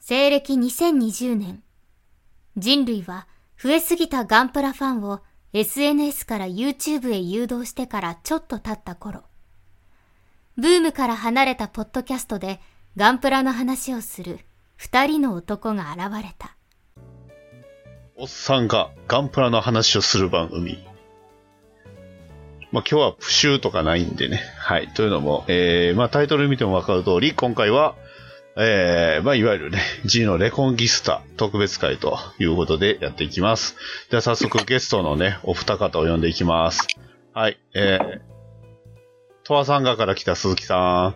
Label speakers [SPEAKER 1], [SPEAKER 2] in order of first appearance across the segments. [SPEAKER 1] 西暦2020年、人類は増えすぎたガンプラファンを SNS から YouTube へ誘導してからちょっと経った頃、ブームから離れたポッドキャストでガンプラの話をする二人の男が現れた。
[SPEAKER 2] おっさんがガンプラの話をする番組。まあ、今日はプシューとかないんでね。はい。というのも、えー、まあ、タイトル見てもわかる通り、今回は、えー、まあ、いわゆるね、G のレコンギスタ特別会ということでやっていきます。では早速ゲストのね、お二方を呼んでいきます。はい。えー、トワさんがから来た鈴木さ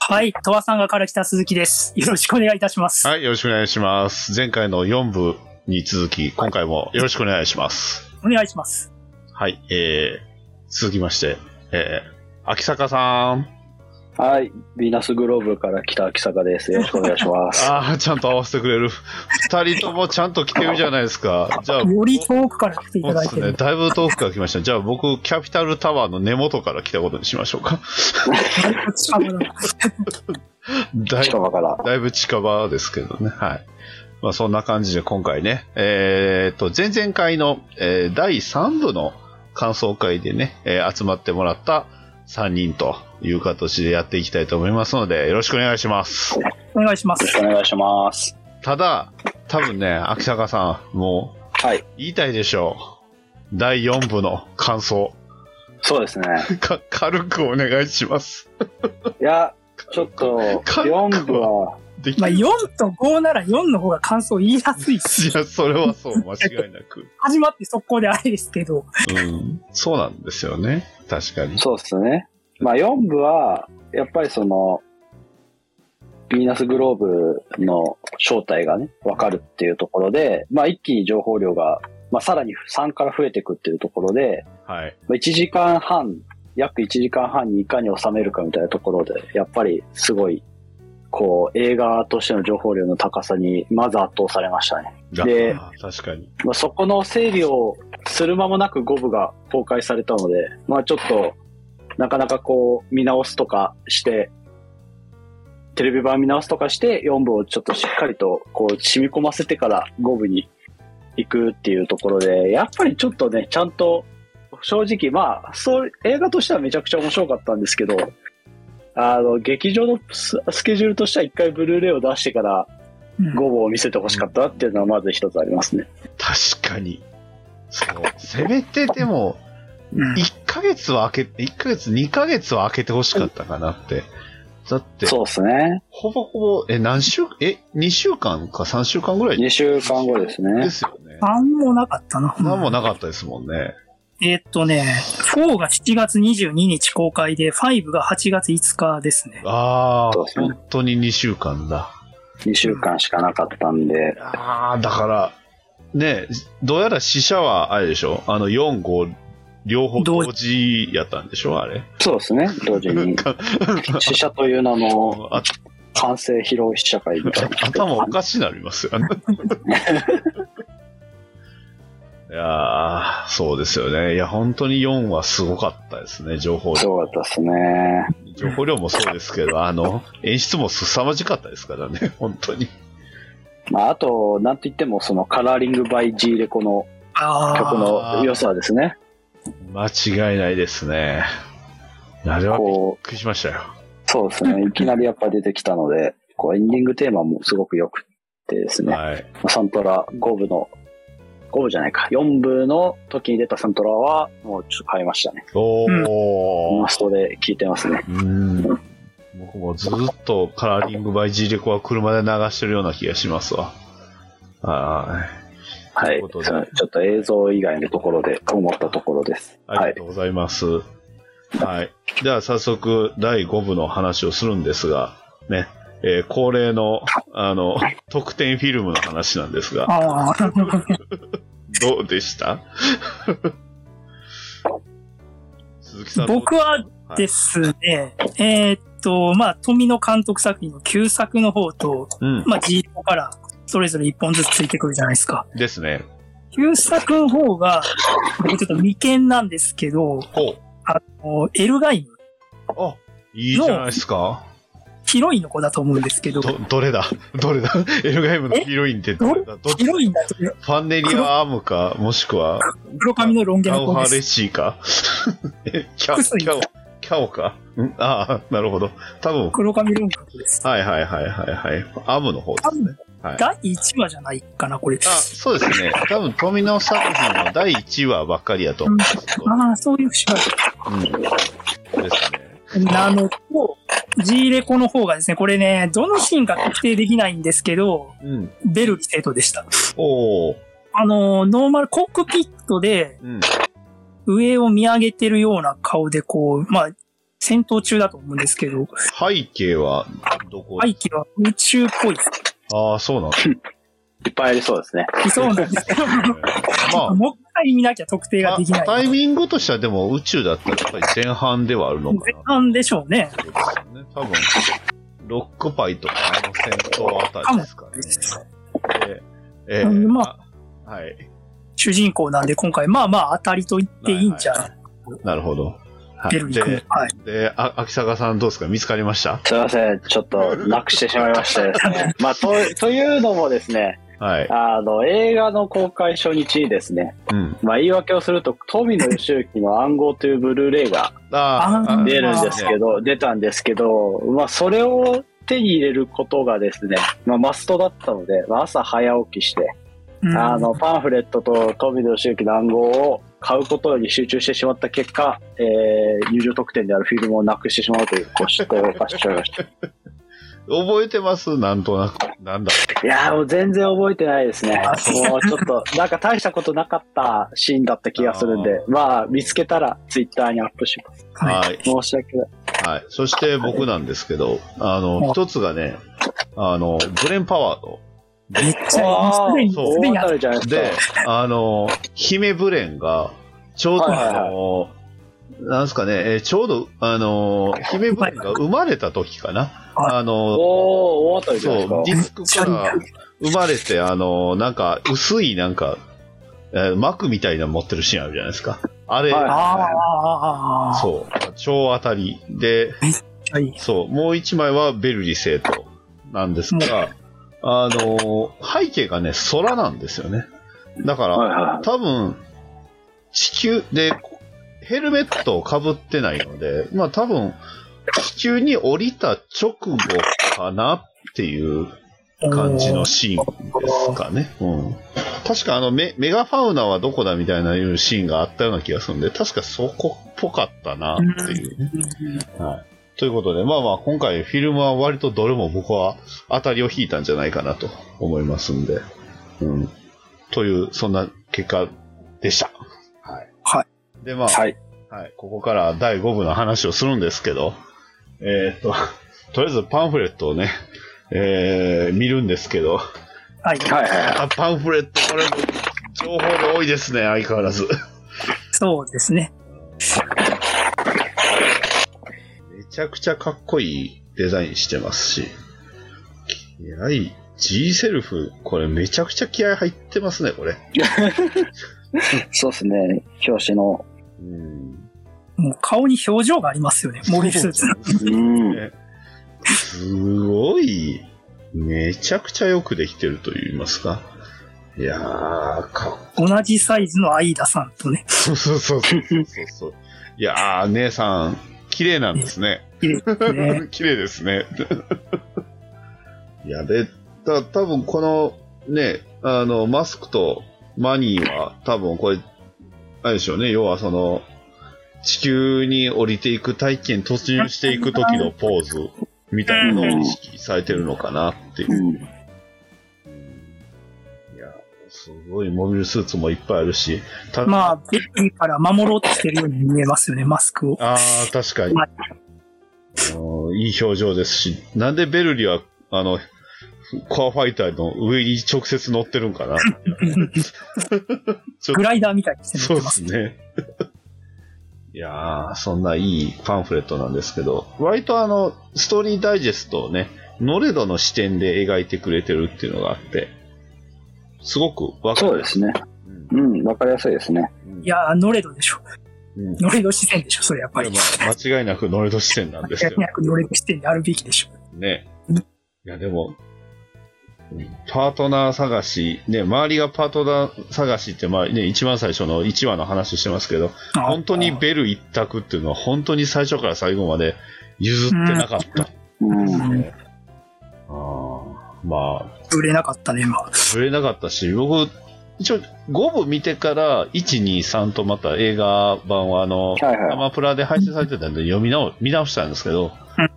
[SPEAKER 3] はい、とわさんがから来た鈴木です。よろしくお願いいたします。
[SPEAKER 2] ん。はい。よろしくお願いします。前回の4部に続き、今回もよろしくお願いします。
[SPEAKER 3] お願いします。
[SPEAKER 2] はい、えー、続きまして、えー、秋坂さん。
[SPEAKER 4] はい、ヴィーナスグローブから来た秋坂です。よろしくお願いしま す。
[SPEAKER 2] ああ、ちゃんと合わせてくれる。二人ともちゃんと来てるじゃないですか。じゃあ、
[SPEAKER 3] より遠くから来てい
[SPEAKER 2] そ
[SPEAKER 3] た
[SPEAKER 2] う
[SPEAKER 3] だ
[SPEAKER 2] で
[SPEAKER 3] い
[SPEAKER 2] す
[SPEAKER 3] て
[SPEAKER 2] ね。
[SPEAKER 3] る。
[SPEAKER 2] だいぶ遠くから来ました。じゃあ僕、キャピタルタワーの根元から来たことにしましょう か。
[SPEAKER 3] だいぶ近場だ
[SPEAKER 2] だい
[SPEAKER 4] 人間から。
[SPEAKER 2] だいぶ近場ですけどね。はい。まあそんな感じで今回ね、えー、と、前々回の、えー第3部の感想会でね、えー集まってもらった3人という形でやっていきたいと思いますので、よろしくお願いします。
[SPEAKER 3] お願いしま
[SPEAKER 4] よろ
[SPEAKER 3] す
[SPEAKER 4] し。くお願いします。
[SPEAKER 2] ただ、多分ね、秋坂さん、もう、
[SPEAKER 4] はい、
[SPEAKER 2] 言いたいでしょう。第4部の感想。
[SPEAKER 4] そうですね。
[SPEAKER 2] か、軽くお願いします。
[SPEAKER 4] いや、ちょっと、
[SPEAKER 2] 軽く
[SPEAKER 4] 4部は、
[SPEAKER 2] でき
[SPEAKER 3] まあ、
[SPEAKER 2] い
[SPEAKER 3] 4と5なら4の方が感想言いやすいし、
[SPEAKER 2] や、それはそう、間違いなく。
[SPEAKER 3] 始まって速攻であれですけど、
[SPEAKER 2] うん。そうなんですよね。確かに。
[SPEAKER 4] そうですね。まあ4部は、やっぱりその、ヴィーナスグローブの正体がね、わかるっていうところで、まあ一気に情報量が、まあさらに3から増えていくっていうところで、
[SPEAKER 2] はい。
[SPEAKER 4] まあ1時間半、約1時間半にいかに収めるかみたいなところで、やっぱりすごい、こう、映画としての情報量の高さに、まず圧倒されましたね。で
[SPEAKER 2] あー確かに。
[SPEAKER 4] まあ、そこの整理をする間もなく5部が公開されたので、まあちょっと、なかなかこう、見直すとかして、テレビ版見直すとかして、4部をちょっとしっかりと、こう、染み込ませてから5部に行くっていうところで、やっぱりちょっとね、ちゃんと、正直、まあ、そう、映画としてはめちゃくちゃ面白かったんですけど、あの、劇場のススケジュールとしては一回ブルーレイを出してから
[SPEAKER 3] うん
[SPEAKER 4] 5部を見せてほしかったっていうのはまず一つありますね。
[SPEAKER 2] 確かに。そう。せめてでも、
[SPEAKER 3] うん
[SPEAKER 2] 1ヶ月は開け、1ヶ月、2ヶ月は開けてほしかったかなって。だって、
[SPEAKER 4] そうですね。
[SPEAKER 2] ほぼほぼ、え、何週、え、2週間か3週間ぐらい
[SPEAKER 4] 2週間後ですね
[SPEAKER 2] で。すよね。
[SPEAKER 3] 何もなかったな。
[SPEAKER 2] なんもなかったですもんね。
[SPEAKER 3] えーっとね、4が7月22日公開で、5が8月5日ですね。
[SPEAKER 2] ああ、
[SPEAKER 4] そうですね
[SPEAKER 2] 本当に2週間だ。
[SPEAKER 4] 2週間しかなかったんで。
[SPEAKER 2] ああ、だから、ねえどうやら死者は、あれでしょあの、4、5、両方同時やったんでしょあれ。。
[SPEAKER 4] そうですね。同時に
[SPEAKER 2] か
[SPEAKER 4] 死者という名の
[SPEAKER 2] あ
[SPEAKER 4] 完成披露試写会みたいな。
[SPEAKER 2] 頭おかしになります よね。いやーそうですよね。いや、本当に4はすごかったですね、情報量。
[SPEAKER 4] そうだったですね。
[SPEAKER 2] 情報量もそうですけど、あの、演出も凄まじかったですからね、本当に。
[SPEAKER 4] まあ、あと、なんと言っても、そのカラーリングバイ G レコの曲
[SPEAKER 3] ああ、
[SPEAKER 4] の良さですね。
[SPEAKER 2] 間違いないですね。あれはびっ
[SPEAKER 4] こ
[SPEAKER 2] くりしましたよ。
[SPEAKER 4] う、そうですね。いきなりやっぱ出てきたので、こう、エンディングテーマもすごく良くてですね。
[SPEAKER 2] はい。
[SPEAKER 4] サントラ5部の、5部じゃないか、4部の時に出たサントラは、もうちょっと買いましたね。
[SPEAKER 2] お
[SPEAKER 4] マ
[SPEAKER 2] ー。
[SPEAKER 4] ストで聴いてますね。
[SPEAKER 2] うん。僕もずっとカラーリングバイ G レコは車で流してるような気がしますわ。はい。
[SPEAKER 4] は
[SPEAKER 2] とい。
[SPEAKER 4] いう
[SPEAKER 2] ことで
[SPEAKER 4] ちょっと映像以外のところで思ったところです。
[SPEAKER 2] あ
[SPEAKER 4] は
[SPEAKER 2] りが
[SPEAKER 4] い。
[SPEAKER 2] とうございます。はい。では早速、第5部の話をするんですが、ね、えー恒例の、あの、特典フィルムの話なんですが、
[SPEAKER 3] ああ、
[SPEAKER 2] どうでした 鈴木さんどう
[SPEAKER 3] 僕はですね、えーっと、まあ、富野監督作品の旧作の方と、
[SPEAKER 2] うん。
[SPEAKER 3] まあ、G からそれぞれ一本ずつついてくるじゃないですか。
[SPEAKER 2] ですね。
[SPEAKER 3] 旧作の方が、僕ちょっと未見なんですけど、
[SPEAKER 2] ほう。
[SPEAKER 3] もうエルガイム
[SPEAKER 2] あ、いいじゃないですか。
[SPEAKER 3] ヒロインの子だと思うんですけど、
[SPEAKER 2] ど、どれだどれだエルガイムのヒロインってどれだどっち
[SPEAKER 3] ヒロインだと
[SPEAKER 2] ファンネリア・アームか、もしくは、
[SPEAKER 3] 黒髪のロン毛
[SPEAKER 2] カ
[SPEAKER 3] の
[SPEAKER 2] オハー
[SPEAKER 3] 子
[SPEAKER 2] レ
[SPEAKER 3] で
[SPEAKER 2] ッ
[SPEAKER 3] す。
[SPEAKER 2] シーかえキャ
[SPEAKER 3] 複数い
[SPEAKER 2] キ
[SPEAKER 3] た
[SPEAKER 2] ャオ、キャオかんああ、なるほど。多分、
[SPEAKER 3] 黒髪ロン毛の子です。
[SPEAKER 2] はいはいはいはいはい。アームの方です
[SPEAKER 3] 多
[SPEAKER 2] ね
[SPEAKER 3] 分。
[SPEAKER 2] はい。
[SPEAKER 3] 第1話じゃないかな、これ。
[SPEAKER 2] あそうですね。多分、富野作品の第1話ばっかりやと思うんですけど。
[SPEAKER 3] ああ、そういう節がある
[SPEAKER 2] うん。ですね。
[SPEAKER 3] なのと、G レコの方がですね、これね、どのシーンか特定できないんですけど、
[SPEAKER 2] うん。
[SPEAKER 3] ベルリ生徒でした。
[SPEAKER 2] おー。
[SPEAKER 3] あの、ノーマルコックピットで
[SPEAKER 2] うん。
[SPEAKER 3] 上を見上げてるような顔でこう、まあ、戦闘中だと思うんですけど、
[SPEAKER 2] 背景は、どこ、
[SPEAKER 3] 背景は宇宙っぽいです。
[SPEAKER 2] ああ、そうなんですね。
[SPEAKER 4] いっぱいありそうですね。
[SPEAKER 3] そうなんですけど、
[SPEAKER 2] ま あ、
[SPEAKER 3] もう一回見なきゃ特定ができ
[SPEAKER 2] あタ
[SPEAKER 3] な
[SPEAKER 2] イ
[SPEAKER 3] い。
[SPEAKER 2] ミングとしてはでも宇宙だったらやっぱり前半ではあるのか
[SPEAKER 3] 前半でしょう
[SPEAKER 2] な
[SPEAKER 3] ね。
[SPEAKER 2] ってことですよね。多分、ロックパイとかあの戦闘あたりですかね。ええ
[SPEAKER 3] うんま
[SPEAKER 2] あ、はい。
[SPEAKER 3] 主人公なんで今回、まあまあ当たりと言っていいんじゃない、
[SPEAKER 2] なるほど。は
[SPEAKER 3] ベル
[SPEAKER 2] い、
[SPEAKER 3] リ君
[SPEAKER 2] で、
[SPEAKER 3] はい。
[SPEAKER 2] で、あ、秋坂さんどうですか見つかりました
[SPEAKER 4] すいません。ちょっ と、なくしてしまいましてですね。まあ、と、というのもですね、
[SPEAKER 2] はい。
[SPEAKER 4] あの、映画の公開初日にですね、
[SPEAKER 2] うん。
[SPEAKER 4] まあ、言い訳をすると、富野義行の暗号というブルーレイが
[SPEAKER 2] あー
[SPEAKER 3] あー
[SPEAKER 4] 出るんですけど、出たんですけど、まあ、それを手に入れることがですね、まあ、マストだったので、まあ、朝早起きして、
[SPEAKER 3] うん
[SPEAKER 4] あの、パンフレットと富野義行の暗号を買うことに集中してしまった結果、えー、入場特典であるフィルムをなくしてしまうというご失態を犯してしまいました。
[SPEAKER 2] 覚えてますなんとなく。なんだ
[SPEAKER 4] いやーもう全然覚えてないですね。
[SPEAKER 3] あ
[SPEAKER 4] もうちょっと、なんか大したことなかったシーンだった気がするんで
[SPEAKER 2] あ、
[SPEAKER 4] まあ、見つけたらツイッターにアップします。
[SPEAKER 3] はい
[SPEAKER 2] はい。
[SPEAKER 4] 申し訳ない。
[SPEAKER 2] はい。そして僕なんですけど、あ
[SPEAKER 3] はい
[SPEAKER 2] の、一つがね、あの、ブレンパワーと、
[SPEAKER 3] めっちゃ、すでに、
[SPEAKER 2] そう
[SPEAKER 3] すで
[SPEAKER 4] 大
[SPEAKER 3] に
[SPEAKER 4] 当
[SPEAKER 3] あ
[SPEAKER 4] たりじゃない
[SPEAKER 2] で
[SPEAKER 4] で、
[SPEAKER 2] あの、姫ブレンが、ちょうど、
[SPEAKER 4] はいはいはい
[SPEAKER 2] あの、なんですかね、えーちょうど、あの、姫ブレンが生まれた時かな。
[SPEAKER 3] はい
[SPEAKER 2] あ
[SPEAKER 4] すか。
[SPEAKER 2] の、
[SPEAKER 4] おー、大当たりじゃない
[SPEAKER 2] そ
[SPEAKER 4] で
[SPEAKER 2] う
[SPEAKER 4] すか、
[SPEAKER 2] デ。ィスクから生まれて、あの、なんか、薄い、なんか、えー膜みたいなの持ってるシーンあるじゃないですか。あれ、
[SPEAKER 4] はい
[SPEAKER 3] ああ、ああ、
[SPEAKER 2] そう、超当たり。で、
[SPEAKER 3] はい。
[SPEAKER 2] そう、もう一枚はベルリ生徒なんですが、あの、背景がね、空なんですよね。だから、
[SPEAKER 4] はいは
[SPEAKER 2] 多分、地球で、ヘルメットをかぶってないので、まあ多分、地球に降りた直後かなっていう感じのシーンですかね。うん。確かあのメ、メガファウナはどこだみたいないうシーンがあったような気がするんで、確かそこっぽかったなっていうね。はい。ということで、まあまあ今回フィルムは割とどれも僕は当たりを引いたんじゃないかなと思いますんで。うん。という、そんな結果でした。はい。。
[SPEAKER 3] はい
[SPEAKER 2] で、まあ、
[SPEAKER 4] い。はい。
[SPEAKER 2] はい、ここから第5部の話をするんですけど、えーっと、 とりあえずパンフレットをね、えー、見るんですけど、
[SPEAKER 3] はい。
[SPEAKER 4] はいはいはい。
[SPEAKER 2] あパンフレット、これも情報が多いですね、相変わらず。
[SPEAKER 3] そうですね。
[SPEAKER 2] めちゃくちゃかっこいいデザインしてますし、気合い、G セルフ、これめちゃくちゃ気合入ってますね、これ。
[SPEAKER 4] そうですね。表紙の。
[SPEAKER 2] うん。
[SPEAKER 3] もう顔に表情がありますよね。モビルスーツの。
[SPEAKER 4] うん。
[SPEAKER 2] ねすごい、めちゃくちゃよくできてると言いますか。いやー、かっ
[SPEAKER 3] 同じサイズのアイダさんとね、
[SPEAKER 2] そうそうそうそうそうそうそう。いやー、姉さん、綺麗なんですね。
[SPEAKER 3] 綺麗ですね。
[SPEAKER 2] 綺麗ですね。 いや、で、た多分この、ね、あの、マスクとマニーは、多分これ、あれでしょうね、要はその、地球に降りていく体験、突入していく時のポーズみたいなのを意識されてるのかなっていう。
[SPEAKER 4] うん。
[SPEAKER 2] いや、すごいモビルスーツもいっぱいあるし、た
[SPEAKER 3] まあ、ベッキーから守ろうとしてるように見えますよね、マスクを。
[SPEAKER 2] ああ、確かに。
[SPEAKER 3] まあ
[SPEAKER 2] あのいい表情ですし、なんでベルリは、あの、コアファイターの上に直接乗ってるんかな。 ちょっ
[SPEAKER 3] グライダーみたいにして
[SPEAKER 2] と、そ
[SPEAKER 3] 乗
[SPEAKER 2] うで
[SPEAKER 3] ってま
[SPEAKER 2] す。
[SPEAKER 3] す
[SPEAKER 2] ね。いやー、そんないいパンフレットなんですけど、割とあの、ストーリーダイジェストをね、ノレドの視点で描いてくれてるっていうのがあって、すごくわか
[SPEAKER 4] そう
[SPEAKER 2] る。
[SPEAKER 4] ですね。
[SPEAKER 2] うん
[SPEAKER 4] うん。わかりやすいですね。
[SPEAKER 2] うん
[SPEAKER 3] いやー、ノレドでしょ。
[SPEAKER 2] うん
[SPEAKER 3] ノレド視線でしょ、それやっぱり。
[SPEAKER 2] まあ間違いなくノレド視点なんですよ。
[SPEAKER 3] 間違いなくノレド視点であるべきでしょ。
[SPEAKER 2] うね。
[SPEAKER 3] うん
[SPEAKER 2] いや、でも、パートナー探し、ね、周りがパートナー探しって、まあね、一番最初の1話の話してますけど、
[SPEAKER 3] あ
[SPEAKER 2] 本当にベル一択っていうのは、本当に最初から最後まで譲ってなかった。
[SPEAKER 4] うん。
[SPEAKER 3] うん
[SPEAKER 2] ああまあ、
[SPEAKER 3] 売れなかったね、今。
[SPEAKER 2] 触れなかったし、僕、一応、5部見てから、1、2、3とまた映画版は、あの、
[SPEAKER 4] はいはい
[SPEAKER 2] アマプラで配信されてたんで、読み直、見直したんですけど、
[SPEAKER 4] はい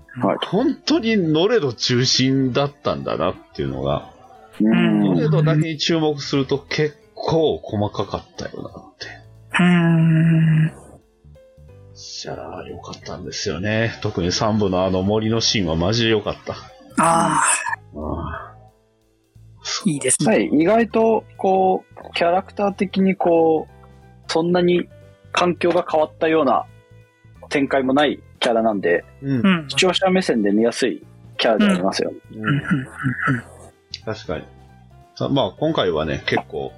[SPEAKER 2] 本当にノレド中心だったんだなっていうのが、
[SPEAKER 4] うん
[SPEAKER 2] ノ
[SPEAKER 3] う
[SPEAKER 2] レ
[SPEAKER 3] ん
[SPEAKER 2] ドだけに注目すると結構細かかったよなって。
[SPEAKER 3] うーん。
[SPEAKER 2] じゃあ、良かったんですよね。特に3部のあの森のシーンはマジで良かった。
[SPEAKER 3] ああ、
[SPEAKER 2] あ
[SPEAKER 3] いいです
[SPEAKER 4] は
[SPEAKER 3] ね。
[SPEAKER 4] い、意外と、こう、キャラクター的にこう、そんなに環境が変わったような展開もないキャラなんで、
[SPEAKER 2] ーうん
[SPEAKER 3] う、ん。
[SPEAKER 4] 視聴者目線で見やすいキャラでありますよね。
[SPEAKER 3] うん
[SPEAKER 2] うん
[SPEAKER 3] うん
[SPEAKER 2] 確かに。さまあ、今回はね、結構、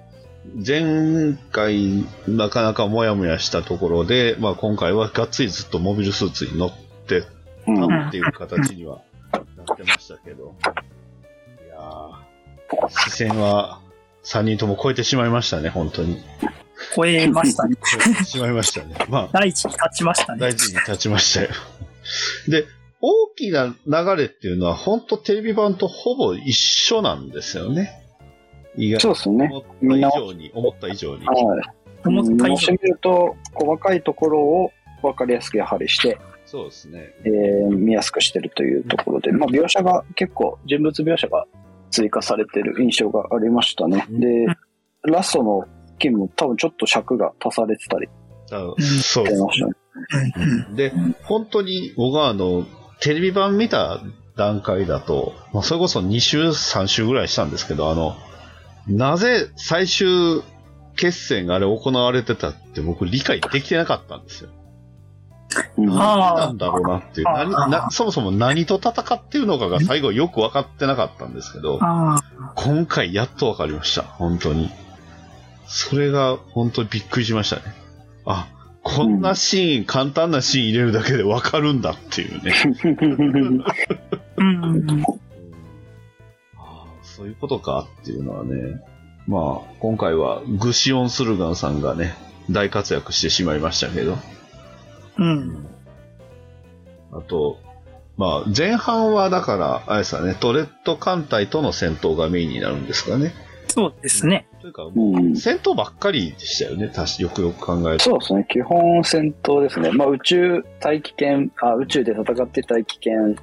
[SPEAKER 2] 前回なかなかモヤモヤしたところで、まあ今回はがっつりずっとモビルスーツに乗って
[SPEAKER 4] うん
[SPEAKER 2] た
[SPEAKER 4] うん
[SPEAKER 2] っていう形にはなってましたけど。いやー視線は3人とも超えてしまいましたね、本当に。
[SPEAKER 3] 超えまし たね。
[SPEAKER 2] 超えてしまいましたね。まあ、
[SPEAKER 3] 第一に立ちましたね。
[SPEAKER 2] 大事に立ちましたよ。で、大きな流れっていうのは、本当テレビ版とほぼ一緒なんですよね。意外
[SPEAKER 4] そうですね。
[SPEAKER 2] 思った以上に、思った以上に。
[SPEAKER 4] はい。
[SPEAKER 3] 思った以
[SPEAKER 4] 見
[SPEAKER 3] 上
[SPEAKER 4] てみると、細かいところを分かりやすくやはりして、
[SPEAKER 2] そうですね。
[SPEAKER 4] えー見やすくしてるというところで、まあ、描写が結構人物描写が追加されてる印象がありましたね。
[SPEAKER 2] うん
[SPEAKER 4] で、ラストの件も多分ちょっと尺が足されてたり
[SPEAKER 2] だ
[SPEAKER 3] ん
[SPEAKER 2] そうで
[SPEAKER 4] して
[SPEAKER 2] す
[SPEAKER 4] ましたね。
[SPEAKER 3] うんうん
[SPEAKER 2] で、本当に僕はあの、テレビ版見た段階だと、まあ、それこそ2週、3週ぐらいしたんですけど、あの、なぜ最終決戦があれ行われてたって僕理解できてなかったんですよ。
[SPEAKER 4] うん
[SPEAKER 3] ああ
[SPEAKER 2] なんだろうなっていう。
[SPEAKER 3] あー
[SPEAKER 2] 何なそもそも何と戦ってるのかが最後よく分かってなかったんですけど、
[SPEAKER 3] あ
[SPEAKER 2] 今回やっと分かりました。本当に。それが本当にびっくりしましたね。あ、こんなシーン、簡単なシーン入れるだけで分かるんだっていうね。
[SPEAKER 3] あ、うんうんうん。
[SPEAKER 2] あーそういうことかっていうのはね。まあ、今回はグシオン・スルガンさんがね、大活躍してしまいましたけど。
[SPEAKER 3] うん。
[SPEAKER 2] あと、まあ、前半はだから、あれですかね、トレッド艦隊との戦闘がメインになるんですかね。
[SPEAKER 3] そうですね。
[SPEAKER 2] というか、
[SPEAKER 4] うん
[SPEAKER 2] 戦闘ばっかりでしたよね、たしよくよく考えると。
[SPEAKER 4] そうですね、基本戦闘ですね、まあ、宇宙大気圏あ、宇宙で戦って大気圏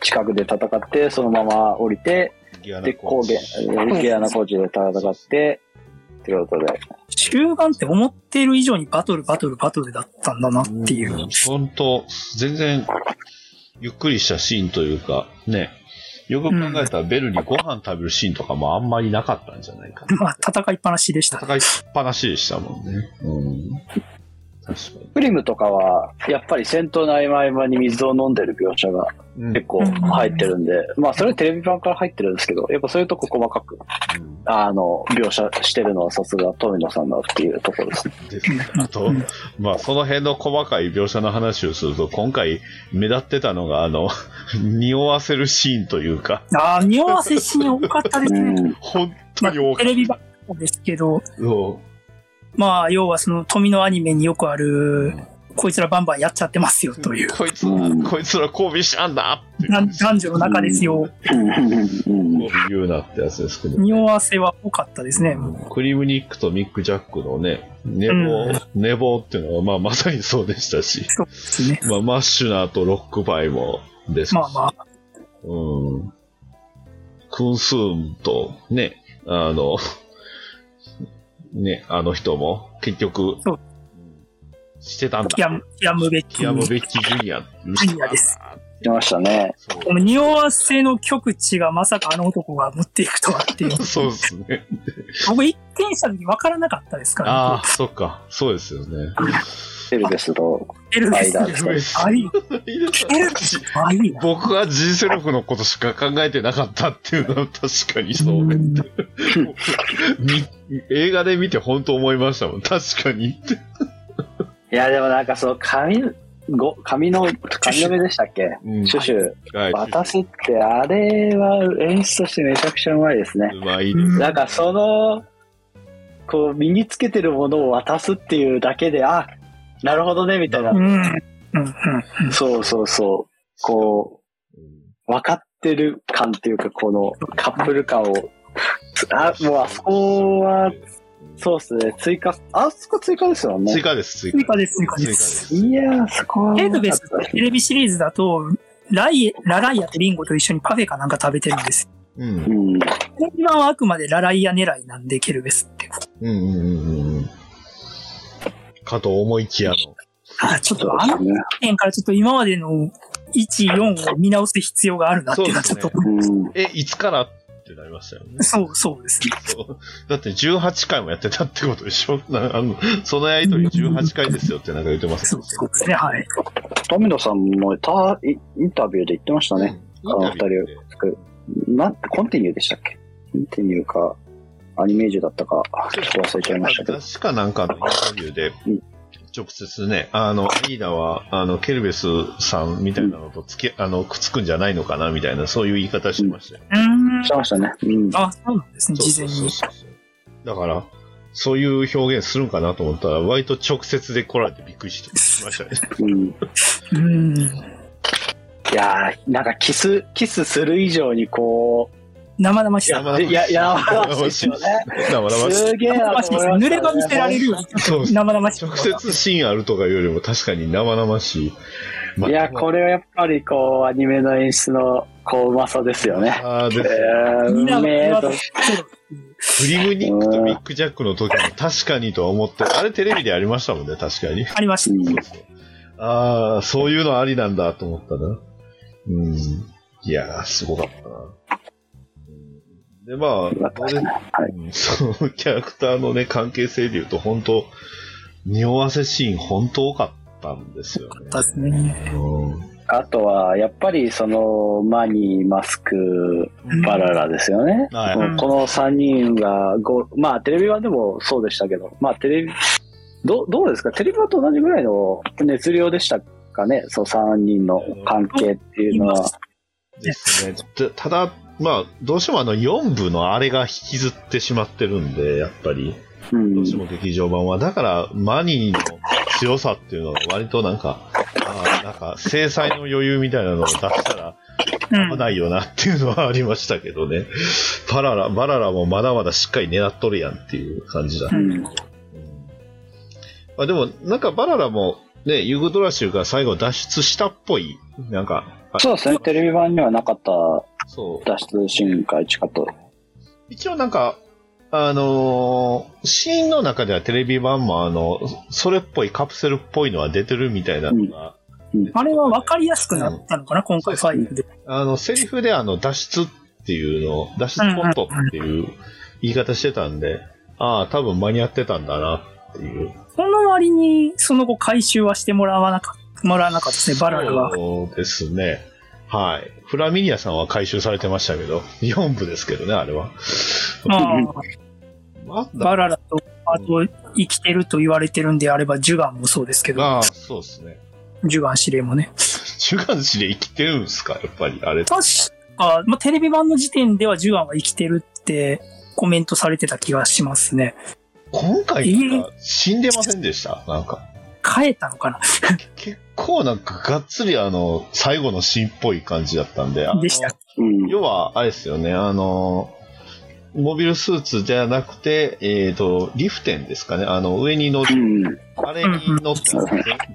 [SPEAKER 4] 近くで戦って、そのまま降りて、
[SPEAKER 2] ギアナ
[SPEAKER 4] で、
[SPEAKER 2] コー
[SPEAKER 4] 高
[SPEAKER 2] チ
[SPEAKER 4] 原、えーゲアナ工事で戦って、ということで、
[SPEAKER 3] 終盤って思っている以上にバトル、バトル、バトルだったんだなっていう。
[SPEAKER 2] ん本当、全然、ゆっくりしたシーンというか、ね、よく考えたらベルにご飯食べるシーンとかもあんまりなかったんじゃないかな。
[SPEAKER 3] まあ、戦いっぱなしでした。
[SPEAKER 2] 戦いっぱなしでしたもんね。うん。確か
[SPEAKER 4] プリムとかは、やっぱり戦闘の合間合間に水を飲んでる描写が
[SPEAKER 2] に。うん
[SPEAKER 4] 結構入ってるんで、まあ、それはテレビ版から入ってるんですけど、やっぱそういうとこ細かく、
[SPEAKER 2] うん
[SPEAKER 4] あの、描写してるのはさすが富野さんだっていうところですね。
[SPEAKER 2] ですあと
[SPEAKER 3] うん、
[SPEAKER 2] まあ、その辺の細かい描写の話をすると、今回目立ってたのが、あの、 匂わせるシーンというか、
[SPEAKER 3] ああ、匂わせシーン多かったです
[SPEAKER 4] う
[SPEAKER 3] ね。
[SPEAKER 4] ん。
[SPEAKER 2] 本当
[SPEAKER 3] まあ
[SPEAKER 2] に多、
[SPEAKER 3] テ
[SPEAKER 2] かっ
[SPEAKER 3] レビばっかですけど、
[SPEAKER 2] た。うん
[SPEAKER 3] まあ、要はその富のアニメによくある、こいつらバンバンやっちゃってますよという。
[SPEAKER 2] こいつら、
[SPEAKER 4] うん
[SPEAKER 2] こいつら交尾したんだっていう
[SPEAKER 3] な男女の中ですよ。
[SPEAKER 4] うん。
[SPEAKER 2] 言うなってやつですけど、
[SPEAKER 3] 匂わせは多かったですね。
[SPEAKER 2] クリムニックとミック・ジャックのね、寝坊、
[SPEAKER 3] うん
[SPEAKER 2] 寝坊っていうのは、まあ、まさにそうでした し、
[SPEAKER 3] そうですね。
[SPEAKER 2] まあ、マッシュナーとロックバイもですし、
[SPEAKER 3] まあまあ、
[SPEAKER 2] うん。クンスーンと、ね、あの、ね、あの人も、結局
[SPEAKER 3] そう、
[SPEAKER 2] してたんだ
[SPEAKER 3] やむ。、やむべき。
[SPEAKER 2] キアムベッキジュニア。
[SPEAKER 3] ジュニアです。
[SPEAKER 4] 出ましたね。
[SPEAKER 3] この匂わせの極地がまさかあの男が持っていくとは っていう。
[SPEAKER 2] そうですね。
[SPEAKER 3] 僕一見した時分からなかったですから、
[SPEAKER 2] ああ、そっか。そうですよね。
[SPEAKER 4] エルベスと、
[SPEAKER 3] エルベス
[SPEAKER 4] 間
[SPEAKER 3] で
[SPEAKER 4] ですす。
[SPEAKER 3] あいい。エルベスあいいな。
[SPEAKER 2] 僕は G セルフのことしか考えてなかったっていうのは確かにそうね。
[SPEAKER 3] ん
[SPEAKER 2] み映画で見て本当思いましたもん。確かにって。
[SPEAKER 4] いや、でもなんかその髪ご紙の、紙の目でしたっけ
[SPEAKER 2] うん
[SPEAKER 4] シュシュ。
[SPEAKER 2] はい
[SPEAKER 4] 渡すって、あれは演出としてめちゃくちゃうまいですね。
[SPEAKER 2] うまい。
[SPEAKER 3] うん
[SPEAKER 4] なんかその、こう身につけてるものを渡すっていうだけで、あ、なるほどね、みたいな
[SPEAKER 3] う。ん。うん。うん。
[SPEAKER 4] そうそうそう。こう、分かってる感っていうか、このカップル感を。あ、もうあそこは、そうですね、追加、あそこ追加ですよね
[SPEAKER 2] 追。加です、追
[SPEAKER 3] 追
[SPEAKER 2] 加。
[SPEAKER 3] 加です、追加
[SPEAKER 2] 追加
[SPEAKER 3] で。
[SPEAKER 2] ですす。
[SPEAKER 4] いやー、そこは。
[SPEAKER 3] テルベステレビシリーズだと、ライ、ラライアとリンゴと一緒にパフェかなんか食べてるんですよ。
[SPEAKER 2] うん。
[SPEAKER 4] うん。
[SPEAKER 3] 本番はあくまでラライア狙いなんで、ケルベスって。
[SPEAKER 2] うんうんうんうん。かと思いきやの。
[SPEAKER 3] あ、ちょっ
[SPEAKER 4] そう
[SPEAKER 3] とあ
[SPEAKER 4] で
[SPEAKER 3] の
[SPEAKER 4] すね。
[SPEAKER 3] 点からちょっと今までの1、4を見直す必要があるなっていうのは
[SPEAKER 2] そ
[SPEAKER 3] ち
[SPEAKER 2] う
[SPEAKER 3] ょっ
[SPEAKER 2] ですね
[SPEAKER 3] と、
[SPEAKER 4] うん。
[SPEAKER 2] え、いつからってなりましたよね。
[SPEAKER 3] そう、そうですね。
[SPEAKER 2] そうだって18回もやってたってことでしょなあのそのやりとり18回ですよってなんか言ってます
[SPEAKER 3] そ
[SPEAKER 2] も
[SPEAKER 3] うん
[SPEAKER 2] ね
[SPEAKER 3] そうですね、はい。
[SPEAKER 4] 富野さんもたイインタビューで言ってましたね。
[SPEAKER 2] うんインタビューで
[SPEAKER 4] なんコンティニューでしたっけコンティニューか、アニメージュだったか、ちょっと忘れちゃいましたけど。
[SPEAKER 2] 雑誌かなんかのインタビューで
[SPEAKER 4] うん、
[SPEAKER 2] 直接ね、あの、リーダーは、あの、ケルベスさんみたいなのとつけ、あの、くっつくんじゃないのかなみたいな、そういう言い方してましたよ。
[SPEAKER 3] うーん
[SPEAKER 4] し。てましたね。うん。
[SPEAKER 3] あ、そうなんですね、
[SPEAKER 2] そう
[SPEAKER 3] 事
[SPEAKER 2] そ
[SPEAKER 3] 前
[SPEAKER 2] うそう
[SPEAKER 3] に。
[SPEAKER 2] そうだから、そういう表現するんかなと思ったら、割と直接で来られてびっくりしてしましたね。
[SPEAKER 4] うん、
[SPEAKER 3] うーん。
[SPEAKER 4] いやーなんかキス、キスする以上にこ
[SPEAKER 3] 生々し
[SPEAKER 4] う、
[SPEAKER 3] さ。
[SPEAKER 2] 生々しい
[SPEAKER 4] いや、やばいですよね。
[SPEAKER 2] 生々しい
[SPEAKER 4] すげえ
[SPEAKER 3] 生
[SPEAKER 4] な
[SPEAKER 3] 々しい
[SPEAKER 4] と
[SPEAKER 3] です
[SPEAKER 4] 思い
[SPEAKER 3] ね。
[SPEAKER 4] ましたね
[SPEAKER 3] 濡れ場見せられるよ。
[SPEAKER 2] そう
[SPEAKER 3] 生々しい。
[SPEAKER 2] 直接シーンあるとかよりも確かに生々しい。まあ
[SPEAKER 4] いや、これはやっぱりこう、アニメの演出の、こう、うまさですよね。
[SPEAKER 2] ああ、で
[SPEAKER 4] え
[SPEAKER 2] す。
[SPEAKER 4] ー、
[SPEAKER 3] みんな
[SPEAKER 4] う
[SPEAKER 3] の
[SPEAKER 4] めえ
[SPEAKER 3] 手
[SPEAKER 4] と
[SPEAKER 3] 渡しソロっていう
[SPEAKER 2] フリムニックとビッグジャックの時も確かにとは思って、あれテレビでありましたもんね、確かに。
[SPEAKER 3] ありました。
[SPEAKER 4] うん
[SPEAKER 2] ああ、そういうのありなんだと思ったな。うん。いやー、すごかったな。うんで、ま
[SPEAKER 4] よか
[SPEAKER 2] あ、
[SPEAKER 4] ったですねはい
[SPEAKER 2] うんそのキャラクターのね、関係性で言うと、本当匂わせシーン、本当多かったんですよね。
[SPEAKER 3] ですね。
[SPEAKER 2] うん
[SPEAKER 4] あとは、やっぱり、その、マニー、マスク、バララですよね。
[SPEAKER 2] はい
[SPEAKER 4] もうこの3人がご、まあ、テレビ版でもそうでしたけど、まあ、テレビ、どどうですかテレビ版と同じぐらいの熱量でしたかねそう、3人の関係っていうのは。
[SPEAKER 2] ですね。たただ、まあ、どうしてもあの4部のあれが引きずってしまってるんで、やっぱり、
[SPEAKER 4] うん
[SPEAKER 2] どうしても劇場版は。だから、マニーの強さっていうのは割となんか、あーなんか、制裁の余裕みたいなのを出したら
[SPEAKER 3] うん
[SPEAKER 2] 危ないよなっていうのはありましたけどね。パララ、バララもまだまだしっかり狙っとるやんっていう感じだ。
[SPEAKER 3] う
[SPEAKER 2] うん
[SPEAKER 3] ん
[SPEAKER 2] まあ、でも、なんかバララも、ね、ユグドラシュが最後脱出したっぽい、なんか、あ
[SPEAKER 4] そうですね、テレビ版にはなかった
[SPEAKER 2] そう。
[SPEAKER 4] 脱出シーンか一かと。
[SPEAKER 2] 一応なんか、あのーシーンの中ではテレビ版もあの、それっぽいカプセルっぽいのは出てるみたいなのが、
[SPEAKER 3] あれは分かりやすくなったのかな、今回ファイルで。
[SPEAKER 2] あの、セリフであの、脱出っていうのを、脱出ポットっていう言い方してたんで、ああ、多分間に合ってたんだなっていう。
[SPEAKER 3] その割に、その後回収はしてもらわなかった、もらわなかったですね、バラルは。
[SPEAKER 2] そうですね。はい。フラミニアさんは回収されてましたけど、4部ですけどね、あれは。
[SPEAKER 3] まあ
[SPEAKER 4] うん
[SPEAKER 2] まだ
[SPEAKER 3] バララと、あと、生きてると言われてるんであれば、ジュガンもそうですけど、
[SPEAKER 2] ああ、そうですね。
[SPEAKER 3] ジュガン司令もね。
[SPEAKER 2] 主眼視で生きてるんですか、やっぱり、あれ。
[SPEAKER 3] 確か、まあ、テレビ版の時点ではジュガンは生きてるってコメントされてた気がしますね。
[SPEAKER 2] 今回なんか死んでませんでした、なんか。
[SPEAKER 3] 変えたのかな
[SPEAKER 2] 結構なんかがっつりあの、最後のシーンっぽい感じだったんで。あの
[SPEAKER 3] でした
[SPEAKER 4] うん
[SPEAKER 2] 要は、あれですよね、あの、モビルスーツじゃなくて、えっ、と、リフテンですかね。あの、上に乗っ
[SPEAKER 4] う
[SPEAKER 2] て、
[SPEAKER 4] ん
[SPEAKER 2] あれに乗って
[SPEAKER 4] うんうん、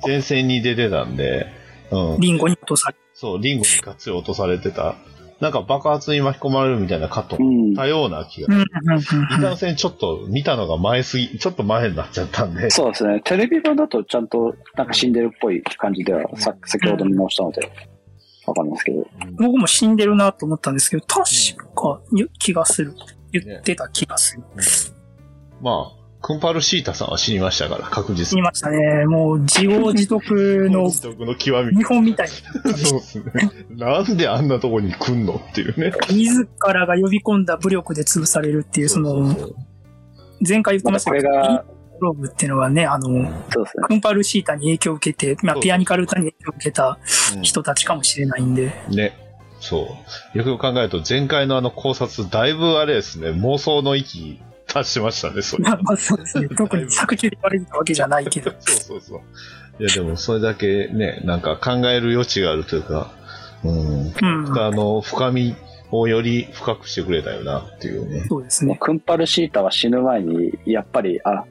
[SPEAKER 2] 前線に出てたんで、うん。
[SPEAKER 3] リンゴに落とされ
[SPEAKER 2] そう、リンゴにがっつり落とされてた。なんか爆発に巻き込まれるみたいなカット
[SPEAKER 4] う
[SPEAKER 2] も
[SPEAKER 4] ん
[SPEAKER 2] 多様な気が
[SPEAKER 3] た。。うんうん
[SPEAKER 2] い
[SPEAKER 3] うんう
[SPEAKER 2] か
[SPEAKER 3] ん
[SPEAKER 2] んせんちょっと見たのが前すぎ、ちょっと前になっちゃったんで。
[SPEAKER 4] そうですね、テレビ版だとちゃんとなんか死んでるっぽい感じでは、さ先ほど見直したので、わかりますけど。
[SPEAKER 3] 僕も死んでるなと思ったんですけど、確かに気がする。言ってた気がする。
[SPEAKER 2] まあ、クンパルシータさんは死にましたから、確実
[SPEAKER 3] 言
[SPEAKER 2] に。
[SPEAKER 3] いましたね。もう自業自得の
[SPEAKER 2] 独特の極み
[SPEAKER 3] 見。本みたいな。
[SPEAKER 2] そうですね。なんであんなとこに来んのっていうね。
[SPEAKER 3] 自らが呼び込んだ武力で潰されるっていう、その、
[SPEAKER 2] うそう
[SPEAKER 3] 前回言って
[SPEAKER 4] ま
[SPEAKER 3] ま
[SPEAKER 4] た
[SPEAKER 3] した
[SPEAKER 4] こ
[SPEAKER 3] け
[SPEAKER 4] れ
[SPEAKER 3] ど、
[SPEAKER 4] が、
[SPEAKER 3] プローブっていうのはね、あの、
[SPEAKER 4] そうですね。
[SPEAKER 3] クンパルシータに影響を受けて、ま
[SPEAKER 2] そ
[SPEAKER 3] あ、
[SPEAKER 2] う
[SPEAKER 3] ピアニカル歌に影響を受けた
[SPEAKER 2] うん
[SPEAKER 3] 人たちかもしれないんで、
[SPEAKER 2] ね。そう。よくよく考えると、前回のあの考察、だいぶあれですね、妄想の域達しましたね、それ。、
[SPEAKER 3] まあまあそうですね、特に作中で言われたわけじゃないけど
[SPEAKER 2] そうそうそう。いや、でもそれだけね、なんか考える余地があるというか、うん。
[SPEAKER 3] うん、
[SPEAKER 2] あの、深みをより深くしてくれたよなっていうね。
[SPEAKER 3] そうですね。
[SPEAKER 4] クンパルシータは死ぬ前に、やっぱり、あ、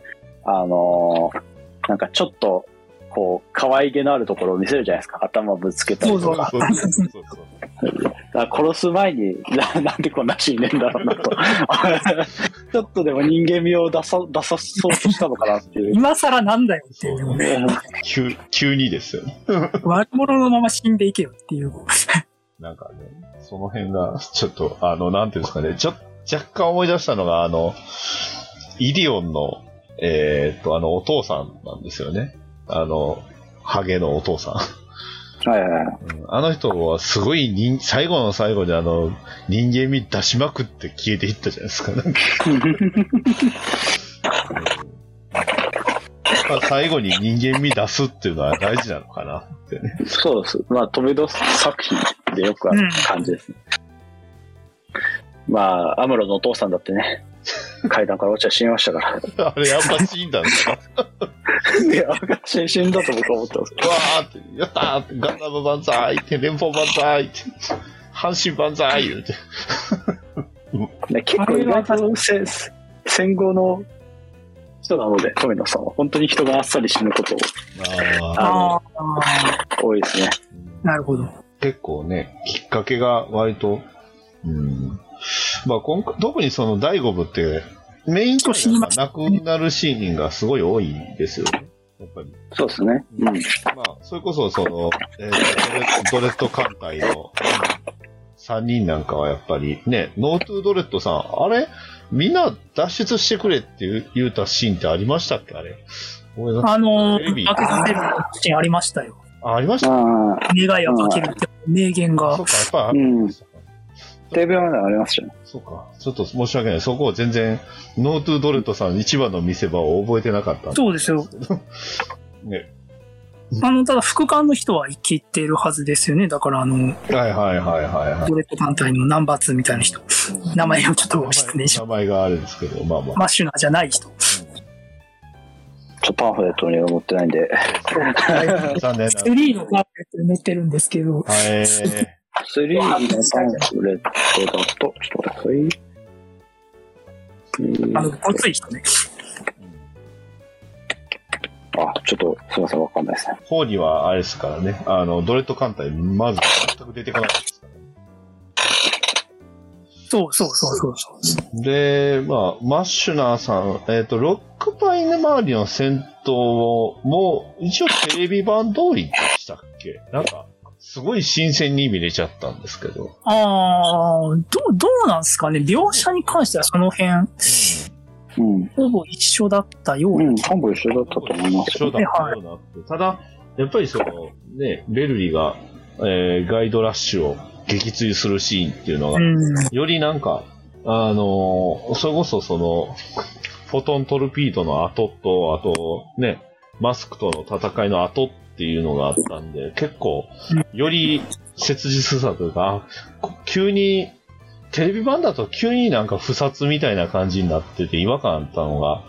[SPEAKER 4] あのーなんかちょっと、こう、可愛げのあるところを見せるじゃないですか。頭ぶつけたり
[SPEAKER 3] そ
[SPEAKER 4] と
[SPEAKER 3] うそう
[SPEAKER 4] か。
[SPEAKER 2] そうそうそうそう
[SPEAKER 4] だから殺す前にな、 なんでこんな死んでんだろうなと。 ちょっとでも人間味を出さ、出さそうとしたのかなっていう。
[SPEAKER 3] 今更なんだよっていう、でもね、
[SPEAKER 4] う
[SPEAKER 2] 急急にですよね。
[SPEAKER 3] 悪者のまま死んでいけよっていう、
[SPEAKER 2] なんかね、その辺が、 ちょっと、あの、なんていうんですかね、ちょ、若干思い出したのが、あの、イディオンの、えーっと、あの、お父さんなんですよね。あの、ハゲのお父さん。
[SPEAKER 4] んはいはいはい。
[SPEAKER 2] うんあの人はすごい人、最後の最後であの、人間味出しまくって消えていったじゃないですか。なんかうんまあ最後に人間味出すっていうのは大事なのかな ってね。
[SPEAKER 4] そうです。まあ、飛び出す作品でよくある感じですね。まあ、アムロのお父さんだってね、階段から落ちて死にましたか
[SPEAKER 2] あ
[SPEAKER 4] ら。
[SPEAKER 2] れやっぱ死んだんですか
[SPEAKER 4] いや、死んだと僕は思ってます。
[SPEAKER 2] わーって、やったーって、ガンダム万歳って、連邦万歳って、阪神万歳言うて。
[SPEAKER 4] ね、結構意外とせ戦後の人なので、富野さんは。本当に人があっさり死ぬこと
[SPEAKER 2] あ
[SPEAKER 4] あの
[SPEAKER 3] ああ、
[SPEAKER 4] 多いですね。
[SPEAKER 3] なるほど。
[SPEAKER 2] 結構ね、きっかけが割と、うん。まあ今回、特にその第5部って、メインキャラがなくなるシーンがすごい多いですよね。やっぱり。
[SPEAKER 4] そうですね。うん。
[SPEAKER 2] まあ、それこそ、その、えードレドレッド艦隊の3人なんかはやっぱり、ね、ノートゥードレッドさん、あれみんな脱出してくれって言う言うたシーンってありましたっけあれ。ごめんなさい
[SPEAKER 3] あの
[SPEAKER 2] テレビ
[SPEAKER 3] ー、爆させるシーンありましたよ。
[SPEAKER 2] あ、ありました
[SPEAKER 4] ああ、
[SPEAKER 3] 願いはかけるって名言が
[SPEAKER 2] そ。うか、やっぱ
[SPEAKER 4] う
[SPEAKER 2] り、
[SPEAKER 4] ん。テレビはありますよね。
[SPEAKER 2] そうか、ちょっと申し訳ない。そこを全然、ノートゥードレッドさん一番の見せ場を覚えてなかったんで
[SPEAKER 3] そうですよ。
[SPEAKER 2] ね。
[SPEAKER 3] あの、ただ副官の人は生きてるはずですよね。だから、あの、
[SPEAKER 2] はいはいはいはいはい。
[SPEAKER 3] ドレッド艦隊のナンバー2みたいな人。名前をちょっと失礼しま
[SPEAKER 2] 名前があるんですけど、まあま あ。
[SPEAKER 3] マッシュナーじゃない人。
[SPEAKER 4] ちょっとパンフレットには載ってないんで。
[SPEAKER 2] 残念ながら。
[SPEAKER 3] 3のパーフレットに寝てるんですけ
[SPEAKER 2] は
[SPEAKER 3] ど、
[SPEAKER 2] い。
[SPEAKER 4] 3のパンフレットだと、ちょっと待ってくだ
[SPEAKER 3] あ
[SPEAKER 4] さ
[SPEAKER 3] の、
[SPEAKER 4] い
[SPEAKER 3] ごつい人ね。
[SPEAKER 4] あ、ちょっと、すみません、わかんないですね。
[SPEAKER 2] 方にはあれですからね、あの、ドレッド艦隊、まず全く出てこないですからね。
[SPEAKER 3] そうそうそうそうそう。
[SPEAKER 2] で、まあ、マッシュナーさん、えっ、と、ロックパイン周りの戦闘を、もう、一応テレビ版通りでしたっけなんか、すごい新鮮に見れちゃったんですけど。
[SPEAKER 3] あー、どう、どうなんすかね。描写に関してはその辺、
[SPEAKER 4] うん。
[SPEAKER 3] ほぼ一緒だったよう
[SPEAKER 4] う
[SPEAKER 3] な。
[SPEAKER 4] ん、半分一緒だったと思います
[SPEAKER 2] 一緒
[SPEAKER 4] よ。
[SPEAKER 2] だったようなって。ただ、やっぱりその、ね、ベルリが、えーガイドラッシュを撃墜するシーンっていうのが
[SPEAKER 3] う、ん。
[SPEAKER 2] よりなんか、あのーそれこそその、フォトントルピードの後と、あとね、マスクとの戦いの後っていうのがあったんで、結構、より切実さというか、あこ急に、テレビ版だと急になんか不殺みたいな感じになってて違和感あったのが、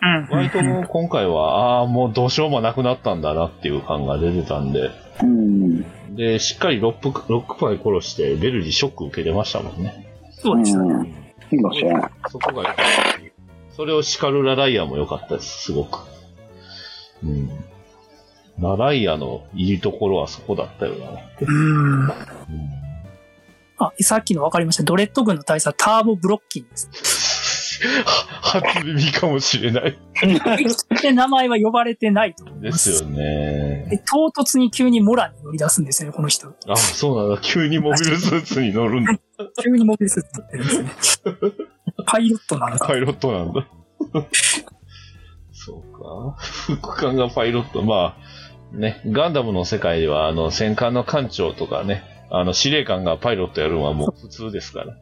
[SPEAKER 3] うん。
[SPEAKER 2] 割ともう今回は、ああ、もうどうしようもなくなったんだなっていう感が出てたんで、
[SPEAKER 4] うん。
[SPEAKER 2] で、しっかりロップロックパイ殺して、ベルリショック受けてましたもんね。
[SPEAKER 3] そうでしたね。
[SPEAKER 4] 今知らない。
[SPEAKER 2] そこが良かったしそれを叱るラライアも良かったです、すごく。うん。ラライアのいいところはそこだったよな。
[SPEAKER 3] うん。
[SPEAKER 2] うん
[SPEAKER 3] あ、さっきの分かりました。ドレッド軍の大佐、ターボブロッキンです。
[SPEAKER 2] は初耳かもしれない。
[SPEAKER 3] で、名前は呼ばれてないと思い
[SPEAKER 2] で
[SPEAKER 3] ます。
[SPEAKER 2] すよね。
[SPEAKER 3] で、唐突に急にモラに乗り出すんですよね、この人。
[SPEAKER 2] あ、そうなんだ。急にモビルスーツに乗るんだ。
[SPEAKER 3] 急にモビルスーツ乗ってるんですね。 パイロットなのか。
[SPEAKER 2] パイロットなんだ。そうか。副官がパイロット。まあ、ね、ガンダムの世界では、あの、戦艦の艦長とかね、あの、司令官がパイロットやるのはもう普通ですから。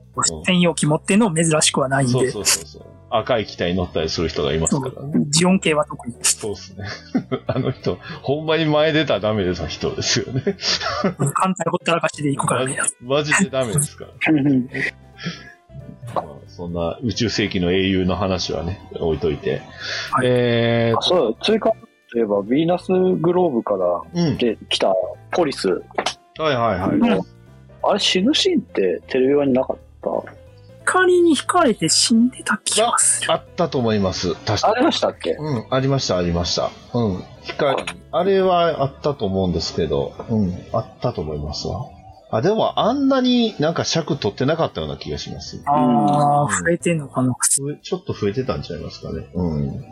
[SPEAKER 3] 専用機持ってんの珍しくはないん
[SPEAKER 2] そう
[SPEAKER 3] で。
[SPEAKER 2] そうそうそう。赤い機体に乗ったりする人がいますからね。
[SPEAKER 3] ジオン系は特に。
[SPEAKER 2] そうですね。 あの人、ほんまに前出たらダメです人ですよね。
[SPEAKER 3] 艦隊ほったらかしで行くからね。
[SPEAKER 2] マジでダメですから。まあそんな宇宙世紀の英雄の話はね、置いといて。
[SPEAKER 3] はい
[SPEAKER 2] えー、
[SPEAKER 4] そうだ、追加といえば、ヴィーナスグローブから
[SPEAKER 2] うん。
[SPEAKER 4] で来たポリス
[SPEAKER 2] はいはいはい。
[SPEAKER 4] の、あれ死ぬシーンってテレビ版になかった
[SPEAKER 3] 光に惹かれて死んでた気がする。
[SPEAKER 2] あったと思います。確
[SPEAKER 4] あ
[SPEAKER 2] か
[SPEAKER 4] りましたっけ
[SPEAKER 2] うん、ありました、ありました。うん。光、あれはあったと思うんですけど、うん、あったと思いますわ。あ、でもあんなになんか尺取ってなかったような気がします。
[SPEAKER 3] ああ
[SPEAKER 2] うん
[SPEAKER 3] ー、増えてんのかな。
[SPEAKER 2] ふえちょっと増えてたんちゃいますかね。うん。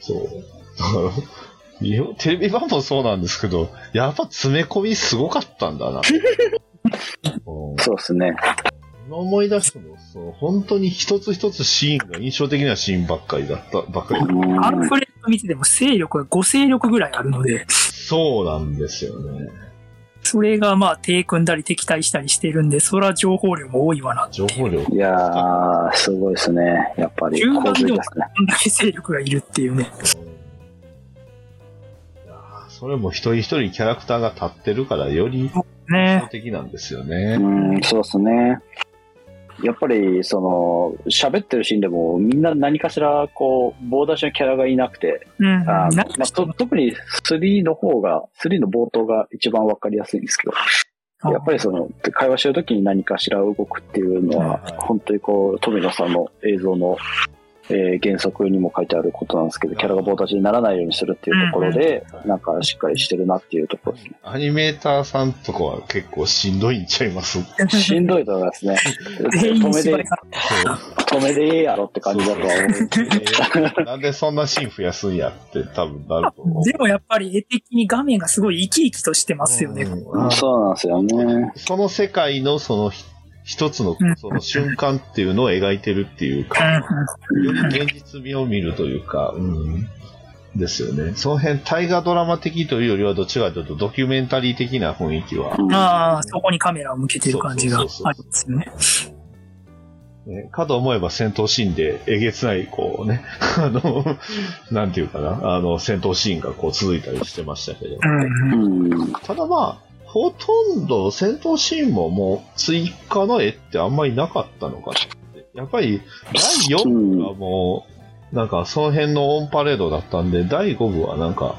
[SPEAKER 2] そう。だから日本、テレビ版もそうなんですけど、やっぱ詰め込みすごかったんだな。うん
[SPEAKER 4] そうですね。
[SPEAKER 2] 今思い出しても、そう本当に一つ一つシーンが印象的なシーンばっかりだった、ばっかり
[SPEAKER 4] うん
[SPEAKER 3] アンフレット見てても勢力が5勢力ぐらいあるので、
[SPEAKER 2] そうなんですよね。
[SPEAKER 3] それがまあ手組んだり敵対したりしてるんで、そら情報量も多いわな。
[SPEAKER 2] 情報量。
[SPEAKER 4] いやー、すごいですね。やっぱり、
[SPEAKER 3] 中盤でも
[SPEAKER 4] 洪水ですね。
[SPEAKER 3] こんだけ勢力がいるっていうね。
[SPEAKER 2] うんいやーそれも一人一人キャラクターが立ってるから、より印象
[SPEAKER 3] ね
[SPEAKER 2] 的なんですよね。
[SPEAKER 4] うん、そうですね。やっぱり、その、喋ってるシーンでも、みんな何かしら、こう、棒出しのキャラがいなくて、
[SPEAKER 3] うん。な
[SPEAKER 4] あー
[SPEAKER 3] ん
[SPEAKER 4] ま
[SPEAKER 3] か
[SPEAKER 4] あ、と特に3の方が、3の冒頭が一番わかりやすいんですけど、やっぱりその、会話してる時に何かしら動くっていうのは
[SPEAKER 2] はいはい、
[SPEAKER 4] 本当にこう、富野さんの映像の、えー原則にも書いてあることなんですけど、キャラが棒立ちにならないようにするっていうところで、なんかしっかりしてるなっていうと ころですね。
[SPEAKER 2] アニメーターさんとかは結構しんどいんちゃいますそう
[SPEAKER 4] しんどいと思いますね。
[SPEAKER 3] 全員
[SPEAKER 4] 止め
[SPEAKER 3] 芝
[SPEAKER 4] で
[SPEAKER 3] 居さん
[SPEAKER 4] 止めでええやろって感じだとは思う。
[SPEAKER 2] えーなんでそんなシーン増やすんやって多分なると思う。
[SPEAKER 3] でもやっぱり絵的に画面がすごい生き生きとしてますよね。
[SPEAKER 2] うんあー
[SPEAKER 4] そうなんですよね。
[SPEAKER 2] その世界のそのひ一つの
[SPEAKER 3] うん
[SPEAKER 2] その瞬間っていうのを描いてるっていうか、より現実味を見るというか、うん、ですよね。その辺、大河ドラマ的というよりは、どっちかというとドキュメンタリー的な雰囲気は、
[SPEAKER 4] うん
[SPEAKER 3] ああ、そこにカメラを向けてる感じがありますよね。
[SPEAKER 2] ねかと思えば戦闘シーンでえげつない、こうね、 あの、なんていうかな、あの、戦闘シーンがこう続いたりしてましたけど、
[SPEAKER 3] うん
[SPEAKER 4] う。ん。
[SPEAKER 2] ただまあ、ほとんど戦闘シーンももう追加の絵ってあんまりなかったのかなって。やっぱり第4部はもう、なんかその辺のオンパレードだったんで、第5部はなんか、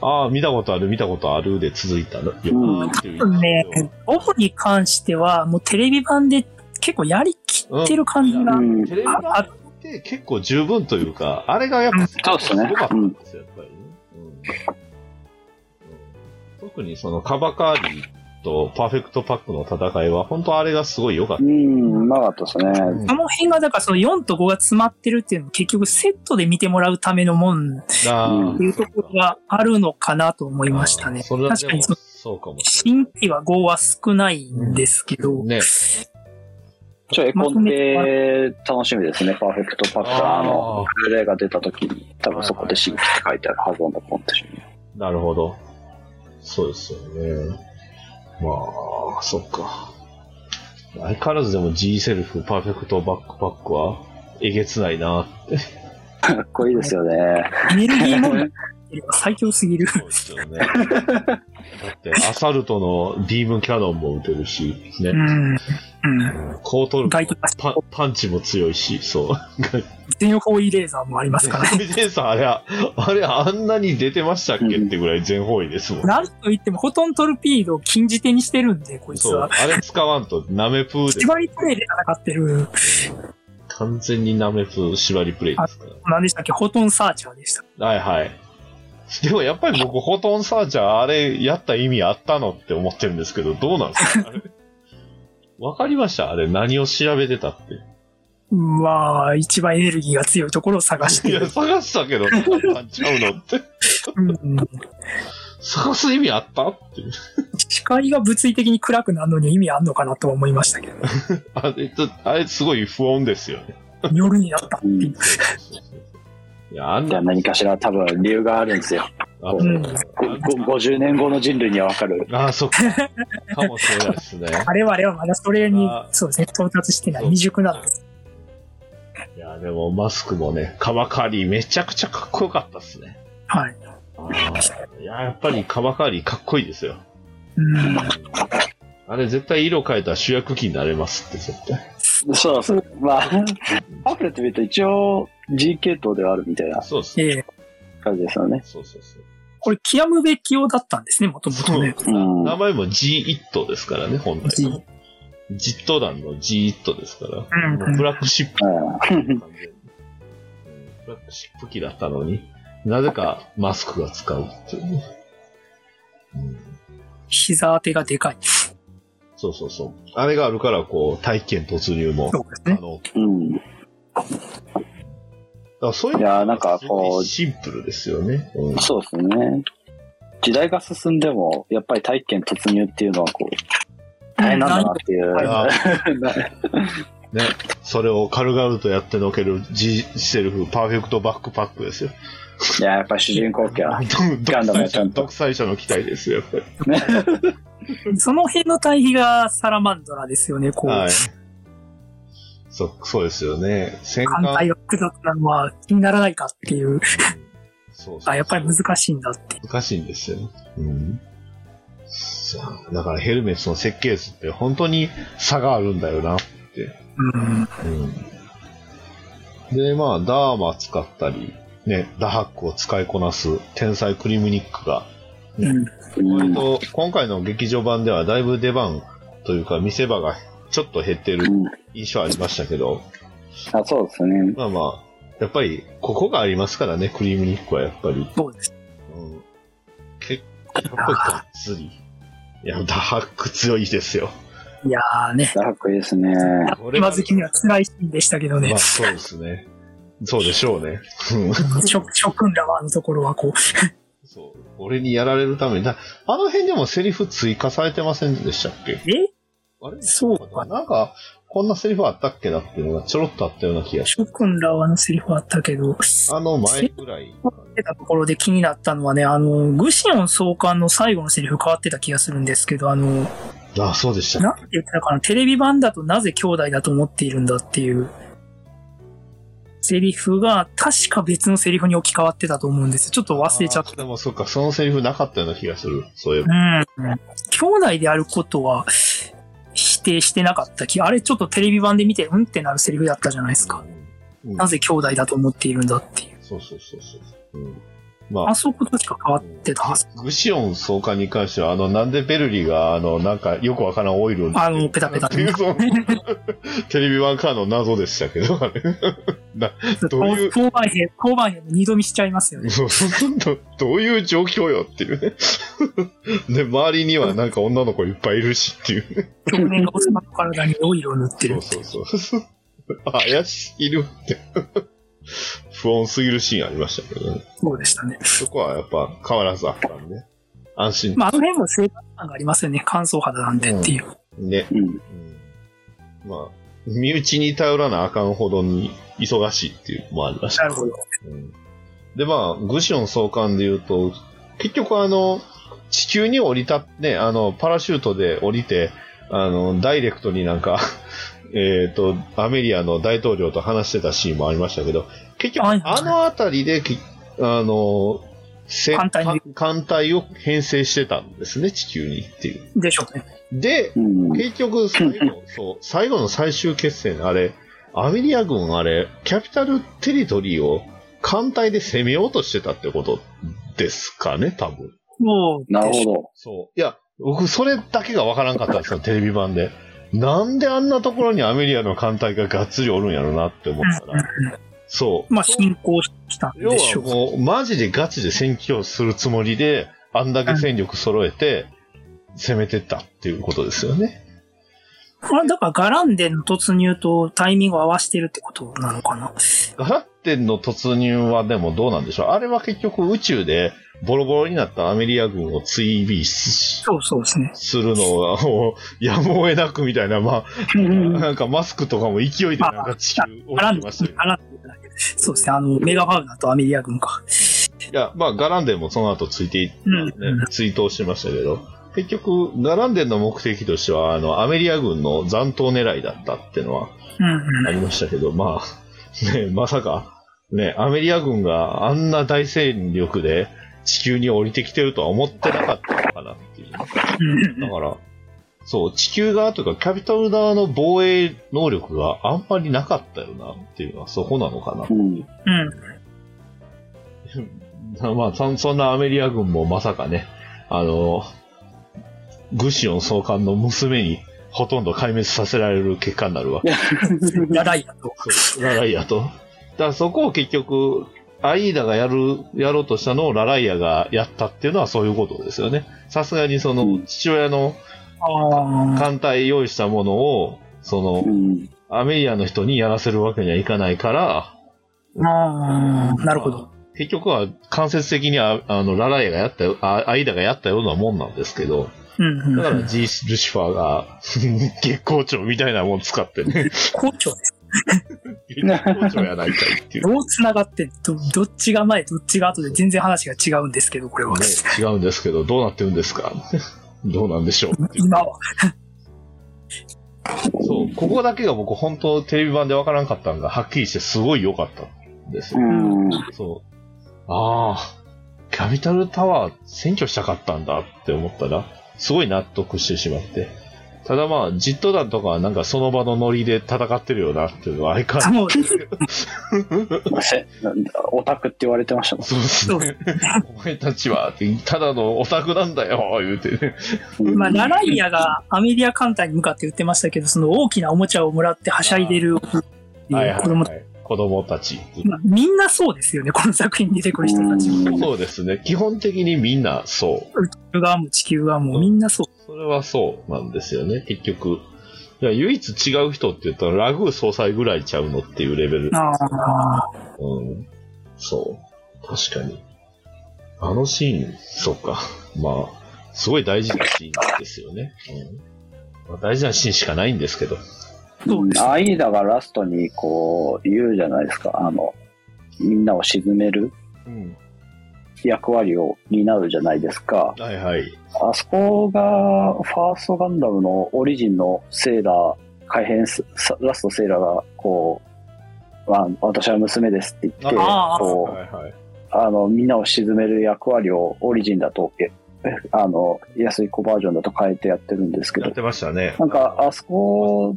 [SPEAKER 2] ああ、見たことある、見たことあるで続いたのよなっていう
[SPEAKER 3] 多分ね、オフに関しては、もうテレビ版で結構やりきってる感じが、う
[SPEAKER 4] う
[SPEAKER 3] ん
[SPEAKER 2] テレビ版って結構十分というか、あれがやっぱす
[SPEAKER 4] そうっすね
[SPEAKER 2] ごかったんですよ、やっぱりね。うんうん特にそのカバカーリーとパーフェクトパックの戦いは、本当あれがすごい良かった
[SPEAKER 4] う。ん、うまかったですね。
[SPEAKER 2] うん
[SPEAKER 3] その辺が、だからその4と5が詰まってるっていうのも結局セットで見てもらうためのもんっ
[SPEAKER 2] あー
[SPEAKER 3] ていうところがあるのかなと思いました
[SPEAKER 2] あー
[SPEAKER 3] ね。
[SPEAKER 2] それは
[SPEAKER 3] 確
[SPEAKER 2] で
[SPEAKER 3] か
[SPEAKER 2] も
[SPEAKER 3] にその
[SPEAKER 2] そうかもし
[SPEAKER 3] 新規は5は少ないんですけど、
[SPEAKER 2] れない。ね。
[SPEAKER 4] ちょ、絵コンテ楽しみですね。パーフェクトパッカー
[SPEAKER 2] あー
[SPEAKER 4] の、プレイが出た時に、多分そこで新規って書いてあるはずなんだと思うんですよね。
[SPEAKER 2] なるほど。そうですよね。まあ、そっか。相変わらずでも G セルフパーフェクトバックパックはえげつないなって
[SPEAKER 4] かっこいいですよね。
[SPEAKER 3] エネルギー問題っていうのは最強すぎる。
[SPEAKER 2] 思うんですよ ね。だって、アサルトのビームキャノンも打てるし、
[SPEAKER 3] う
[SPEAKER 2] ね。
[SPEAKER 3] ん。うん。
[SPEAKER 2] コートル
[SPEAKER 3] ガイドパス、
[SPEAKER 2] パパンチも強いし、そう。
[SPEAKER 3] 全方位レーザーもありますからね。
[SPEAKER 2] ねジェイさん、あれは、あれあんなに出てましたっけ
[SPEAKER 4] うん
[SPEAKER 2] ってぐらい全方位ですもん。
[SPEAKER 3] なんといっても、フォトントルピードを禁じ手にしてるんで、こいつ
[SPEAKER 2] そう。あ
[SPEAKER 3] は。
[SPEAKER 2] れ使わんと、ナメプーで
[SPEAKER 3] 一割プレイで戦ってる、
[SPEAKER 2] 完全にナメプ縛りプレイですか
[SPEAKER 3] 何でしたっけ、フォトンサーチャーでした。
[SPEAKER 2] ら。はいはい。でもやっぱり僕、フォトンサーチャー、あれ、やった意味あったのって思ってるんですけど、どうなんです かあれわかりましたあれ、何を調べてたって。
[SPEAKER 3] まあ、一番エネルギーが強いところを探して
[SPEAKER 2] いや、
[SPEAKER 3] る。
[SPEAKER 2] 探したけど、あんちゃうのって。
[SPEAKER 3] うん、
[SPEAKER 2] 探す意味あったって。
[SPEAKER 3] 視界が物理的に暗くなるのに意味あんのかなとは思いましたけど、
[SPEAKER 2] あれ、ちょあれすごい不穏ですよね。
[SPEAKER 3] 夜になったっていう。
[SPEAKER 2] そうそうそうそういや、あん
[SPEAKER 4] じゃ
[SPEAKER 2] な
[SPEAKER 4] あ、何かしら多分理由があるんですよ。
[SPEAKER 2] あ
[SPEAKER 3] うん
[SPEAKER 4] ご50年後の人類にはわかる。
[SPEAKER 2] あ、そっか。かもしれないですね。
[SPEAKER 3] 我々はまだそれに
[SPEAKER 2] あ、
[SPEAKER 3] そうですね、到達してない
[SPEAKER 2] そう
[SPEAKER 3] 未熟なんです。
[SPEAKER 2] いやや、でもマスクもね、カバカーリーめちゃくちゃかっこよかったっすね。
[SPEAKER 3] はい。
[SPEAKER 2] いや、やっぱりカバカーリーかっこいいですよ。
[SPEAKER 3] うん。
[SPEAKER 2] あれ絶対色変えたら主役機になれますって絶対。
[SPEAKER 4] そうですね。まあ、パンフレット見ると一応 G 系統ではあるみたいな
[SPEAKER 2] そうですね。
[SPEAKER 3] ええ
[SPEAKER 4] 感じですよね。
[SPEAKER 2] そうそうそう。
[SPEAKER 3] これ、極むべきよだったんですね、もともとね。
[SPEAKER 4] うん
[SPEAKER 2] 名前も G 一頭ですからね、本来は。実頭団の G 一頭ですから。
[SPEAKER 3] うん
[SPEAKER 2] もうブラックシップ
[SPEAKER 4] うん
[SPEAKER 2] 完全にうんブラックシップ機だったのに、なぜかマスクが使うっていうね。うん
[SPEAKER 3] 膝当てがでかい。
[SPEAKER 2] そうそうそう。あれがあるから、こう、体験突入も。
[SPEAKER 3] そうです
[SPEAKER 2] あ
[SPEAKER 3] ね。
[SPEAKER 2] の、だか
[SPEAKER 4] うん。
[SPEAKER 2] らそういう
[SPEAKER 4] いやーなんか
[SPEAKER 2] すご
[SPEAKER 4] こ
[SPEAKER 2] いうシンプルですよね。うん
[SPEAKER 4] そうですね。時代が進んでも、やっぱり体験突入っていうのはこう、大変なんだなっていう。
[SPEAKER 2] いや
[SPEAKER 4] な
[SPEAKER 2] ね、それを軽々とやってのける G セルフパーフェクトバックパックですよ。
[SPEAKER 4] いや、やっぱ主人公家は。ガンダムはちゃんと
[SPEAKER 2] 独裁者の期待ですよ、やっぱり。
[SPEAKER 4] ね。
[SPEAKER 3] その辺の対比がサラマンドラですよね、こう。
[SPEAKER 2] はい。そ、そうですよね。戦
[SPEAKER 3] 反対
[SPEAKER 2] 艦。
[SPEAKER 3] が複雑なのは気にならないかっていう。
[SPEAKER 2] そうそうそう
[SPEAKER 3] あ、やっぱり難しいんだって。
[SPEAKER 2] 難しいんですよね。うん。さあ、だからヘルメットの設計図って本当に差があるんだよな。
[SPEAKER 3] うん。
[SPEAKER 2] うん。で、まあ、ダーマ使ったり、ね、ダハックを使いこなす天才クリムニックが、
[SPEAKER 3] うん。
[SPEAKER 2] 割と今回の劇場版ではだいぶ出番というか見せ場がちょっと減ってる
[SPEAKER 4] うん
[SPEAKER 2] 印象ありましたけど、
[SPEAKER 4] あそうですね。
[SPEAKER 2] まあまあ、やっぱりここがありますからね、クリムニックはやっぱり。
[SPEAKER 3] そうです。
[SPEAKER 2] うん結構がっつり。いや、ダハック強いですよ。
[SPEAKER 3] いやーね。
[SPEAKER 4] ダークいいですね。
[SPEAKER 2] これが
[SPEAKER 3] 今好きには辛いシーンでしたけどね
[SPEAKER 2] まあ、。そうですね。そうでしょうね。うん
[SPEAKER 3] 諸諸君らはあのところはこう。
[SPEAKER 2] そう。俺にやられるために。だあの辺でもセリフ追加されてませんでしたっけ
[SPEAKER 3] え
[SPEAKER 2] あれ
[SPEAKER 3] そうか
[SPEAKER 2] なんか、こんなセリフあったっけなっていうのがちょろっとあったような気がし
[SPEAKER 3] 諸君らはあのセリフはあったけど、
[SPEAKER 2] あの前ぐらいかな。
[SPEAKER 3] 出たところで気になったのはね、あの、グシオン総監の最後のセリフ変わってた気がするんですけど、あの、
[SPEAKER 2] あそうでした。
[SPEAKER 3] なんて言ってたかな、テレビ版だとなぜ兄弟だと思っているんだっていう、セリフが、確か別のセリフに置き換わってたと思うんですよ。ちょっと忘れちゃっ
[SPEAKER 2] あ
[SPEAKER 3] た。
[SPEAKER 2] でもそうか、そのセリフなかったような気がする。そういえ
[SPEAKER 3] う
[SPEAKER 2] ば。
[SPEAKER 3] ん。兄弟であることは、否定してなかった気あれちょっとテレビ版で見て、うんってなるセリフだったじゃないですか。
[SPEAKER 2] うん
[SPEAKER 3] なぜ兄弟だと思っているんだっていう。
[SPEAKER 2] そうそうそうそう。うん。ま
[SPEAKER 3] あそこ確か変わってたはず。
[SPEAKER 2] グシオン総監に関しては、あの、なんでベルリーが、あの、なんか、よくわからんオイルを塗って
[SPEAKER 3] あの、ペタペ タ
[SPEAKER 2] っていう、そのテレビ版からの謎でしたけど、あれ。どういう
[SPEAKER 3] 当番兵、当番兵二度見しちゃいますよね。
[SPEAKER 2] そうそうど どういう状況よっていうね。 で、周りにはなんか女の子いっぱいいるしっていうね。
[SPEAKER 3] 少年がおっさんの体にオイルを塗ってるって
[SPEAKER 2] そうそうそう。 あ怪しすぎるって。 不穏すぎるシーンありましたけどね。
[SPEAKER 3] そうでしたね。
[SPEAKER 2] そこはやっぱ変わらずあったんで、安心
[SPEAKER 3] まあ、あの辺も生活感がありますよね。乾燥肌なんでっていう。
[SPEAKER 2] ね。
[SPEAKER 4] うん。
[SPEAKER 2] うんまあ、身内に頼らなあかんほどに忙しいっていうのもありました
[SPEAKER 3] なるほど。
[SPEAKER 2] うんで、まあ、グシオン総監で言うと、結局あの、地球に降りた、ね、あの、パラシュートで降りて、あの、ダイレクトになんか、 えっと、アメリアの大統領と話してたシーンもありましたけど、結局、
[SPEAKER 3] はいはい
[SPEAKER 2] あのあたりで、きあの、せ
[SPEAKER 3] 艦隊に
[SPEAKER 2] 艦艦隊を編成してたんですね、地球にっていう。
[SPEAKER 3] でしょうね。
[SPEAKER 2] で、
[SPEAKER 4] うん。
[SPEAKER 2] 結局、最 後、そう、最後の最終決戦、あれ、アメリア軍、あれ、キャピタルテリトリーを艦隊で攻めようとしてたってことですかね、多分。
[SPEAKER 3] もう、
[SPEAKER 4] なる
[SPEAKER 3] でしょ
[SPEAKER 4] ほ
[SPEAKER 2] そう。いや、僕、それだけがわからんかったんで すよ、テレビ版で。なんであんなところにアメリアの艦隊ががっつりおるんやろなって思ったら、そう。
[SPEAKER 3] まあ、進行してたん
[SPEAKER 2] 要
[SPEAKER 3] でしょ
[SPEAKER 2] は
[SPEAKER 3] う。
[SPEAKER 2] もう、マジでガチで戦況するつもりで、あんだけ戦力揃えて、攻めてったっていうことですよね。
[SPEAKER 3] これはだから、ガランデの突入とタイミングを合わせてるってことなのかな。
[SPEAKER 2] ガラッテンの突入はでもどうなんでしょうあれは結局宇宙でボロボロになったアメリア軍を追尾し
[SPEAKER 3] そうそうですね。
[SPEAKER 2] するのは、もうやむを得なくみたいな、ま
[SPEAKER 4] ど。う
[SPEAKER 2] あ、
[SPEAKER 4] ん。
[SPEAKER 2] なんかマスクとかも勢いでなんか地球
[SPEAKER 3] ガラ
[SPEAKER 2] 落
[SPEAKER 3] ン
[SPEAKER 2] ちてま
[SPEAKER 3] デ
[SPEAKER 2] したよ、ね。
[SPEAKER 3] ガランデだけでそうですね。あの、メガファウナーとアメリア軍か。
[SPEAKER 2] いや、まあ、ガランデンもその後ついてい、ね
[SPEAKER 3] うん
[SPEAKER 2] 追悼してましたけど、結局、ガランデンの目的としては、あの、アメリア軍の残党狙いだったっていうのは
[SPEAKER 3] うんうん
[SPEAKER 2] ありましたけど、まあ、ねまさか、ねアメリア軍があんな大戦力で地球に降りてきてるとは思ってなかったのかなっていう。
[SPEAKER 3] うん
[SPEAKER 2] だから、そう、地球側というか、キャピタル側の防衛能力があんまりなかったよなっていうのは、そこなのかな
[SPEAKER 4] う。ん。
[SPEAKER 3] うん。
[SPEAKER 2] まあそ、そんなアメリア軍もまさかね、あの、グシオン総監の娘にほとんど壊滅させられる結果になるわけ。
[SPEAKER 3] ラライアと。
[SPEAKER 2] そうラライアと。だからそこを結局、アイーダがやる、やろうとしたのをラライアがやったっていうのはそういうことですよね。さすがにその、父親の
[SPEAKER 3] ああ。
[SPEAKER 2] 艦隊用意したものを、その
[SPEAKER 4] う、ん。
[SPEAKER 2] アメリアの人にやらせるわけにはいかないから、
[SPEAKER 3] ああ。なるほど。
[SPEAKER 2] 結局は間接的にああのラライアがやったよ、あアイダがやったようなもんなんですけど、
[SPEAKER 3] うんうん
[SPEAKER 2] だか
[SPEAKER 3] う
[SPEAKER 2] ら
[SPEAKER 3] ん。
[SPEAKER 2] ジー・ルシファーが 月光町みたいなもん使ってね、
[SPEAKER 3] 校長です。
[SPEAKER 2] 月光町やないかいっていう。ね、
[SPEAKER 3] どう繋がってんど、どっちが前、どっちが後で全然話が違うんですけど、これは。
[SPEAKER 2] 違うんですけど、どうなってるんですか どうなんでしょうっていう
[SPEAKER 3] 今は。
[SPEAKER 2] そう、ここだけが僕本当テレビ版でわからんかったのが、はっきりしてすごい良かったんですよ。
[SPEAKER 4] うん。
[SPEAKER 2] そう。ああ、キャピタルタワー占拠したかったんだって思ったら、すごい納得してしまって。ただまあ、ジット団とかはなんかその場のノリで戦ってるよなっていうのは相変わら
[SPEAKER 3] そうです。
[SPEAKER 4] せなんだオタクって言われてましたもん
[SPEAKER 2] ず。そうです
[SPEAKER 3] そう
[SPEAKER 2] ね。お前たちは、ただのオタクなんだよ、言うてね。
[SPEAKER 3] まあ、ラライアがアメリア艦隊に向かって言ってましたけど、その大きなおもちゃをもらってはしゃいでる子
[SPEAKER 2] はいはい、
[SPEAKER 3] 供
[SPEAKER 2] は
[SPEAKER 3] たち、
[SPEAKER 2] い。子供たち。
[SPEAKER 3] まあみんなそうですよね、この作品に出てくる人たち。
[SPEAKER 4] うん
[SPEAKER 2] そうですね。基本的にみんなそう。
[SPEAKER 3] 宇宙側も地球側もみんなそう。
[SPEAKER 2] それはそうなんですよね、結局。いや唯一違う人って言ったら、ラグー総裁ぐらいちゃうのっていうレベル。
[SPEAKER 3] ああ。
[SPEAKER 2] うん。そう。確かに。あのシーン、そうか。まあ、すごい大事なシーンですよね。うん。まあ、大事なシーンしかないんですけど。
[SPEAKER 3] そうです。
[SPEAKER 4] アイダがラストにこう言うじゃないですか。あの、みんなを沈める
[SPEAKER 2] うん。
[SPEAKER 4] 役割を担うじゃないですか。
[SPEAKER 2] はいはい。
[SPEAKER 4] あそこが、ファーストガンダムのオリジンのセーラー、改変す、さラストセーラーが、こう、まあ、私は娘ですって言って、
[SPEAKER 3] あー
[SPEAKER 4] こ
[SPEAKER 2] はいはい。
[SPEAKER 4] う、あの、みんなを沈める役割をオリジンだと、え あの、安い子バージョンだと変えてやってるんですけ
[SPEAKER 2] や
[SPEAKER 4] ど
[SPEAKER 2] っ、てましたね。
[SPEAKER 4] なんか、あそこ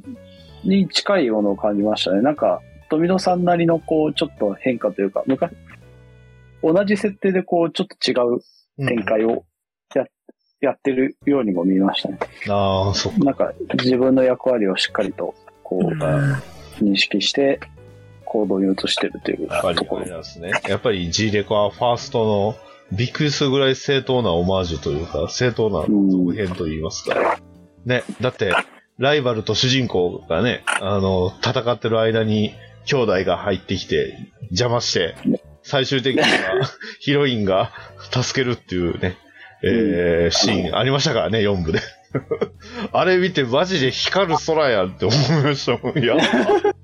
[SPEAKER 4] に近いものを感じましたね。なんか、富野さんなりの、こう、ちょっと変化というか、昔、同じ設定で、こう、ちょっと違う
[SPEAKER 2] うん
[SPEAKER 4] 展開をや,、やってるようにも見えましたね。
[SPEAKER 2] ああ、そっか。
[SPEAKER 4] なんか自分の役割をしっかりとこ
[SPEAKER 3] うん
[SPEAKER 4] う認識して行動に移してるという
[SPEAKER 2] やっぱり
[SPEAKER 4] とこ
[SPEAKER 2] あれ
[SPEAKER 4] ろ。
[SPEAKER 2] なんですね。やっぱり G レコはファーストのびっくりするぐらい正当なオマージュというか、正当な続編といいますか。ね、だって、ライバルと主人公がね、あの、戦ってる間に兄弟が入ってきて、邪魔して、最終的には ヒロインが助けるっていうね、えーシーンありましたからね、4部で。 あれ見てマジで光る空やんって思いましたもん。やばっ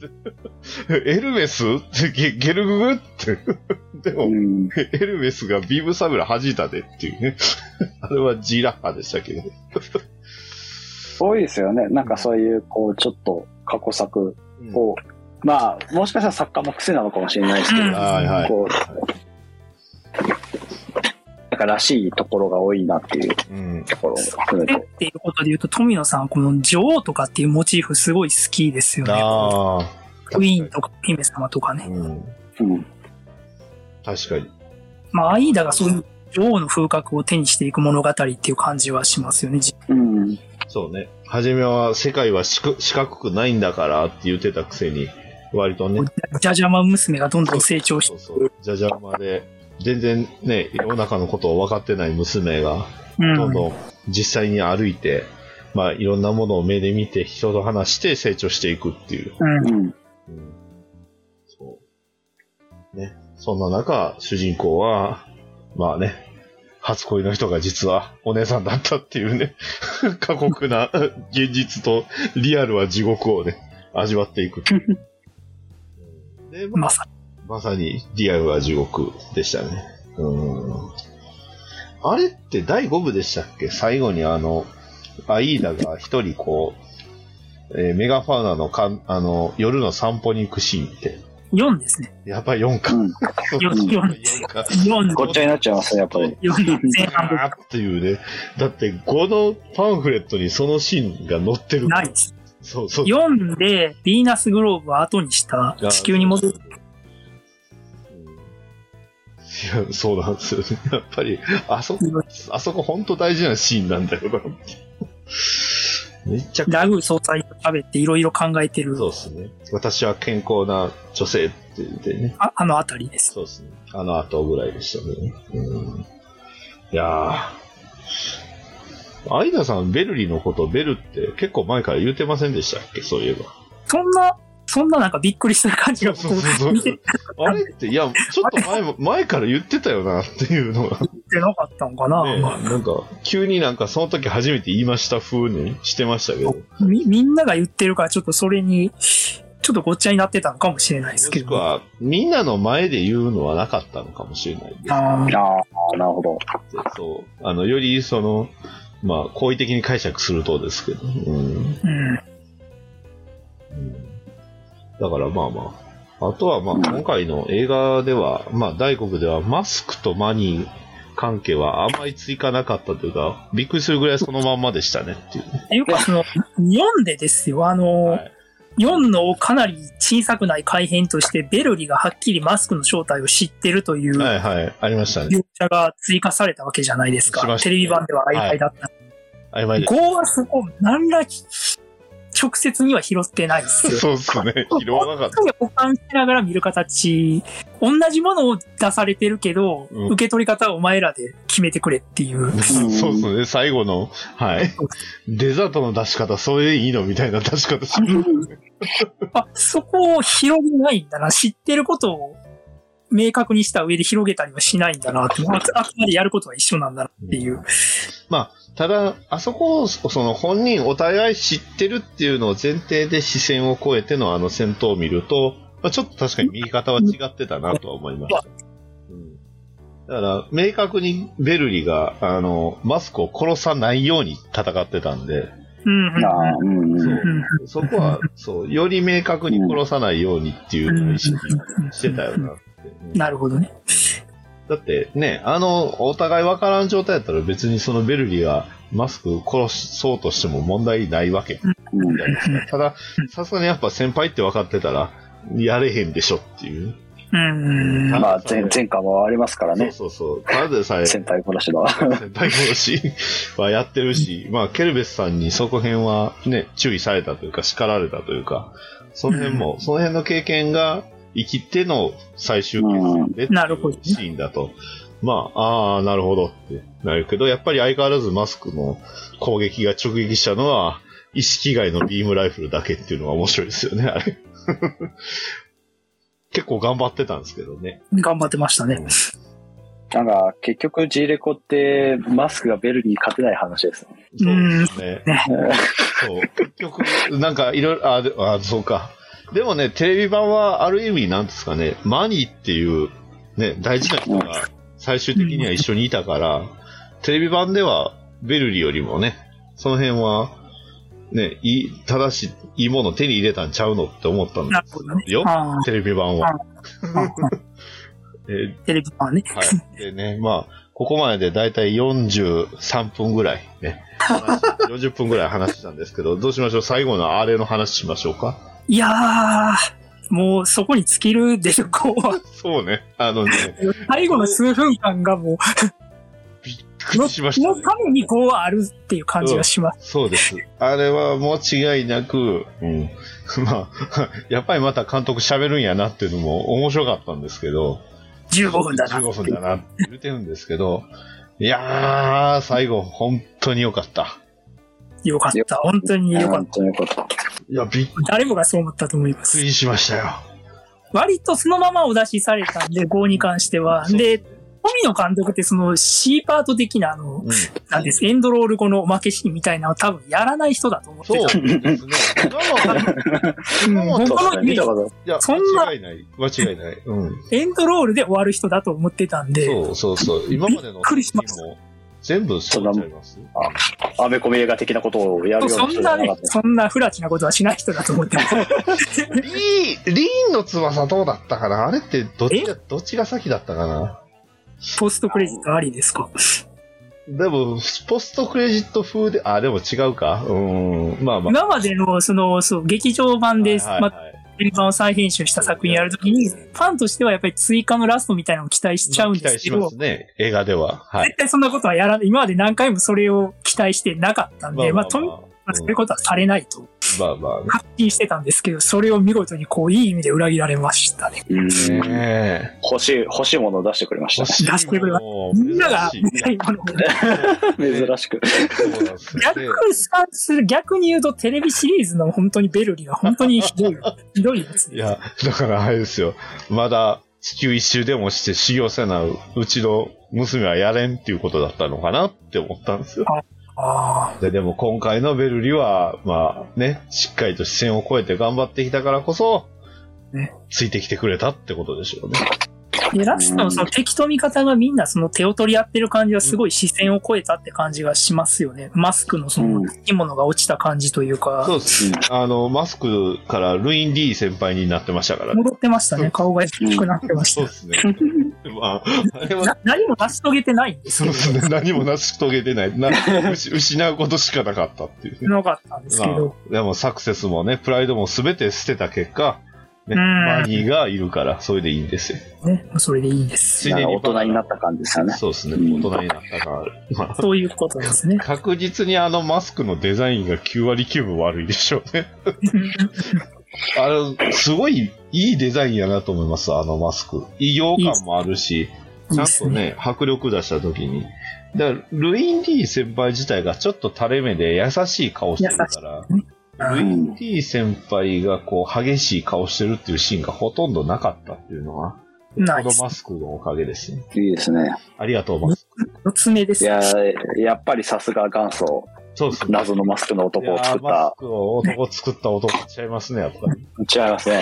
[SPEAKER 2] てエルメス ってゲゲルググって。 でも、
[SPEAKER 4] うん、
[SPEAKER 2] エルメスがビームサブラ弾いたでっていうね。 あれは G ラッハでしたけど。
[SPEAKER 4] 多いですよね。なんかそういう、こう、ちょっと過去作を、まあ、もしかしたら作家の癖なのかもしれないですけど、
[SPEAKER 3] うん
[SPEAKER 2] はいはい
[SPEAKER 4] こう、なんからしいところが多いなっていう
[SPEAKER 2] うん。
[SPEAKER 4] ところも含め。
[SPEAKER 3] でってていうことで言うと、富野さんはこの女王とかっていうモチーフすごい好きですよね。
[SPEAKER 2] ああ。
[SPEAKER 3] クイーンとか姫様とかね。
[SPEAKER 2] うん。
[SPEAKER 4] うん。
[SPEAKER 2] 確かに。
[SPEAKER 3] まあ、アイーダがそういう女王の風格を手にしていく物語っていう感じはしますよね。じ
[SPEAKER 4] うん。
[SPEAKER 2] そうね。初めは世界は四角四角くないんだからって言ってたくせに、割とね、
[SPEAKER 3] じゃじゃま娘がどんどん成長し
[SPEAKER 2] そうそう、じゃじゃ馬で、全然ね、世の中のことを分かってない娘が、
[SPEAKER 3] う
[SPEAKER 2] どん
[SPEAKER 3] ん。
[SPEAKER 2] どん実際に歩いて、まあ、いろんなものを目で見て、人と話して成長していくっていう。
[SPEAKER 3] うん
[SPEAKER 4] うん。
[SPEAKER 2] うんそう。ね。そんな中、主人公は、まあね、初恋の人が実はお姉さんだったっていうね、 過酷な現実とリアルは地獄をね、味わっていく。うんで、ま
[SPEAKER 3] ま
[SPEAKER 2] あ、
[SPEAKER 3] さ
[SPEAKER 2] まさにリアルは地獄でしたね。うん。あれって第5部でしたっけ最後にあの、アイーダが一人こう、えーメガファウナのかんあの夜の散歩に行くシーンって。
[SPEAKER 3] に。 4ですね。
[SPEAKER 2] やっぱり4か。
[SPEAKER 4] うん。
[SPEAKER 3] よ
[SPEAKER 2] 4か。
[SPEAKER 3] 4、
[SPEAKER 4] ごっちゃになっちゃいますね、やっぱり。
[SPEAKER 3] 4前 半で
[SPEAKER 2] あーっていうね。だって、このパンフレットにそのシーンが載ってる。
[SPEAKER 3] ないです。
[SPEAKER 2] そうそう。
[SPEAKER 3] 4で、ヴィーナスグローブを後にした地球に戻る。
[SPEAKER 2] いや、そうなんですよね。やっぱり、あそこ、あそこ本当大事なシーンなんだよな。めっちゃ
[SPEAKER 3] ラグ総裁と喋っていろいろ考えてる、
[SPEAKER 2] そうですね。私は健康な女性って言ってね。
[SPEAKER 3] ああのあたりです。
[SPEAKER 2] そうですね。あの後ぐらいでしたね。うん、いやー。アイダさん、ベルリのこと、ベルって結構前から言うてませんでしたっけそういえば。
[SPEAKER 3] そんな、そんななんかびっくりする感じが僕
[SPEAKER 2] そうそうそう
[SPEAKER 3] 見て
[SPEAKER 2] あれって、いや、ちょっと前 も、前から言ってたよなっていうのが、ね、
[SPEAKER 3] てなかったのかな、
[SPEAKER 2] なんか、急になんかその時初めて言いました風にしてましたけど、も
[SPEAKER 3] み、みんなが言ってるからちょっとそれに、ちょっとごっちゃになってたのかもしれないですけ
[SPEAKER 2] しく
[SPEAKER 3] ど。
[SPEAKER 2] は、みんなの前で言うのはなかったのかもしれないです。
[SPEAKER 3] あー
[SPEAKER 4] ああ、なるほど。
[SPEAKER 2] ってそう。あの、より、その、まあ、好意的に解釈するとですけど、うん。
[SPEAKER 3] うん。
[SPEAKER 2] だからまあまあ。あとはまあ、今回の映画では、まあ、大国ではマスクとマニー関係はあんまり追加なかったというか、びっくりするぐらいそのまんまでしたねっていうね。
[SPEAKER 3] っていうか、その、4でですよ、あの、
[SPEAKER 2] はい
[SPEAKER 3] 4のかなり小さくない改変として、ベルリがはっきりマスクの正体を知ってるという
[SPEAKER 2] はいはい。ありましたね。
[SPEAKER 3] 描写が追加されたわけじゃないですか。
[SPEAKER 2] しました
[SPEAKER 3] テ
[SPEAKER 2] ね
[SPEAKER 3] レビ版では曖昧だった。
[SPEAKER 2] 曖昧で。
[SPEAKER 3] 5はそこ、何ら直接には拾ってないですよ。
[SPEAKER 2] そうっすね。拾わなかった。
[SPEAKER 3] 本当に保管しながら見る形、同じものを出されてるけど、
[SPEAKER 2] うん
[SPEAKER 3] 受け取り方はお前らで決めてくれっていう。
[SPEAKER 2] そうっすね。最後の、はい。デザートの出し方、それでいいのみたいな出し方し
[SPEAKER 3] あ、そこを広げないんだな。知ってることを明確にした上で広げたりはしないんだなって。ああくまでやることは一緒なんだなっていう。
[SPEAKER 2] まあ、ただ、あそこを、その本人お互い知ってるっていうのを前提で視線を越えてのあの戦闘を見ると、まあ、ちょっと確かに右肩は違ってたなとは思いました。うん、だから、明確にベルリが、あの、マスクを殺さないように戦ってたんで、
[SPEAKER 3] うん、うん
[SPEAKER 4] ああ、うんうん。
[SPEAKER 2] そう
[SPEAKER 3] うん。
[SPEAKER 2] そこは、そう、より明確に殺さないようにっていうのを意識してたよなって。うん
[SPEAKER 3] なるほどね。
[SPEAKER 2] だってね、あの、お互い分からん状態だったら別にそのベルギーがマスク殺そうとしても問題ないわけ
[SPEAKER 4] うん
[SPEAKER 2] じゃないですか。ただ、さすがにやっぱ先輩って分かってたら、やれへんでしょっていう。
[SPEAKER 3] うん。
[SPEAKER 4] まあ、前前科もありますからね。
[SPEAKER 2] そうそうそう。ただでさえ
[SPEAKER 4] 先輩殺しの。
[SPEAKER 2] 先輩殺しはやってるし、まあ、ケルベスさんにそこ辺はね、注意されたというか、叱られたというか、その辺も、その辺の経験が生きての最終決戦でっていう
[SPEAKER 3] なるほどね
[SPEAKER 2] シーンだと。まあ、ああ、なるほどってなるけど、やっぱり相変わらずマスクの攻撃が直撃したのは、意識外のビームライフルだけっていうのが面白いですよね、あれ。 結構頑張ってたんですけどね。
[SPEAKER 3] 頑張ってましたね。
[SPEAKER 4] なんか、結局 G レコって、マスクがベルに勝てない話ですね。
[SPEAKER 2] そうですね。
[SPEAKER 3] ね
[SPEAKER 2] そう。結局、なんかいろいろ、あであ、そうか。でもね、テレビ版はある意味なんですかね、マニーっていう、ね、大事な人が最終的には一緒にいたから、テレビ版ではベルリよりもね、その辺は、ね、いい、正しい、いいものを手に入れたんちゃうのって思ったん
[SPEAKER 3] な
[SPEAKER 2] で
[SPEAKER 3] るほどね
[SPEAKER 2] す。よ、
[SPEAKER 3] ああ
[SPEAKER 2] テレビ版は。え
[SPEAKER 3] テレビ版ね。
[SPEAKER 2] はい。でね、まあ、ここまででだいたい43分ぐらいね、話40分ぐらい話したんですけど、どうしましょう最後のあれの話しましょうか。
[SPEAKER 3] いやー、もうそこに尽きるでしょ、こう。
[SPEAKER 2] そうね。あのね、
[SPEAKER 3] 最後の数分間がもう、
[SPEAKER 2] びっくりしました、
[SPEAKER 3] の
[SPEAKER 2] ね。
[SPEAKER 3] ためにこうはあるっていう感じがします。
[SPEAKER 2] そうです。あれは間違いなく、うん。 まあ、やっぱりまた監督喋るんやなっていうのも面白かったんですけど、
[SPEAKER 3] 15分だな。
[SPEAKER 2] 15分だなって言ってるんですけど、いやー、最後、本当に良かった。
[SPEAKER 3] よかった。本当によかっ。
[SPEAKER 4] 本当によかった。
[SPEAKER 2] いや、びった
[SPEAKER 3] 誰もがそう思ったと思いま
[SPEAKER 2] く
[SPEAKER 3] す。
[SPEAKER 2] りしましたよ。
[SPEAKER 3] 割とそのままお出しされたんで、5に関しては。
[SPEAKER 2] そう
[SPEAKER 3] で、富野監督ってその C パート的なあの、
[SPEAKER 2] うん
[SPEAKER 3] なんです、エンドロール後のおまけシーンみたいなのを多分やらない人だと思って
[SPEAKER 2] そう
[SPEAKER 3] た。
[SPEAKER 2] ですね。今も、
[SPEAKER 3] うん
[SPEAKER 2] 今も
[SPEAKER 3] 僕
[SPEAKER 4] そうで
[SPEAKER 3] の
[SPEAKER 4] すね、見
[SPEAKER 3] イメ
[SPEAKER 4] た
[SPEAKER 3] ー
[SPEAKER 4] こと
[SPEAKER 2] いや、
[SPEAKER 3] そんな
[SPEAKER 2] 間違いない。間違いない。うん。
[SPEAKER 3] ジエンドロールで終わる人だと思ってたんで、
[SPEAKER 2] そうそうそう。今までの
[SPEAKER 3] びっくりしまし
[SPEAKER 2] も、全部そうちゃいます
[SPEAKER 4] アメコミ映画的なことをやるような
[SPEAKER 3] そ
[SPEAKER 4] 人
[SPEAKER 3] ん
[SPEAKER 4] じゃ
[SPEAKER 3] な
[SPEAKER 4] なか
[SPEAKER 3] ね
[SPEAKER 4] っ、た。
[SPEAKER 3] そんな不らちなことはしない人だと思ってます。
[SPEAKER 2] リーン、リーンの翼どうだったかなあれってどっちが、どっちが先だったかな
[SPEAKER 3] ポストクレジットありですか
[SPEAKER 2] でも、ポストクレジット風で、あ、でも違うかうーん、まあまあ。
[SPEAKER 3] 今までの、その、そう、劇場版で、
[SPEAKER 2] はい
[SPEAKER 3] ま
[SPEAKER 2] は
[SPEAKER 3] あ
[SPEAKER 2] い、はい
[SPEAKER 3] テレビ版を再編集した作品やるときに、ファンとしてはやっぱり追加のラストみたいなのを期待しちゃうん
[SPEAKER 2] 期
[SPEAKER 3] で
[SPEAKER 2] 待
[SPEAKER 3] すけ
[SPEAKER 2] し
[SPEAKER 3] ど、
[SPEAKER 2] ますね、映画では。はい。
[SPEAKER 3] 絶対そんなことはやらない。今まで何回もそれを期待してなかったんで、まあ、とにか
[SPEAKER 2] うん
[SPEAKER 3] くそういうことはされないと、
[SPEAKER 2] まあまあね
[SPEAKER 3] 発信してたんですけど、それを見事にこう、いい意味で裏切られましたね。
[SPEAKER 4] うん
[SPEAKER 2] ねえ。
[SPEAKER 4] 欲しい、欲しいものを出してくれましたね。
[SPEAKER 3] 出してくれば
[SPEAKER 2] もう
[SPEAKER 3] みんなが
[SPEAKER 2] 珍しい
[SPEAKER 3] 見たいものを。
[SPEAKER 4] 珍しく。
[SPEAKER 2] そうなんですよ
[SPEAKER 3] 逆
[SPEAKER 2] ね
[SPEAKER 3] 算する、逆に言うとテレビシリーズの本当にベルリが本当にひ どい、ひどいやつ
[SPEAKER 2] いや、だからあれですよ。まだ地球一周でもして修行せなうちの娘はやれんっていうことだったのかなって思ったんですよ。
[SPEAKER 3] ああ、
[SPEAKER 2] ででも今回のベルリは、まあね、しっかりと視線を越えて頑張ってきたからこそ、
[SPEAKER 3] ね
[SPEAKER 2] ついてきてくれたってことでしょうね。
[SPEAKER 3] で、ラストのその敵と味方がみんなその手を取り合ってる感じはすごい視線を超えたって感じがしますよね。マスクのその
[SPEAKER 4] うん
[SPEAKER 3] 生き物が落ちた感じという
[SPEAKER 2] そ
[SPEAKER 3] か、
[SPEAKER 2] うです。あの、マスクからルイン・ディー先輩になってましたからね。
[SPEAKER 3] 戻ってましたね。顔が低くなってまし
[SPEAKER 2] そう
[SPEAKER 3] た
[SPEAKER 2] で。すね。 まあ、あれは
[SPEAKER 3] な何も成し遂げてないんで
[SPEAKER 2] そ
[SPEAKER 3] す
[SPEAKER 2] うで
[SPEAKER 3] けど、
[SPEAKER 2] すね。 何も成し遂げてない。な失失うことしかなかったっていうね。
[SPEAKER 3] なかったんですけど、
[SPEAKER 2] まあでもサクセスもね、プライドも全て捨てた結果、ね、
[SPEAKER 3] うん
[SPEAKER 2] バニーがいるから、それでいいんですよ。
[SPEAKER 3] ね、それでいいです。
[SPEAKER 2] ついでに
[SPEAKER 4] 大人になった感じですよね。
[SPEAKER 2] そうですね。
[SPEAKER 4] う
[SPEAKER 2] 大
[SPEAKER 4] ん
[SPEAKER 2] 人になったから。まあ。
[SPEAKER 3] そういうことですね
[SPEAKER 2] 確実にあのマスクのデザインが9割9分悪いでしょうね。あれ、すごいいいデザインやなと思います、あのマスク。異様感もあるし、
[SPEAKER 3] いい
[SPEAKER 2] ちゃ
[SPEAKER 3] で
[SPEAKER 2] ん
[SPEAKER 3] す
[SPEAKER 2] と
[SPEAKER 3] ね。
[SPEAKER 2] ね、迫力出した時に。だからルイン・ディー先輩自体がちょっと垂れ目で優しい顔してるから、ルイン・ディー先輩がこう激しい顔してるっていうシーンがほとんどなかったっていうのは、
[SPEAKER 3] ナ
[SPEAKER 2] この
[SPEAKER 3] イス。
[SPEAKER 2] マスクのおかげですね。
[SPEAKER 4] いいですね。
[SPEAKER 2] ありがとう、マスク。
[SPEAKER 3] 四つ目で
[SPEAKER 4] い
[SPEAKER 3] す。
[SPEAKER 4] やー、やっぱりさすが元祖、
[SPEAKER 2] そうですね。
[SPEAKER 4] 謎のマスクの男を作っ
[SPEAKER 2] いやーマ
[SPEAKER 4] た
[SPEAKER 2] ス。クを男作った男ちゃいますね、やっぱり。
[SPEAKER 4] 違いますね。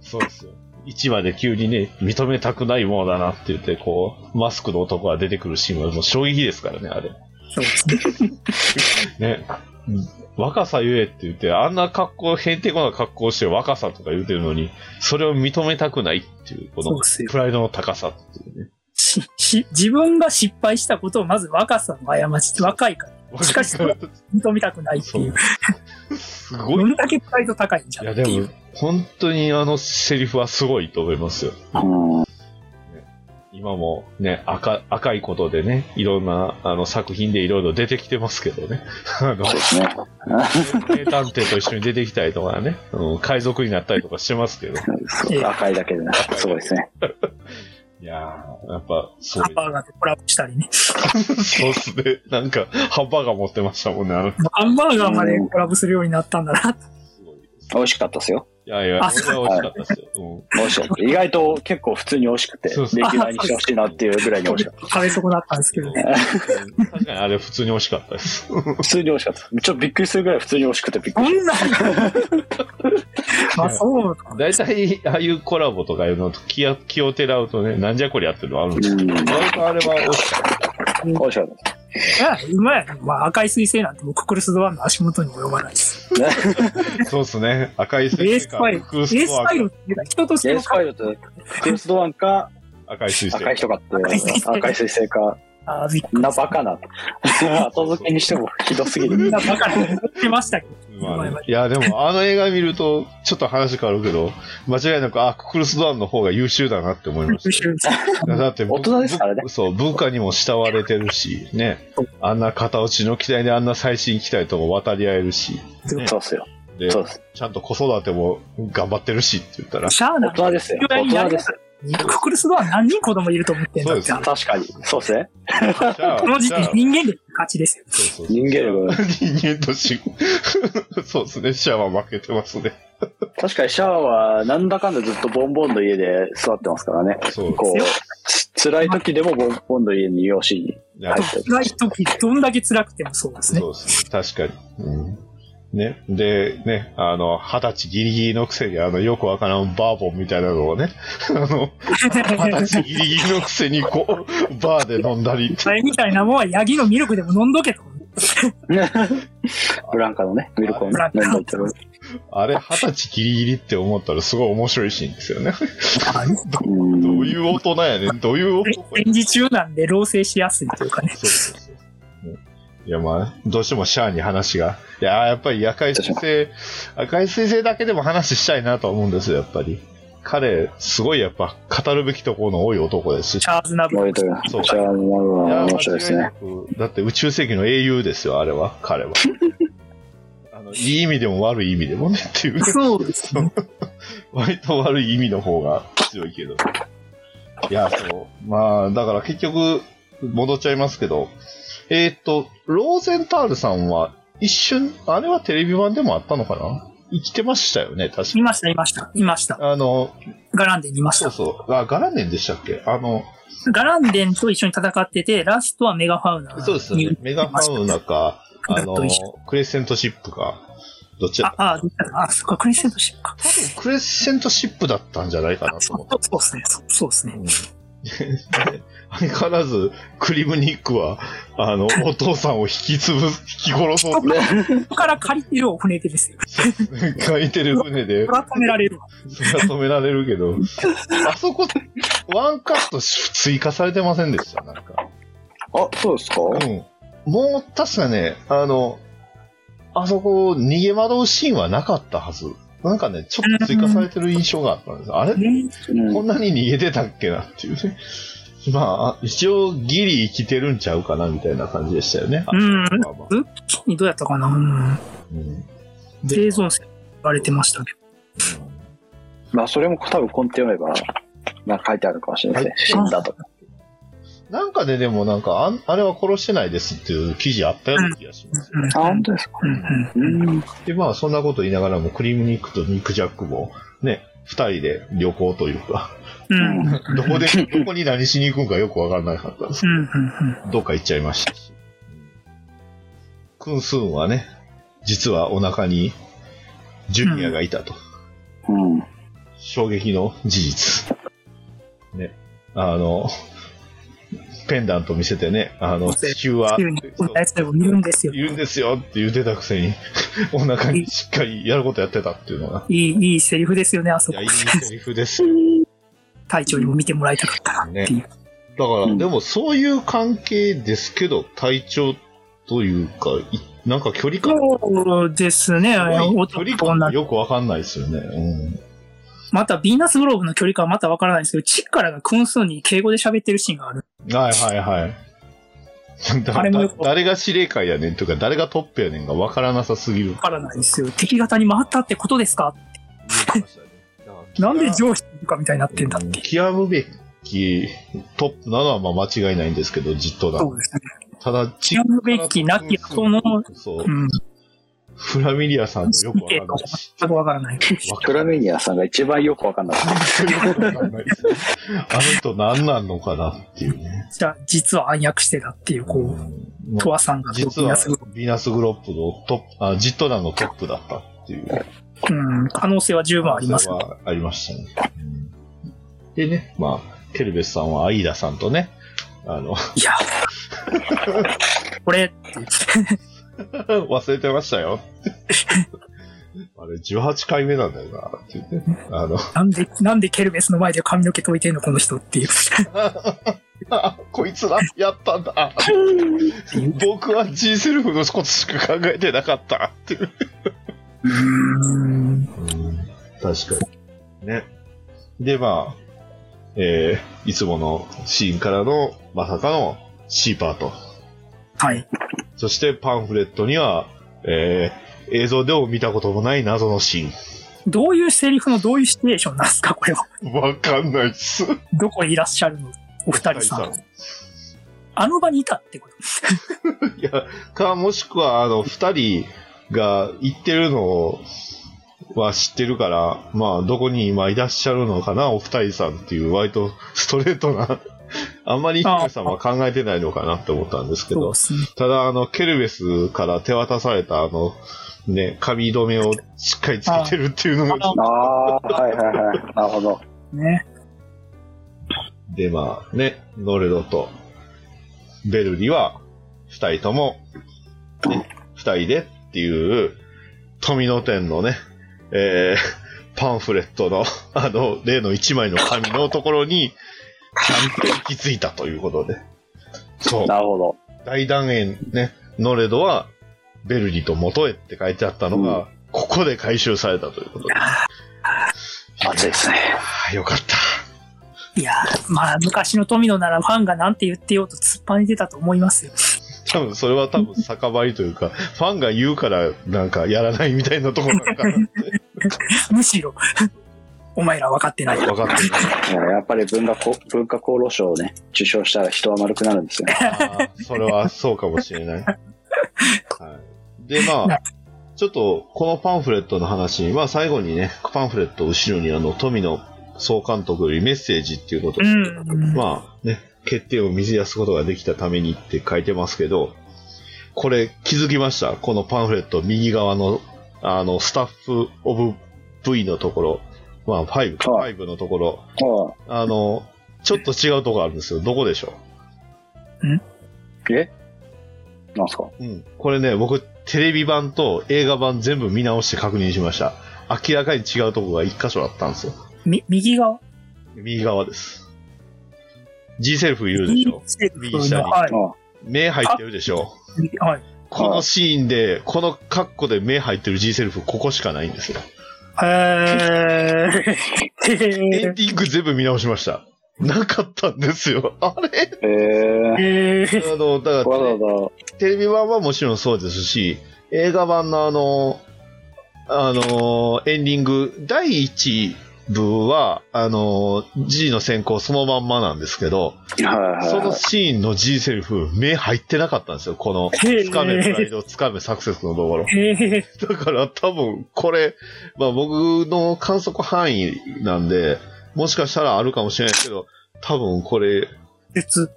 [SPEAKER 2] そうですよ。1話で急にね、認めたくないものだなって言って、こう、マスクの男が出てくるシーンはもう衝撃ですからね、あれ。
[SPEAKER 3] そうですね。
[SPEAKER 2] ね。うん若さゆえって言って、あんな格好、へんてこな格好して若さとか言うてるのに、それを認めたくないっていう、こ
[SPEAKER 3] そう
[SPEAKER 2] の
[SPEAKER 3] っすよ
[SPEAKER 2] プライドの高さっていうね。
[SPEAKER 3] し、し、自分が失敗したことをまず若さの過ち、若いから しかしそれ認めたくないっていう。
[SPEAKER 2] す
[SPEAKER 3] ど
[SPEAKER 2] ごい。
[SPEAKER 3] んだけプライド高いんじゃ
[SPEAKER 2] い
[SPEAKER 3] ん
[SPEAKER 2] や、
[SPEAKER 3] って
[SPEAKER 2] で
[SPEAKER 3] いう
[SPEAKER 2] も。、本当にあのセリフはすごいと思いますよ。
[SPEAKER 4] うん。
[SPEAKER 2] 今もね、赤、赤いことでね、いろんな、あの、作品でいろいろ出てきてますけどね。あの
[SPEAKER 4] そう、ですね。
[SPEAKER 2] 名探偵と一緒に出てきたりとかね、うん、海賊になったりとかしてますけど。
[SPEAKER 4] そう赤いだけでな。すごいですね。
[SPEAKER 2] いやー、やっぱ、そう
[SPEAKER 3] ハンバーガーとコラボしたりね。
[SPEAKER 2] そうっすね。なんか、ハンバーガー持ってましたもんね、あの、
[SPEAKER 3] ハンバーガーまでコラボするようになったんだな。
[SPEAKER 2] すごいです。
[SPEAKER 4] 美味しかったですよ。
[SPEAKER 2] いやいや、
[SPEAKER 3] あ
[SPEAKER 2] これは美味しかったですよ。うん
[SPEAKER 4] 美味しかった。意外と結構普通に美味しくて、
[SPEAKER 2] そう
[SPEAKER 4] 出
[SPEAKER 2] そう
[SPEAKER 4] 来栄えにしてほしいなっていうぐらいに美味しかっ
[SPEAKER 3] 食べ損だったんですけ どね。
[SPEAKER 2] うん確かにあれ普通に美味しかったです。
[SPEAKER 4] た。普通に美味しかった。ちょっとびっくりするぐらい普通に美味しくてびっく
[SPEAKER 3] こ
[SPEAKER 4] りし
[SPEAKER 3] んなに。まあそうか。
[SPEAKER 2] 大体、ああいうコラボとかいうのと気を、気をてらうとね、なんじゃこりゃっていうのあるんで
[SPEAKER 4] た。
[SPEAKER 2] す
[SPEAKER 4] う
[SPEAKER 2] け
[SPEAKER 4] ん。美
[SPEAKER 2] ど、割とあれは美味しかった。
[SPEAKER 4] 味しかっ
[SPEAKER 3] いやうまい。まあ赤い彗星なんてもうククルスドアンの足元にも及ばないです。
[SPEAKER 4] た。
[SPEAKER 2] そうですね。赤い
[SPEAKER 3] エー
[SPEAKER 2] 彗星
[SPEAKER 3] スフ
[SPEAKER 2] か
[SPEAKER 3] ァイ
[SPEAKER 2] ク
[SPEAKER 3] ル。エ
[SPEAKER 2] ー
[SPEAKER 3] ー
[SPEAKER 2] ス
[SPEAKER 3] スフ
[SPEAKER 2] コア
[SPEAKER 3] ァイ
[SPEAKER 2] か
[SPEAKER 3] ルって人とし
[SPEAKER 4] レ
[SPEAKER 3] ての
[SPEAKER 4] ースパイ
[SPEAKER 3] か
[SPEAKER 4] ロット、テースドワンか、
[SPEAKER 2] 赤い彗星
[SPEAKER 4] 赤い人かって、
[SPEAKER 3] 赤い彗星
[SPEAKER 4] 赤い彗星か、
[SPEAKER 3] あびっくり
[SPEAKER 4] なバカな。後付けにしてもひどすぎ
[SPEAKER 3] みん
[SPEAKER 4] る。
[SPEAKER 3] なバカに思ってましたけど。
[SPEAKER 2] まあねいや、でもあの映画見ると、ちょっと話変わるけど、間違いなく、あ、ククルス・ドアンの方が優秀だなって思いま
[SPEAKER 3] 優
[SPEAKER 2] し
[SPEAKER 3] 秀
[SPEAKER 2] た。だって、
[SPEAKER 4] 大人ですからね
[SPEAKER 2] ぶそう、文化にも慕われてるし、ね
[SPEAKER 3] そう。
[SPEAKER 2] あんな片落ちの機体であんな最新機体とも渡り合えるし、
[SPEAKER 4] そうっすよ。
[SPEAKER 2] で、
[SPEAKER 4] そうっす。
[SPEAKER 2] ちゃんと子育ても頑張ってるしって言 ったら、
[SPEAKER 3] シャー
[SPEAKER 4] 大
[SPEAKER 3] ナ
[SPEAKER 4] 人ですよ。大人ですよ。
[SPEAKER 3] ククルスドアン何人子供いると思ってんだって
[SPEAKER 2] そうで
[SPEAKER 4] 確かに。そうっすね。
[SPEAKER 2] じゃあ
[SPEAKER 3] この時点
[SPEAKER 2] じゃあ
[SPEAKER 3] で人間で勝ちですよ。
[SPEAKER 2] そうそうそう
[SPEAKER 4] 人間力が
[SPEAKER 2] 人間とし、 そうですね、シャアは負けてますね。
[SPEAKER 4] 確かにシャアは、なんだかんだずっとボンボンの家で座ってますからね。
[SPEAKER 2] そう。
[SPEAKER 4] こう、つ辛い時でもボンボンの家に養子に
[SPEAKER 2] いや
[SPEAKER 4] 入ってる。
[SPEAKER 3] 辛い時、どんだけ辛くてもそうですね。
[SPEAKER 2] そうですね、確かに。うんね。で、ね、あの、二十歳ギリギリのくせに、あの、よくわからんバーボンみたいなのをね、 あの、 二十歳ギリギリのくせに、こう、バーで飲んだりって
[SPEAKER 3] あれみたいなもんはヤギのミルクでも飲んどけと。
[SPEAKER 4] ブランカのね、ミルクを
[SPEAKER 3] ブランカ
[SPEAKER 4] 飲んどいてる。
[SPEAKER 2] あれ、二十歳ギリギリって思ったら、すごい面白いシーンですよね。
[SPEAKER 4] うん
[SPEAKER 2] どういう大人やねん、どういう男やねん
[SPEAKER 3] 戦時中なんで老成しやすいというかね。
[SPEAKER 2] そうそうそう。いやまあ、どうしてもシャアに話が。いやー、やっぱり赤い彗星、赤い彗星だけでも話したいなと思うんですよ、やっぱり。彼、すごいやっぱ語るべきところの多い男ですし
[SPEAKER 3] チ。ャーズナブ
[SPEAKER 4] 燃え
[SPEAKER 3] ル。
[SPEAKER 4] てる。
[SPEAKER 2] そ
[SPEAKER 4] そうう。じゃあ、なるほ
[SPEAKER 2] いやー
[SPEAKER 4] 面白いです
[SPEAKER 2] 間違
[SPEAKER 4] ね。。
[SPEAKER 2] なくだって宇宙世紀の英雄ですよ、あれは、彼 は。あのいい意味でも悪い意味でもねっていう。
[SPEAKER 3] そうですね。
[SPEAKER 2] 割と悪い意味の方が強いけど。いや、そう。まあ、だから結局、戻っちゃいますけど、えーっと、ローゼンタールさんは、一瞬、あれはテレビ版でもあったのかな生きてましたよね、確か
[SPEAKER 3] いました、いました、いました。
[SPEAKER 2] あの、
[SPEAKER 3] ガランデンいまし
[SPEAKER 2] そう
[SPEAKER 3] た。
[SPEAKER 2] そう、あ、ガラネンでしたっけあの、
[SPEAKER 3] ガランデンと一緒に戦ってて、ラストはメガファウナに。
[SPEAKER 2] そうですよね、メガファウナか、あの
[SPEAKER 3] と一緒、
[SPEAKER 2] クレッセントシップか、どっちだ
[SPEAKER 3] あ、あ、どっちだあ、そっか、クリステントシップか。
[SPEAKER 2] クレッセントシップだったんじゃないかなと
[SPEAKER 3] そ
[SPEAKER 2] 思
[SPEAKER 3] う
[SPEAKER 2] って
[SPEAKER 3] そうですね、そうそう ですね。
[SPEAKER 2] で 相変わらず、クリムニックは、あの、お父さんを引きつぶ、 引き殺そう と
[SPEAKER 3] ここから借りてるお船でですよ。
[SPEAKER 2] 書いてる船 で、
[SPEAKER 3] これは止められるわ。
[SPEAKER 2] それは止められるけど、 あそこ、ワンカット追加されてませんでした、なんか。
[SPEAKER 4] あ、そうですか
[SPEAKER 2] うん。もう、確かね、あの、あそこ、逃げ惑うシーンはなかったはず。なんかね、ちょっと追加されてる印象があったんです。あれ
[SPEAKER 3] ね、
[SPEAKER 4] うん
[SPEAKER 2] こんなに逃げてたっけなっていうね。 まあ、一応ギリ生きてるんちゃうかなみたいな感じでしたよね。
[SPEAKER 3] うん
[SPEAKER 2] まあまあ
[SPEAKER 3] ずっとにどうやったかな。うん
[SPEAKER 2] うん
[SPEAKER 3] 生存者言われてましたけど。
[SPEAKER 4] まあ、それも多分コンテ読めば、なんか書いてあるかもしれないですね。死んだとか。
[SPEAKER 2] なんかででもなんかあん、あれは殺してないですっていう記事あったような気がします。
[SPEAKER 3] うん
[SPEAKER 4] あ、本当ですか
[SPEAKER 3] うんうん
[SPEAKER 4] うん。
[SPEAKER 2] で、まあそんなこと言いながらもクリームニックとニックジャックもね、二人で旅行というか、
[SPEAKER 3] うんうん
[SPEAKER 2] どこで、どこに何しに行くんかよくわからないかったです。
[SPEAKER 3] うんうん
[SPEAKER 2] どっか行っちゃいましたし。クンスーンはね、実はお腹にジュニアがいたと。
[SPEAKER 4] うん。
[SPEAKER 2] 衝撃の事実。ね。あの、ペンダント見せてね、あの、地球は、
[SPEAKER 3] 急にこんなやつでも見るんですよ。
[SPEAKER 2] 言うんですよって言ってたくせ に、お腹にしっかりやることやってたっていうのが。
[SPEAKER 3] いい、いいセリフですよね、あそ
[SPEAKER 2] いや、
[SPEAKER 3] こ
[SPEAKER 2] いい。セリフですよ。
[SPEAKER 3] 隊長にも見てもらいたかったなっていう。
[SPEAKER 2] だから、
[SPEAKER 4] うん
[SPEAKER 2] でもそういう関係ですけど、体調というか、いなんか距離感、
[SPEAKER 3] そうですね、
[SPEAKER 2] 距離
[SPEAKER 3] 男
[SPEAKER 2] 感
[SPEAKER 3] と女
[SPEAKER 2] が。よくわかんないですよね。うん。
[SPEAKER 3] また、ヴィーナスグローブの距離感はまたわからないんですけど、チッカラがクンスーに敬語で喋ってるシーンがある。
[SPEAKER 2] はいはいはい。だ
[SPEAKER 3] あれもよ
[SPEAKER 2] だ
[SPEAKER 3] く
[SPEAKER 2] 誰が司令官やねんとか、誰がトップやねんがわからなさすぎる
[SPEAKER 3] わ。からないですよ。敵方に回ったってことですかなんで上司かみたいになってんだっていう。
[SPEAKER 2] 極むべきトップなのはまあ間違いないんですけど、実とだ。
[SPEAKER 3] そうですね。
[SPEAKER 2] ただ、
[SPEAKER 3] 極むべきなきその
[SPEAKER 2] そう
[SPEAKER 3] うん。
[SPEAKER 2] フラミリアさんもよくわからないし。
[SPEAKER 3] 全くわからない。
[SPEAKER 4] クラメニアさんが一番よくわかんなかっ
[SPEAKER 2] わからないですねあの人何なんのかなっていうね。
[SPEAKER 3] じゃあ、実は暗躍してたっていう、こ
[SPEAKER 2] う
[SPEAKER 3] う、
[SPEAKER 2] ん
[SPEAKER 3] トワさんが
[SPEAKER 2] 実
[SPEAKER 3] う
[SPEAKER 2] は、
[SPEAKER 3] 安
[SPEAKER 2] ヴィーナスグロップのトップ、あ、ジット団のトップだったっていう。
[SPEAKER 3] うん、可能性は十分あります。
[SPEAKER 2] それはありましたね。うんでね、まあ、ケルベスさんはアイダさんとね、あの、
[SPEAKER 3] いや、これ、
[SPEAKER 2] 忘れてましたよ。 あれ、18回目なんだよな、 っていうね。あの、
[SPEAKER 3] なんで、なんでケルベスの前で髪の毛解いてんの、この人っていう。
[SPEAKER 2] あこいつら、やったん だ。僕は G セルフのことしか考えてなかった、っていう。
[SPEAKER 3] うーん。
[SPEAKER 2] 確かに。ね。で、まあ、えーいつものシーンからの、まさかの C パート。
[SPEAKER 3] はい。
[SPEAKER 2] そしてパンフレットには、えー映像でも見たこともない謎のシ
[SPEAKER 3] どういうセリフのどういうシチュエーションなんですか、これは。
[SPEAKER 2] ーン。わかんないっす。
[SPEAKER 3] どこにいらっしゃるのお二人さん。あの場にいたってこと。
[SPEAKER 2] いや、か、もしくは、あの、二人が行ってるのは知ってるから、まあ、どこに今いらっしゃるのかな、お二人さんっていう、割とストレートな、 あんまりヒカさんは考えてないのかなって思ったんですけ
[SPEAKER 3] そう
[SPEAKER 2] ど
[SPEAKER 3] で、すね。
[SPEAKER 2] ただ、あの、ケルベスから手渡された、あの、ね、髪留めをしっかりつけてるっていうのが、
[SPEAKER 4] ああ、はいはいはい。なるほど。
[SPEAKER 3] ね。
[SPEAKER 2] で、まあね、ノルドとベルリは、二人とも、ね、二人でっていう、富野店のね、えー、パンフレットの、あの、例の一枚の紙のところに、ちゃんと行き着いたということで。そう。
[SPEAKER 4] なるほど。
[SPEAKER 2] 大団円ね、ノレドは、ベルリと元へって書いてあったのが、
[SPEAKER 4] う
[SPEAKER 2] ここで回収されたということで。あ
[SPEAKER 4] 熱いですね。
[SPEAKER 2] あ、よかった。
[SPEAKER 3] いやー、まあ、昔の富野ならファンがなんて言ってようと突っぱねてたと思いますよ。
[SPEAKER 2] 多分それは多分酒場りというか、ファンが言うからなんかやらないみたいなところなのかな。
[SPEAKER 3] むしろ、お前ら分かってない。
[SPEAKER 2] 分かってる。
[SPEAKER 4] いややっぱり文化こ文化功労賞をね、受賞したら人は丸くなるんですね。
[SPEAKER 2] あーそれはそうかもしれない。はい、で、まあ
[SPEAKER 3] な、
[SPEAKER 2] ちょっとこのパンフレットの話に、まあ最後にね、パンフレット後ろにあの富野総監督よりメッセージっていうこと
[SPEAKER 3] う
[SPEAKER 2] で、
[SPEAKER 3] ん。
[SPEAKER 2] まあね、欠点を見せ出すことができたためにって書いてますけど、これ気づきましたこのパンフレット右側の、あの、スタッフオブ V のところ、まあ5、
[SPEAKER 4] はい
[SPEAKER 2] 5のところ、
[SPEAKER 4] は
[SPEAKER 2] あの、ちょっと違うとこあるんですよ。どこでしょ
[SPEAKER 4] いえなんすか
[SPEAKER 2] ううん。これね、僕、テレビ版と映画版全部見直して確認しました。明らかに違うとこが1箇所あったんですよ。
[SPEAKER 3] み、右側
[SPEAKER 2] 右側です。G セルフ言うで
[SPEAKER 3] 右
[SPEAKER 2] しょ
[SPEAKER 3] セル
[SPEAKER 2] 右
[SPEAKER 3] フ
[SPEAKER 2] 下に
[SPEAKER 3] の、はい。
[SPEAKER 4] あ
[SPEAKER 2] 目入ってるでしょ
[SPEAKER 3] 右はい。
[SPEAKER 2] このシーンで、このカッコで目入ってる G セルフ、ここしかないんですよ。
[SPEAKER 3] えー、
[SPEAKER 2] エ
[SPEAKER 3] え
[SPEAKER 2] ンディング全部見直しました。なかったんですよ。あれ
[SPEAKER 4] え
[SPEAKER 3] ー、、
[SPEAKER 4] ー
[SPEAKER 3] えー、
[SPEAKER 2] あの、だか
[SPEAKER 4] わざ
[SPEAKER 2] ら、
[SPEAKER 4] わ
[SPEAKER 2] テレビ版はもちろんそうですし、映画版のあの、あの、エンディング、第1部は、あの、G の先行そのまんまなんですけど、
[SPEAKER 4] ざ、はいはい
[SPEAKER 2] そ
[SPEAKER 4] はい
[SPEAKER 2] のシーンの G セルフ、目入ってなかったんですよ。この、つかめプライ ド、つかめサクセスのところ。
[SPEAKER 3] えー、
[SPEAKER 2] だから多分これ、まあ、僕の観測範囲なんで、もしかしたらあるかもしれないですけど、多分これ
[SPEAKER 3] 別。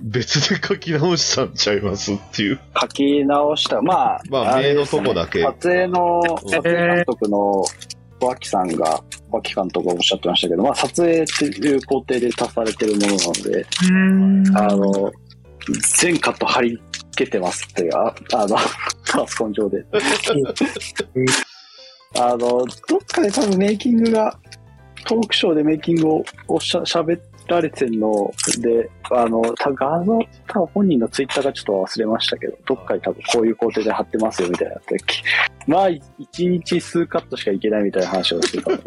[SPEAKER 2] 別で書き直したんちゃいますっていう。
[SPEAKER 4] 書き直した。まあ、
[SPEAKER 2] まあ、
[SPEAKER 4] あ
[SPEAKER 2] 名
[SPEAKER 4] れ
[SPEAKER 2] の
[SPEAKER 4] です
[SPEAKER 2] と
[SPEAKER 4] ね
[SPEAKER 2] こだけ。
[SPEAKER 4] 撮影の、
[SPEAKER 2] うん
[SPEAKER 4] 撮影監督の脇さんが、脇監督がおっしゃってましたけど、まあ、撮影っていう工程で足されてるものなので、
[SPEAKER 3] うーん。
[SPEAKER 4] あの、全カット貼り付けてますっていう、ああの、 パソコン 上で。あの、どっかで多分メイキングが、トークショーでメイキングをおっしゃ、しゃべられてんので、あの、た画像、多分本人のツイッターがちょっと忘れましたけど、どっかに多分こういう工程で貼ってますよみたいな時。まあ、一日数カットしかいけないみたいな話をしてたので。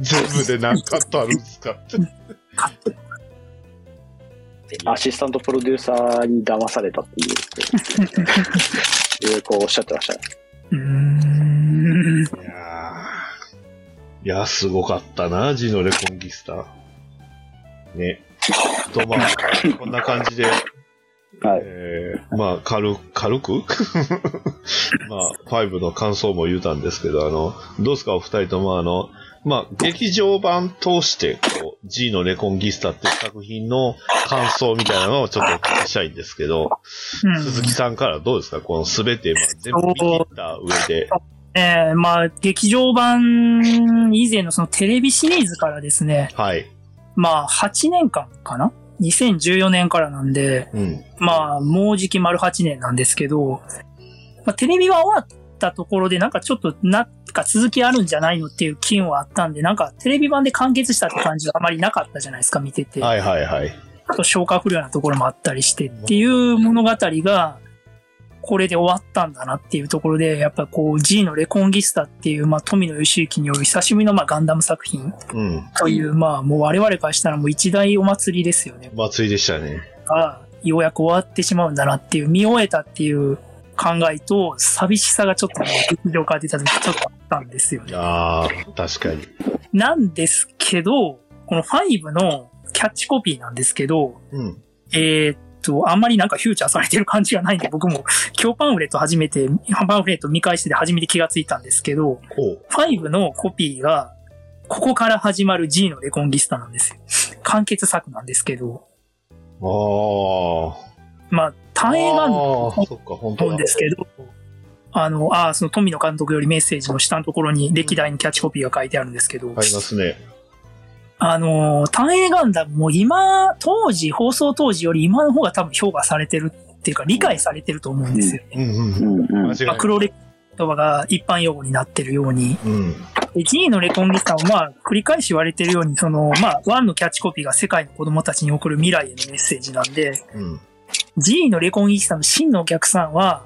[SPEAKER 2] 全部で何カットあるんですかって。
[SPEAKER 4] アシスタントプロデューサーに騙されたっていう、いうこうおっしゃってましたね。
[SPEAKER 3] うーん。
[SPEAKER 2] いやーいや、すごかったな、ジノレコンギスタ。ね。と、まあ、こんな感じで、
[SPEAKER 4] はい。
[SPEAKER 2] えーまあ、軽く、軽く まあ、5の感想も言うたんですけど、あの、どうですか、お二人とも、あの、まあ、劇場版通して、こう、G のレコンギスタっていう作品の感想みたいなのをちょっとお聞きしたいんですけど、
[SPEAKER 3] うん
[SPEAKER 2] 鈴木さんからどうですかこのすべて、まあ、全部見切った上で。
[SPEAKER 3] えー、まあ、劇場版以前のそのテレビシリーズからですね、
[SPEAKER 2] はい。
[SPEAKER 3] まあ、8年間かな ?2014 年からなんで、
[SPEAKER 2] うん。
[SPEAKER 3] まあ、もうじき丸8年なんですけど、まあ、テレビは終わったところで、なんかちょっと、なんか続きあるんじゃないのっていう機運はあったんで、なんかテレビ版で完結したって感じはあまりなかったじゃないですか、見てて。
[SPEAKER 2] はいはいはい。
[SPEAKER 3] ちょっと消化不良なところもあったりしてっていう物語が、これで終わったんだなっていうところで、やっぱこう G のレコンギスタっていう、まあ富野義行による久しぶりのまあガンダム作品
[SPEAKER 2] うん。
[SPEAKER 3] という、まあもう我々からしたらもう一大お祭りですよね。
[SPEAKER 2] 祭りでしたね。
[SPEAKER 3] が、ようやく終わってしまうんだなっていう、見終えたっていう考えと、寂しさがちょっと、ね、劇場から出た時ちょっとあったんですよね。
[SPEAKER 2] ああ、確かに。
[SPEAKER 3] なんですけど、この5のキャッチコピーなんですけど、
[SPEAKER 2] うん。
[SPEAKER 3] えーっと、あんまりなんかフューチャーされてる感じがないんで、僕も今日パンフレット初めて、パンフレット見返してて初めて気がついたんですけど、
[SPEAKER 2] おう
[SPEAKER 3] 5のコピーが、ここから始まる G のレコンギスタなんですよ。完結作なんですけど、
[SPEAKER 2] ああ。
[SPEAKER 3] まあ、単映なん
[SPEAKER 2] ああ、そっか、本当
[SPEAKER 3] な
[SPEAKER 2] だ
[SPEAKER 3] んで。すけど、あの、ああ、その富野監督よりメッセージの下のところに歴代のキャッチコピーが書いてあるんですけど、
[SPEAKER 2] ありますね。
[SPEAKER 3] あの、単影ガンダムも今、当時、放送当時より今の方が多分評価されてるっていうか、理解されてると思うんですよね。
[SPEAKER 2] うんうんうん。
[SPEAKER 4] うんうん
[SPEAKER 2] 間違い
[SPEAKER 3] ま
[SPEAKER 2] な
[SPEAKER 3] あ、
[SPEAKER 2] い。
[SPEAKER 3] 黒レコ言葉が一般用語になってるように、
[SPEAKER 2] うん。
[SPEAKER 3] で、G のレコンギスタをまあ、繰り返し言われてるように、その、まあ、1のキャッチコピーが世界の子供たちに送る未来へのメッセージなんで、
[SPEAKER 2] うん。
[SPEAKER 3] G のレコンギスタの真のお客さんは、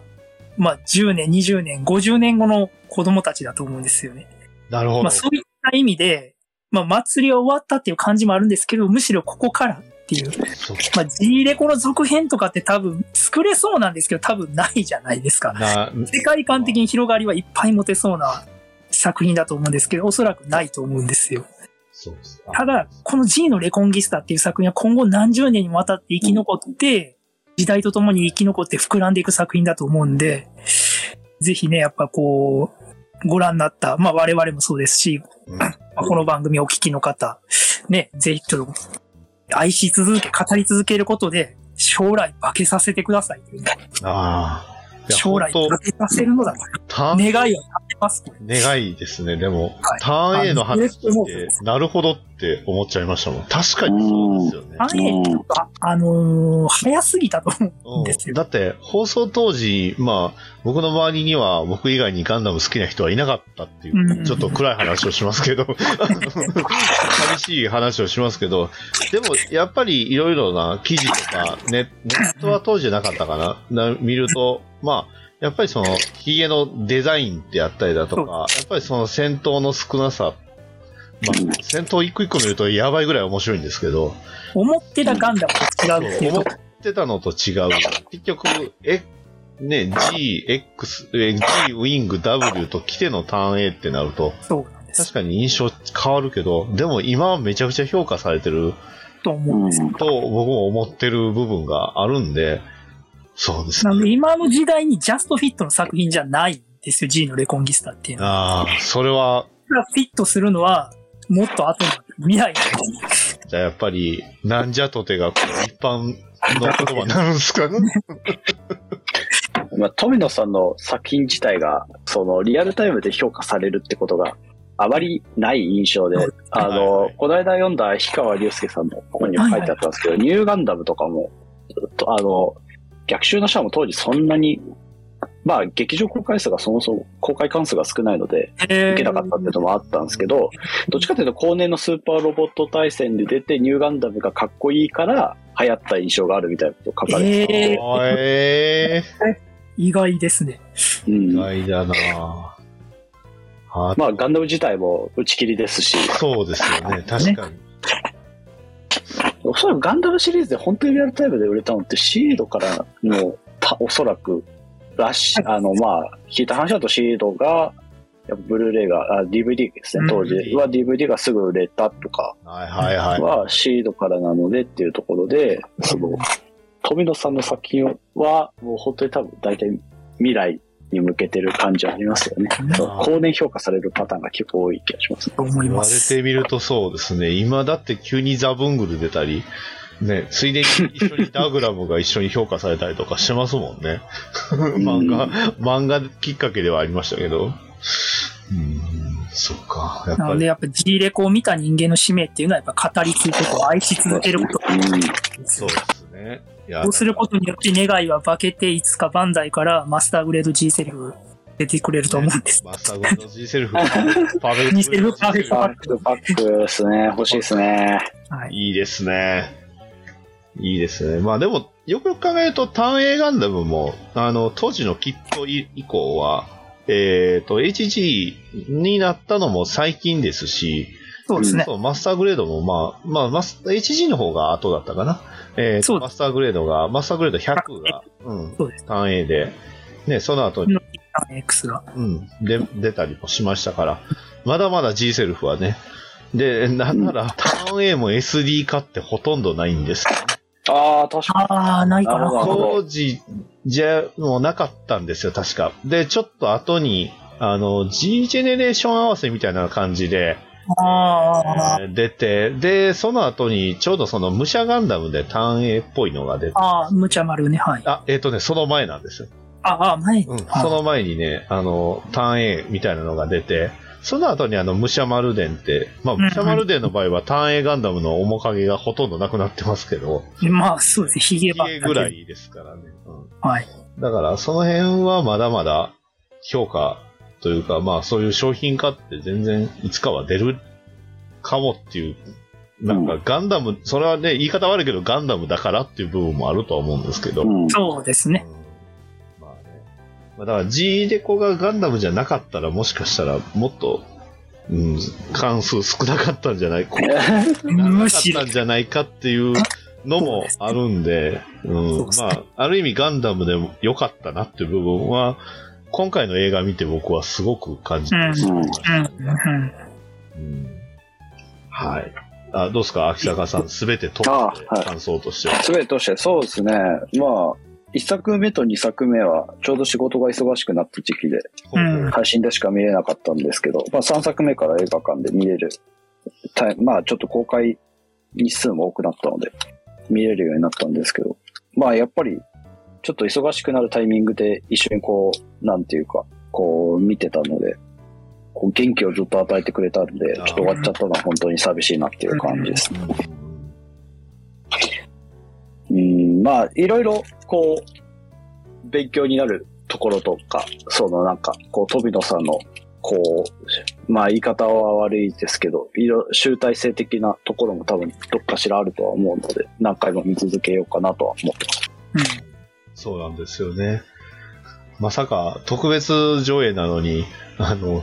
[SPEAKER 3] まあ、10年、20年、50年後の子供たちだと思うんですよね。
[SPEAKER 2] なるほ
[SPEAKER 3] ま
[SPEAKER 2] ど
[SPEAKER 3] あ、。そういった意味で、まあ、祭りは終わったっていう感じもあるんですけど、むしろここからっていう、
[SPEAKER 2] そう
[SPEAKER 3] まあ、G レコの続編とかって多分作れそうなんですけど、多分ないじゃないですか。
[SPEAKER 2] な、
[SPEAKER 3] 世界観的に広がりはいっぱい持てそうな作品だと思うんですけど、おそらくないと思うんですよ。
[SPEAKER 2] そうです。
[SPEAKER 3] ただ、この G のレコンギスタっていう作品は今後何十年にもわたって生き残って、時代とともに生き残って膨らんでいく作品だと思うんで、ぜひね、やっぱこう、ご覧になった、まあ我々もそうですし、
[SPEAKER 2] うん
[SPEAKER 3] まあこの番組をお聞きの方、ね、ぜひちょっと、愛し続け、語り続けることで、将来化けさせてくださいというね。
[SPEAKER 2] ああ。いや
[SPEAKER 3] 将来
[SPEAKER 2] 本
[SPEAKER 3] 化けさせるのだと。
[SPEAKER 2] 当ターン
[SPEAKER 3] 願いを立てます、これ。
[SPEAKER 2] 願いですね。でも、
[SPEAKER 3] はい
[SPEAKER 2] ターン A の話
[SPEAKER 3] あの
[SPEAKER 2] っ
[SPEAKER 3] それ
[SPEAKER 2] て、なるほどって思っちゃいましたもん。確かにそうですよね。
[SPEAKER 3] 単影ちょっとあ、あのー早すぎたと思う
[SPEAKER 2] うんん
[SPEAKER 3] ですよ。
[SPEAKER 2] だって、放送当時、まあ、僕の周りには、僕以外にガンダム好きな人はいなかったっていう、
[SPEAKER 3] うん
[SPEAKER 2] ちょっと暗い話をしますけど、寂しい話をしますけど、でも、やっぱりいろいろな記事とかネ、ネットは当時じゃなかったかな、な見ると、まあ、やっぱりその、ヒゲのデザインってやったりだとか、やっぱりその戦闘の少なさ、まあ、戦闘一個一個見るとやばいぐらい面白いんですけど、
[SPEAKER 3] 思ってたガンダム と違うっていう
[SPEAKER 2] 思
[SPEAKER 3] と
[SPEAKER 2] っ、てたのと違う。結局、え、ね、G、X、え G、ウィング、W と来てのターン A ってなると、
[SPEAKER 3] そうなんです
[SPEAKER 2] 確。かに印象変わるけど、でも今はめちゃくちゃ評価されてる
[SPEAKER 3] と思うんですよ。
[SPEAKER 2] と僕も思ってる部分があるんで、そうです
[SPEAKER 3] なんで
[SPEAKER 2] ね。
[SPEAKER 3] 今の時代にジャストフィットの作品じゃないんですよ、G のレコンギスタっていうのは。
[SPEAKER 2] ああ、それは、
[SPEAKER 3] フィットするのは、もっと後の未来なんで
[SPEAKER 2] じゃあやっぱり、なんじゃとてがこう一般の言葉になるんです かね。
[SPEAKER 4] まあ、富野さんの作品自体がそのリアルタイムで評価されるってことがあまりない印象で、
[SPEAKER 3] はい
[SPEAKER 4] あ
[SPEAKER 2] はい
[SPEAKER 4] の
[SPEAKER 2] はい
[SPEAKER 4] この間読んだ氷川隆介さんの本にも書いてあったんですけど、ニューガンダムとかもとあの逆襲のシャアも当時そんなにまあ劇場公開数がそもそも公開関数が少ないので受けなかったっていうのもあったんですけど、どっちかというと後年のスーパーロボット対戦で出てニューガンダムがかっこいいから流行った印象があるみたいなことを書かれて
[SPEAKER 3] ええ
[SPEAKER 2] おーえ
[SPEAKER 3] 意外ですね。
[SPEAKER 4] た、うん
[SPEAKER 2] ー、意外だなあ
[SPEAKER 4] まあ、ガンダム自体も打ち切りですし、
[SPEAKER 2] そうですよ ね、確かに。
[SPEAKER 4] おそらくガンダムシリーズで本当にリアルタイムで売れたのって、シードからの、たおそらく、らし、あの、まあ、聞いた話だとシードが、やっぱブルーレイが、あ DVD ですね、当時
[SPEAKER 2] うん
[SPEAKER 4] は DVD がすぐ売れたとか
[SPEAKER 2] はいはいはい。
[SPEAKER 4] はシードからなのでっていうところで、その、富野さんの作品は、もう本当に多分大体未来に向けてる感じはありますよね。そう後年評価されるパターンが結構多い気がします。
[SPEAKER 3] と思い
[SPEAKER 2] 言
[SPEAKER 3] ま
[SPEAKER 2] われ
[SPEAKER 3] す。
[SPEAKER 2] てみるとそうですね。今だって急にザ・ブングル出たり、ね、ついでに一緒にダグラムが一緒に評価されたりとかしてますもんね。 漫画、漫画きっかけではありましたけど。うーん、そっか。やっ
[SPEAKER 3] な
[SPEAKER 2] ぱ
[SPEAKER 3] ので、
[SPEAKER 2] り。
[SPEAKER 3] やっぱ G レコを見た人間の使命っていうのは、やっぱ語り継いでこう愛し続けること
[SPEAKER 4] うん
[SPEAKER 2] そうですね。いや
[SPEAKER 3] そうすることによって願いは化けて、いつかバンダイからマスターグレード G セリフ出てくれると思うんです。
[SPEAKER 2] マスターゴールド G セル フ、パーフェクト
[SPEAKER 3] G セルフパーフェクト
[SPEAKER 4] バックパックですね。欲しいですね。
[SPEAKER 3] はい。
[SPEAKER 2] いいですね。いいですね。まあでも、よくよく考えると、単影ガンダムも、あの、当時のキット以降は、えっ、と、HG になったのも最近ですし、
[SPEAKER 3] そうですね。
[SPEAKER 2] そうマスターグレードも、まあ、まあ、マス HG の方が後だったかな。えー
[SPEAKER 3] そう
[SPEAKER 2] マスターグレードが、マスターグレード100が、うん、
[SPEAKER 3] そうです。
[SPEAKER 2] 単影で、ね、その後に、
[SPEAKER 3] の X が。
[SPEAKER 2] うん、で、出たりもしましたから、まだまだ G セルフはね、で、なんなら、ターン A も SD 化ってほとんどないんですけどね
[SPEAKER 4] ああ、確か
[SPEAKER 3] ああ、ないか
[SPEAKER 4] なるほ
[SPEAKER 3] な。
[SPEAKER 4] ど
[SPEAKER 2] 当時じゃもうなかったんですよ、確か。で、ちょっと後に、あの、G ジェネレーション合わせみたいな感じで、
[SPEAKER 3] あー
[SPEAKER 2] えー出て、で、その後に、ちょうどその、武者ガンダムで単影っぽいのが出て、
[SPEAKER 3] あー、無茶丸ね。はい。
[SPEAKER 2] あ、えっ、とね、その前なんですよ。
[SPEAKER 3] ああ、前。
[SPEAKER 5] うん。
[SPEAKER 3] はい
[SPEAKER 2] その前にね、あの、ターン A みたいなのが出て、その後にあの、武者丸伝って、まあ、
[SPEAKER 3] うんうん
[SPEAKER 2] 武者丸伝の場合はターン A ガンダムの面影がほとんどなくなってますけど、
[SPEAKER 3] まあ、そうですね。ヒゲばっ
[SPEAKER 2] 家
[SPEAKER 3] か
[SPEAKER 2] ぐら
[SPEAKER 3] り。
[SPEAKER 2] いですからね。う
[SPEAKER 3] はい。
[SPEAKER 2] ん、だから、その辺はまだまだ評価というか、まあ、そういう商品化って全然いつかは出るかもっていう、なんかガンダム、それはね、言い方悪いけど、ガンダムだからっていう部分もあるとは思うんですけど、
[SPEAKER 4] うん。
[SPEAKER 3] そうですね。
[SPEAKER 2] うんまあね。まあ、だから G デコがガンダムじゃなかったら、もしかしたらもっと、うん、関数少なかったんじゃ ないこう
[SPEAKER 3] むし
[SPEAKER 2] なかっ。
[SPEAKER 3] ろ
[SPEAKER 2] たんじゃないかっていうのもあるんで、う
[SPEAKER 3] そうんで、すね
[SPEAKER 2] まあ、ある意味ガンダムでも良かったなっていう部分は、今回の映画見て僕はすごく感じてしまいました
[SPEAKER 3] うん
[SPEAKER 2] ね、
[SPEAKER 3] うんうん。
[SPEAKER 2] うんはい。あ、どうですか秋坂さん、すべて撮
[SPEAKER 4] あ
[SPEAKER 2] って
[SPEAKER 4] はい
[SPEAKER 2] 感想としては。
[SPEAKER 4] すべてとして、そうですね。まあ、一作目と二作目は、ちょうど仕事が忙しくなった時期で、
[SPEAKER 3] うん
[SPEAKER 4] 配信でしか見れなかったんですけど、まあ三作目から映画館で見れる、タイまあちょっと公開日数も多くなったので、見れるようになったんですけど、まあやっぱり、ちょっと忙しくなるタイミングで一緒にこう、なんていうか、こう見てたので、こう元気をずっと与えてくれたんで、ちょっと終わっちゃったのは本当に寂しいなっていう感じですね。うん、まあ、いろいろ、こう、勉強になるところとか、そのなんか、こう、飛野さんの、こう、まあ、言い方は悪いですけど、いろ、集大成的なところも多分、どっかしらあるとは思うので、何回も見続けようかなとは思ってます。
[SPEAKER 2] そうなんですよね。まさか特別上映なのに、あの、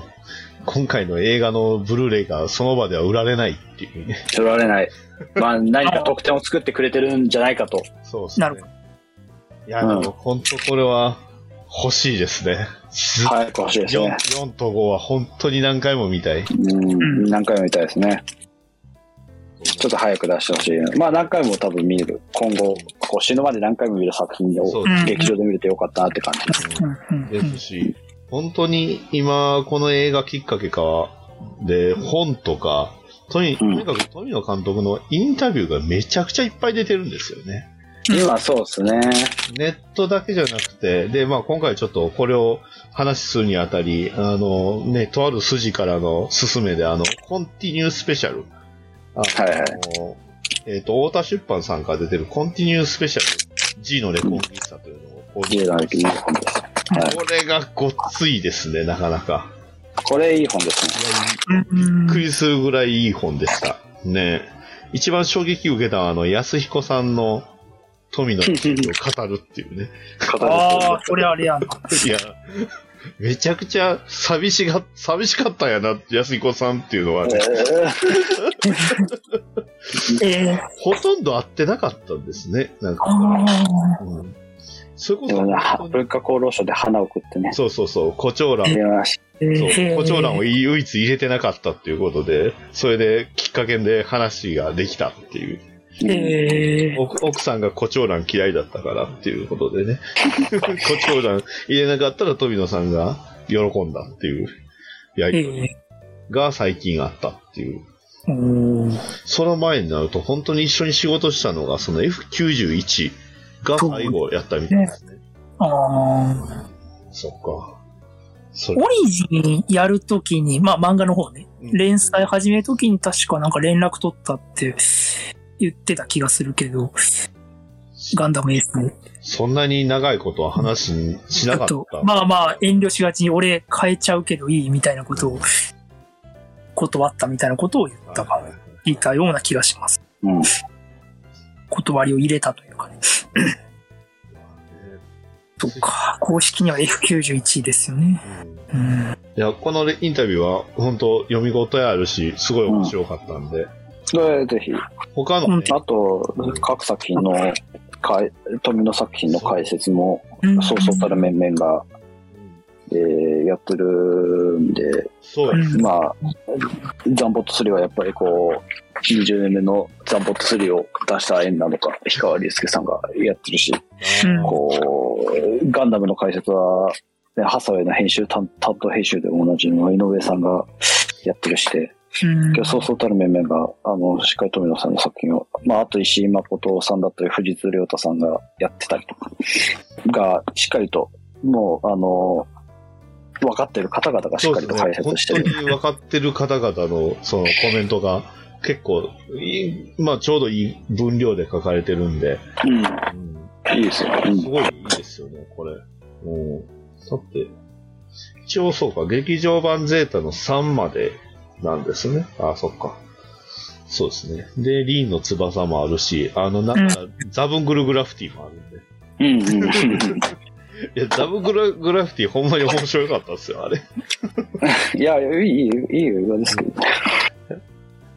[SPEAKER 2] 今回の映画のブルーレイがその場では売られないっていうね。
[SPEAKER 4] 取られない。まあ、何か特典を作ってくれてるんじゃないかと。
[SPEAKER 2] そうですね。
[SPEAKER 3] なるほ
[SPEAKER 2] いや、で
[SPEAKER 4] うん
[SPEAKER 2] も本当これは欲しいですね。ず
[SPEAKER 4] 早く欲しいですね。
[SPEAKER 2] 4, 4と5は本当に何回も見たい。
[SPEAKER 4] うん、何回も見たいですね。ちょっと早く出してほしい。まあ、何回も多分見る。今後、こう死ぬまで何回も見る作品
[SPEAKER 2] そ
[SPEAKER 4] を
[SPEAKER 2] うです
[SPEAKER 4] 劇場で見れてよかったなって感じです。
[SPEAKER 3] うんうんう
[SPEAKER 2] で
[SPEAKER 3] ん
[SPEAKER 2] すし、本当に今、この映画きっかけか、で、本とか、とにとにかく富野監督のインタビューがめちゃくちゃいっぱい出てるんですよね。
[SPEAKER 4] 今そうですね。
[SPEAKER 2] ネットだけじゃなくて、で、まあ今回ちょっとこれを話するにあたり、あの、ね、とある筋からの勧めで、あの、コンティニュースペシャル。あの
[SPEAKER 4] はいはい
[SPEAKER 2] えっ、と、太田出版さんから出てるコンティニュースペシャル G のレコンギスタというのを購入
[SPEAKER 4] ジェラルキーいい本です。はい。
[SPEAKER 2] これがごっついですね、なかなか。
[SPEAKER 4] これいい本ですね。
[SPEAKER 3] うん
[SPEAKER 2] びっくりするぐらいいい本でした。ね一番衝撃を受けたのは、あの、安彦さんの富の人を語るっていうね。
[SPEAKER 4] 語
[SPEAKER 3] ああ、それあれやな。
[SPEAKER 2] いや、めちゃくちゃ寂しが、寂しかったんやな、安彦さんっていうのはね、
[SPEAKER 3] ええ
[SPEAKER 2] ほとんど会ってなかったんですね、なん
[SPEAKER 3] あ
[SPEAKER 2] か。
[SPEAKER 3] あ、
[SPEAKER 2] うん、それこ
[SPEAKER 4] で
[SPEAKER 2] そ
[SPEAKER 4] もね、
[SPEAKER 2] 本当に、
[SPEAKER 4] 文化功労賞で花を食ってね。
[SPEAKER 2] そうそうそう、胡蝶蘭、
[SPEAKER 4] 出まし
[SPEAKER 3] え
[SPEAKER 2] そう
[SPEAKER 3] え
[SPEAKER 2] 胡蝶蘭を唯一入れてなかったっていうことで、それできっかけで話ができたっていう。
[SPEAKER 4] た。うん
[SPEAKER 3] ええ
[SPEAKER 2] 奥奥さんが胡蝶蘭嫌いだったからっていうことでね。胡蝶蘭入れなかったら富野さんが喜んだっていう、や
[SPEAKER 3] え
[SPEAKER 2] りとり
[SPEAKER 3] え
[SPEAKER 2] が最近あったっていう。
[SPEAKER 3] おー
[SPEAKER 2] その前になると、本当に一緒に仕事したのが、その F91 が最後やったみたいですね。
[SPEAKER 3] ああ。
[SPEAKER 2] そっか。それ
[SPEAKER 3] オリジンやるときに、まあ漫画の方ね、
[SPEAKER 2] うん
[SPEAKER 3] 連載始めるときに確かなんか連絡取ったって言ってた気がするけど、ガンダムエースも。
[SPEAKER 2] そんなに長いことは話にしなかっ
[SPEAKER 3] ちょ
[SPEAKER 2] た。
[SPEAKER 3] とまあまあ遠慮しがちに俺変えちゃうけどいいみたいなことを、断ったみたいなことを言ったか、
[SPEAKER 2] はい
[SPEAKER 3] 聞いたような気がします。
[SPEAKER 4] うん
[SPEAKER 3] 断りを入れたというかね。そっか。公式には F91 ですよね。
[SPEAKER 2] うん
[SPEAKER 3] うん。
[SPEAKER 2] いや、このインタビューは本当読み応えあるし、すごい面白かったんで、
[SPEAKER 4] でぜひ。
[SPEAKER 2] 他のね、
[SPEAKER 3] 本
[SPEAKER 4] あと、各作品のかい、富野作品の解説も、そうそうたる面々が、
[SPEAKER 2] うん
[SPEAKER 4] えーやってるんで、
[SPEAKER 2] そうです。
[SPEAKER 3] うん
[SPEAKER 4] まあ、ザンボット3はやっぱりこう、20年目のザンボット3を出した縁なのか、氷川隆介さんがやってるし、
[SPEAKER 3] うん
[SPEAKER 4] こう、ガンダムの解説は、ね、ハサウェイの編集担、担当編集でおなじみの井上さんがやってるして、
[SPEAKER 3] うん
[SPEAKER 4] 今日そうそうたる面々が、あの、しっかり富野さんの作品を、まあ、あと石井誠さんだったり、藤津亮太さんがやってたりとか、が、しっかりともう、あの、分かってる方々がし
[SPEAKER 2] そ
[SPEAKER 4] っ
[SPEAKER 2] う
[SPEAKER 4] か
[SPEAKER 2] で
[SPEAKER 4] り
[SPEAKER 2] す
[SPEAKER 4] と
[SPEAKER 2] ね。
[SPEAKER 4] 解
[SPEAKER 2] 本
[SPEAKER 4] 説して
[SPEAKER 2] 当
[SPEAKER 4] る。
[SPEAKER 2] に分かってる方々のそのコメントが結構いい、まあちょうどいい分量で書かれてるんで、うん
[SPEAKER 4] うん。いいですよ。う
[SPEAKER 2] す
[SPEAKER 4] ん。
[SPEAKER 2] ごいいいですよね、これ。うん。だって、一応そうか、劇場版ゼータの3までなんですね。あそっか。そうですね。で、リーンの翼もあるし、あの、なんか、ザブングルグラフィティもあるんで。
[SPEAKER 4] うんうん。
[SPEAKER 2] いや、ザブグラグラフィティほんまに面白かったですよ、あれ。
[SPEAKER 4] いや、いい、いい、いい映画ですけど。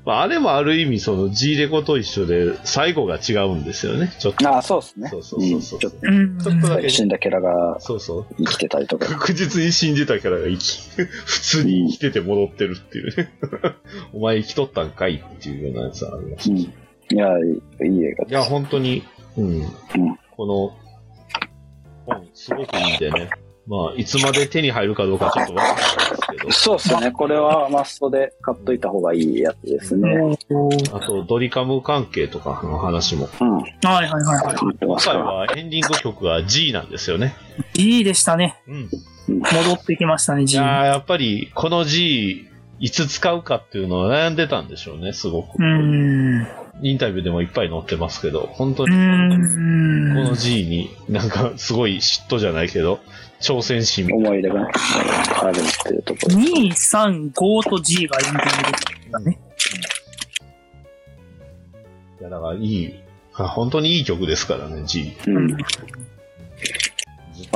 [SPEAKER 2] まあ、あれもある意味、その G レコと一緒で、最後が違うんですよね、ちょっと。
[SPEAKER 4] ああ、そうですね。
[SPEAKER 2] そうそうそうそう。
[SPEAKER 4] うんちょっ
[SPEAKER 2] ち
[SPEAKER 3] うん。
[SPEAKER 2] ょっとだけ、
[SPEAKER 4] 死んだキャラが
[SPEAKER 2] そうそう。
[SPEAKER 4] 生きてたりとか。
[SPEAKER 2] 確実に死んでたキャラが生き、 普通に生きてて戻ってるっていうね。 お前生きとったんかいっていうようなやつはありま
[SPEAKER 4] う
[SPEAKER 2] す。
[SPEAKER 4] ん。
[SPEAKER 2] い
[SPEAKER 4] いや、いいいい映画
[SPEAKER 2] や、本当に、うん。この、本、すごくいいんでね。まあ、いつまで手に入るかどうかちょっとわからないです
[SPEAKER 4] そうですね。これはマストで買っといた方がいいやつですね。
[SPEAKER 2] けど、あと、ドリカム関係とかの話も。
[SPEAKER 4] うん。
[SPEAKER 3] はいはいはいは
[SPEAKER 4] 買ってま
[SPEAKER 2] 今
[SPEAKER 4] すか
[SPEAKER 2] 回
[SPEAKER 4] ら。
[SPEAKER 2] はエンディング曲が G なんですよね。
[SPEAKER 3] い。G でしたね。
[SPEAKER 2] うん。
[SPEAKER 3] 戻ってきましたね、
[SPEAKER 2] い
[SPEAKER 3] G。
[SPEAKER 2] やーやっぱり、この G、いつ使うかっていうのを悩んでたんでしょうね、すごく。
[SPEAKER 3] うん。う
[SPEAKER 2] インタビューでもいっぱい載ってますけど、本当にこ
[SPEAKER 3] ん。
[SPEAKER 2] の G に、なんかすごい嫉妬じゃないけど、挑戦心み
[SPEAKER 4] 思い出があるっていうところ。
[SPEAKER 3] 2、3、5と G がエンディングでしたね。
[SPEAKER 2] いや、だからいい、あ本当にいい曲ですからね、G。
[SPEAKER 4] うん。ま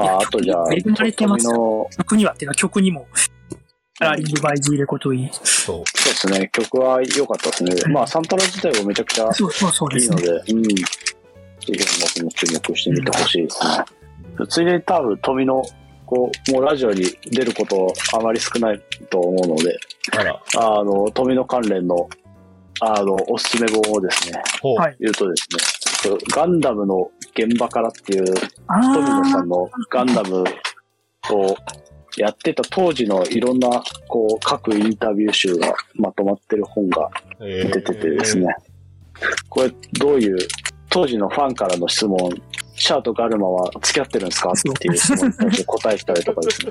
[SPEAKER 4] あ、あとじゃあ、
[SPEAKER 3] 恵まれてます
[SPEAKER 4] の、そ
[SPEAKER 3] 曲にはっていうか曲にも、ラーリングバイ G レコといい。
[SPEAKER 2] そう
[SPEAKER 4] ですね。曲は良かったですね。まあ、サントラ自体もめちゃくちゃ
[SPEAKER 3] そうそうそうで
[SPEAKER 4] いい
[SPEAKER 3] す
[SPEAKER 4] の
[SPEAKER 3] ね。
[SPEAKER 4] で、うん。ぜひ僕も注目してみてほしいですね。ついでに多分、富の、こう、もうラジオに出ることあまり少ないと思うので、
[SPEAKER 2] う。あら、
[SPEAKER 4] あの、富の関連の、あの、おすすめ本をですね、
[SPEAKER 2] ほう。
[SPEAKER 3] はい
[SPEAKER 4] 言うとですね、ガンダムの現場からっていう、
[SPEAKER 3] あ
[SPEAKER 4] 富野さ
[SPEAKER 3] ー
[SPEAKER 4] んのガンダムをやってた当時のいろんな、こう、各インタビュー集がまとまってる本が
[SPEAKER 2] え
[SPEAKER 4] 出ててですね、これどういう、当時のファンからの質問、シャアとガルマは付き合ってるんですかっていう質問に対して答えてたりとかですね。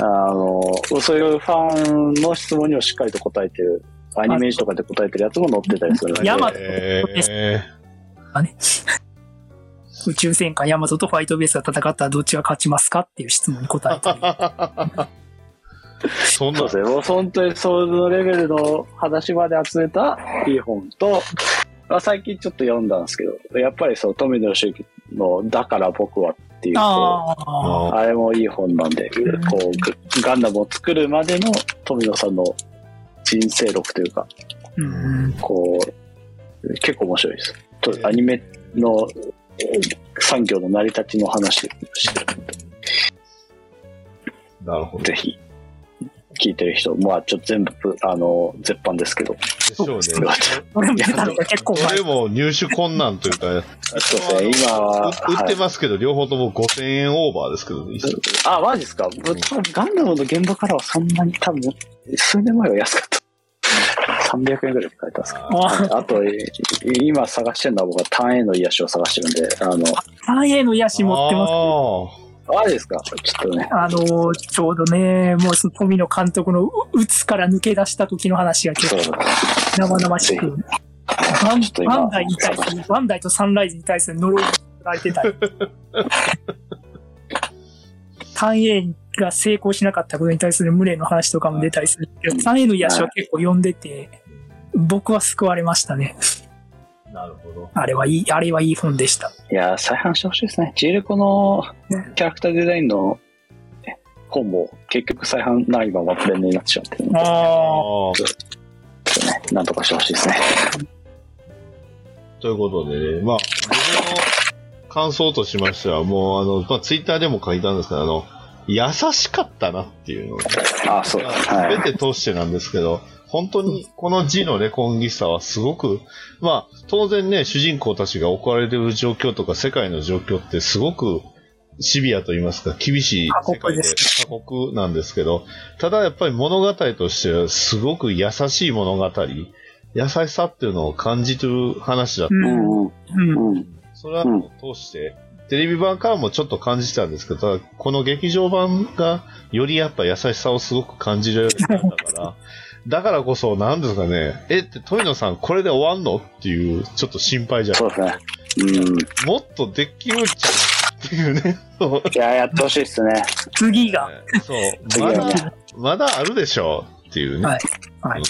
[SPEAKER 4] あの、そういうファンの質問にもしっかりと答えてる、アニメージとかで答えてるやつも載ってたりするので、
[SPEAKER 3] ヤマト
[SPEAKER 2] えー
[SPEAKER 3] がね、宇宙戦艦ヤマトとファイトベースが戦ったらどっちが勝ちますかっていう質問に答えたり。
[SPEAKER 2] そんな
[SPEAKER 4] そうで、すね。もう本当にそのレベルの話まで集めたいい本と、まあ、最近ちょっと読んだんですけど、やっぱりその富野義行の「だから僕は」っていうこ
[SPEAKER 3] ああ。
[SPEAKER 4] う
[SPEAKER 2] あ
[SPEAKER 4] あれもいい本なんで、
[SPEAKER 3] うん
[SPEAKER 4] こうガンダムを作るまでの富野さんの人生録というか、
[SPEAKER 3] うん。
[SPEAKER 4] こう、結構面白いです。とアニメの産業の成り立ちの話してるんで
[SPEAKER 2] なるほど。
[SPEAKER 4] ぜひ。聞いてる人、まあちょっと全部、あの、絶版ですけど。
[SPEAKER 2] でしょうね。
[SPEAKER 3] これも出たのが結構
[SPEAKER 2] こ
[SPEAKER 3] 前
[SPEAKER 2] れ。も入手困難というか、
[SPEAKER 4] そうですね、今は。
[SPEAKER 2] う売っ
[SPEAKER 4] はい
[SPEAKER 2] てますけど、両方とも5000円オーバーですけどね。
[SPEAKER 4] あ、マジですか、ガンダムの現場からはそんなに多分、数年前は安かった。300円ぐらい書いてますか
[SPEAKER 2] あ
[SPEAKER 3] あ
[SPEAKER 4] あと、い今探してるのは僕は単 A の癒しを探してるんで、あの、
[SPEAKER 3] あ、A の癒し持ってます。
[SPEAKER 2] あ
[SPEAKER 4] あれですかちょっとね。
[SPEAKER 3] あのーちょうどね、もうその富野監督のう打つから抜け出した時の話が結
[SPEAKER 4] そう
[SPEAKER 3] 構生々しく。バン
[SPEAKER 4] ちょっと今
[SPEAKER 3] バンダイに対する、バンダイとサンライズに対する呪いがられて たり。単 A が成功しなかったことに対する無礼の話とかも出たりするけど、単 A の癒しは結構読んでて、僕は救われましたね。
[SPEAKER 2] ーなるほど。
[SPEAKER 3] あれはいい、あれはいい本でした。
[SPEAKER 4] いや、再販してほしいですね。ジーレコの
[SPEAKER 3] ね
[SPEAKER 4] キャラクターデザインの本も結局再販ないままプレミアになってしまってるんで、
[SPEAKER 3] ああ。
[SPEAKER 2] ああ。
[SPEAKER 4] ちょっとね、なんとかしてほしいですね。
[SPEAKER 2] ということでね、まあ、僕の感想としましては、もう、あの、まあ、ツイッターでも書いたんですけど、あの、優しかったなっていうのが、
[SPEAKER 4] あ、そうだ。は
[SPEAKER 2] 全
[SPEAKER 4] い。
[SPEAKER 2] て通してなんですけど、本当にこの字のレコンギスタはすごく、まあ、当然ね、主人公たちが置かれてる状況とか世界の状況ってすごくシビアと言いますか、厳しい世
[SPEAKER 3] 過酷
[SPEAKER 2] 界
[SPEAKER 3] で
[SPEAKER 2] です過酷なんですけど、ただやっぱり物語としてはすごく優しい物語、優しさっていうのを感じてる話だった
[SPEAKER 3] う。
[SPEAKER 4] うんんうん
[SPEAKER 3] うん。
[SPEAKER 4] うん。
[SPEAKER 2] それは
[SPEAKER 4] うん
[SPEAKER 2] もう通してテレビ版からもちょっと感じたんですけど、ただこの劇場版がよりやっぱ優しさをすごく感じるようになったから、 だからこそ、なんですかね、え、って、トイノさんこれで終わんのっていう、ちょっと心配じゃ
[SPEAKER 4] そうですね。うん。い
[SPEAKER 2] ん。もっとできるんちゃうっていう ね。そう
[SPEAKER 4] や、やってほしいですね。
[SPEAKER 3] 次が、
[SPEAKER 2] そう。
[SPEAKER 4] 次
[SPEAKER 2] ま
[SPEAKER 4] は
[SPEAKER 2] だ、まだあるでしょうっていうね。
[SPEAKER 3] はいはい
[SPEAKER 2] うん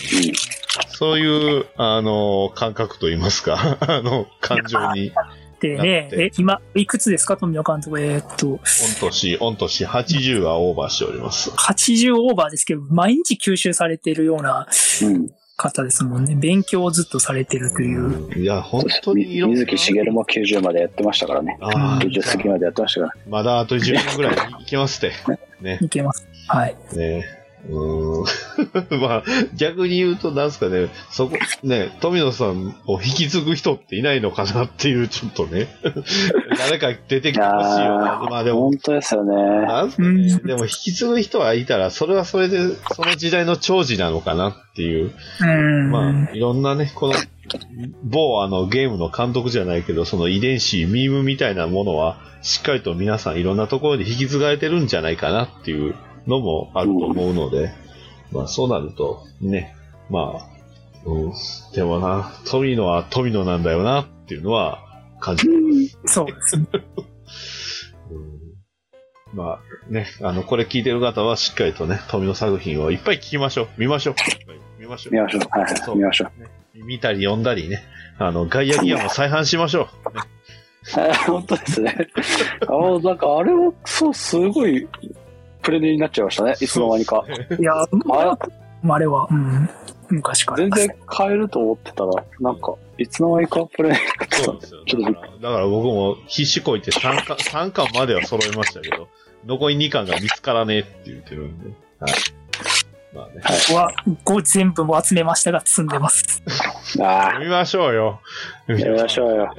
[SPEAKER 2] そういう、あの、感覚といいますか、 あの、感情に、
[SPEAKER 3] でね、
[SPEAKER 2] だって
[SPEAKER 3] え、今、いくつですか、富野監督。えーっと、
[SPEAKER 2] 御年、御年80はオーバーしております。
[SPEAKER 3] 80オーバーですけど、毎日吸収されているような
[SPEAKER 4] うん。
[SPEAKER 3] 方ですもんね。勉強をずっとされてるという。
[SPEAKER 2] いや、本当にいろんな
[SPEAKER 4] 水木しげるも90までやってましたからね。
[SPEAKER 2] あ
[SPEAKER 4] 90過ぎ
[SPEAKER 2] あ、
[SPEAKER 4] までやってましたから。
[SPEAKER 2] まだあと10分ぐらいいきますって。ね。
[SPEAKER 3] いけます。はい。
[SPEAKER 2] ね。うーん。 まあ、逆に言うと、なんすかね、そこ、ね、富野さんを引き継ぐ人っていないのかなっていう、ちょっとね。 誰か出てきてほしいよね。まあでも
[SPEAKER 4] 本、当ですよね。
[SPEAKER 2] なんすかね、
[SPEAKER 3] うん
[SPEAKER 2] でも引き継ぐ人はいたら、それはそれで、その時代の長寿なのかなっていう。
[SPEAKER 3] うーん。
[SPEAKER 2] まあ、いろんなね、この、某あのゲームの監督じゃないけど、その遺伝子、ミームみたいなものは、しっかりと皆さんいろんなところで引き継がれてるんじゃないかなっていうのもあると思うので、まあそうなると、ね、まあ、うん、でもな、富野は富野なんだよなっていうのは感じます。
[SPEAKER 3] そうです。
[SPEAKER 2] うんまあね、あの、これ聞いてる方はしっかりとね、富野作品をいっぱい聞きましょう。見ましょう。見ましょう
[SPEAKER 4] 見。ましょう。はい
[SPEAKER 2] そ
[SPEAKER 4] は
[SPEAKER 2] う
[SPEAKER 4] い。見ましょう。
[SPEAKER 2] 見たり読んだりね、あの、ガイアギアも再販しましょう。ね
[SPEAKER 4] 本当ですね。あの、なんかあれは、そう、すごい、プレネになっちゃいましたね。 いつの間にか。
[SPEAKER 3] いや、
[SPEAKER 4] あ
[SPEAKER 3] あれは、うん。昔から。
[SPEAKER 4] 全然変えると思ってたら、なんか、いつの間にかプレネになってた
[SPEAKER 2] そうんで
[SPEAKER 4] です
[SPEAKER 2] よ。
[SPEAKER 4] ち
[SPEAKER 2] だ
[SPEAKER 4] ょっとび
[SPEAKER 2] か
[SPEAKER 4] っ
[SPEAKER 2] らだから僕も必死こいて3巻、 三巻までは揃いましたけど、残り2巻が見つからねえって言ってるんで。はい。まあね。
[SPEAKER 3] 僕は5全部も集めましたが積んでます。
[SPEAKER 4] ああ、
[SPEAKER 2] 読みましょうよ。
[SPEAKER 4] やりましょうよ。
[SPEAKER 2] よ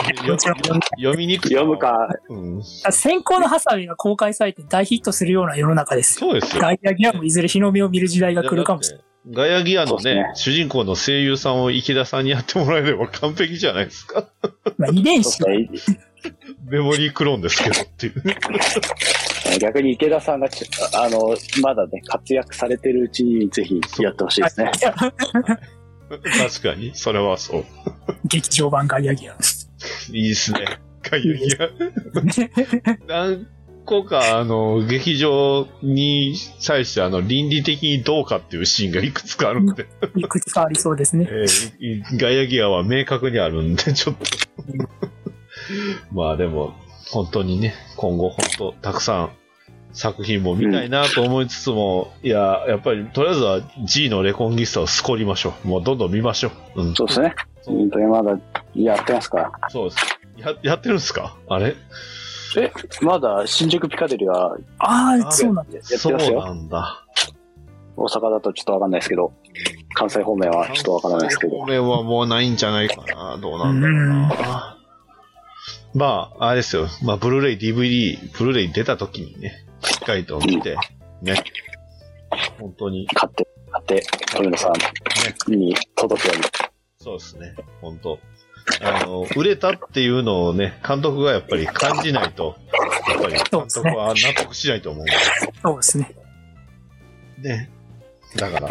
[SPEAKER 2] 読みにくい
[SPEAKER 4] 読む。か、
[SPEAKER 2] うん。
[SPEAKER 3] 先行のハサウェイが公開されて大ヒットするような世の中ですよ。
[SPEAKER 2] そうですよ。
[SPEAKER 3] ガイアギアもいずれ日の目を見る時代が来るかもしれない。
[SPEAKER 2] ガヤギアの
[SPEAKER 4] そう
[SPEAKER 2] ね
[SPEAKER 4] ですね
[SPEAKER 2] 主人公の声優さんを池田さんにやってもらえれば完璧じゃないですか。
[SPEAKER 3] まあ、遺伝
[SPEAKER 4] そう
[SPEAKER 3] 子
[SPEAKER 4] そ、う
[SPEAKER 2] メモリークローンですけどっていうね。
[SPEAKER 4] 逆に池田さんが、あの、まだね、活躍されてるうちに、ぜひやってほしいですね。
[SPEAKER 2] 確かに、それはそう。
[SPEAKER 3] 劇場版ガイアギア。
[SPEAKER 2] いいですね。かゆいや。
[SPEAKER 3] ね
[SPEAKER 2] 何個か、あの、劇場に際して、あの、倫理的にどうかっていうシーンがいくつかあるんで、
[SPEAKER 3] いくつかありそうですね。
[SPEAKER 2] えーいガヤギアは明確にあるん で、ちょっと。まあでも、本当にね、今後本当、たくさん作品も見たいなと思いつつも、いや、やっぱり、とりあえずは G のレコンギスタをすこりましょう。もうどんどん見ましょう。うん。
[SPEAKER 4] そうですね。本当にまだやってますから。
[SPEAKER 2] そうです。や、やってるんですかあれ
[SPEAKER 4] え、まだ新宿ピカデリーは
[SPEAKER 3] ああ、そうなんだ。
[SPEAKER 4] やってます
[SPEAKER 2] そ
[SPEAKER 4] よ。
[SPEAKER 2] うなんだ。
[SPEAKER 4] 大阪だとちょっとわかんないですけど、関西方面はちょっとわからないですけど
[SPEAKER 2] こ。れはもうないんじゃないかな。どうなんだろうな。まあ、あれですよ。まあ、ブルーレイ、DVD、ブルーレイ出た時にね、しっかりと見て、ね。本当に、
[SPEAKER 4] 買って、買って、富野さんに届くように。
[SPEAKER 2] そうですね。本当。あの、売れたっていうのをね、監督がやっぱり感じないと、やっぱり監督は納得しないと思うんで
[SPEAKER 3] そうですね。
[SPEAKER 2] ね。だから、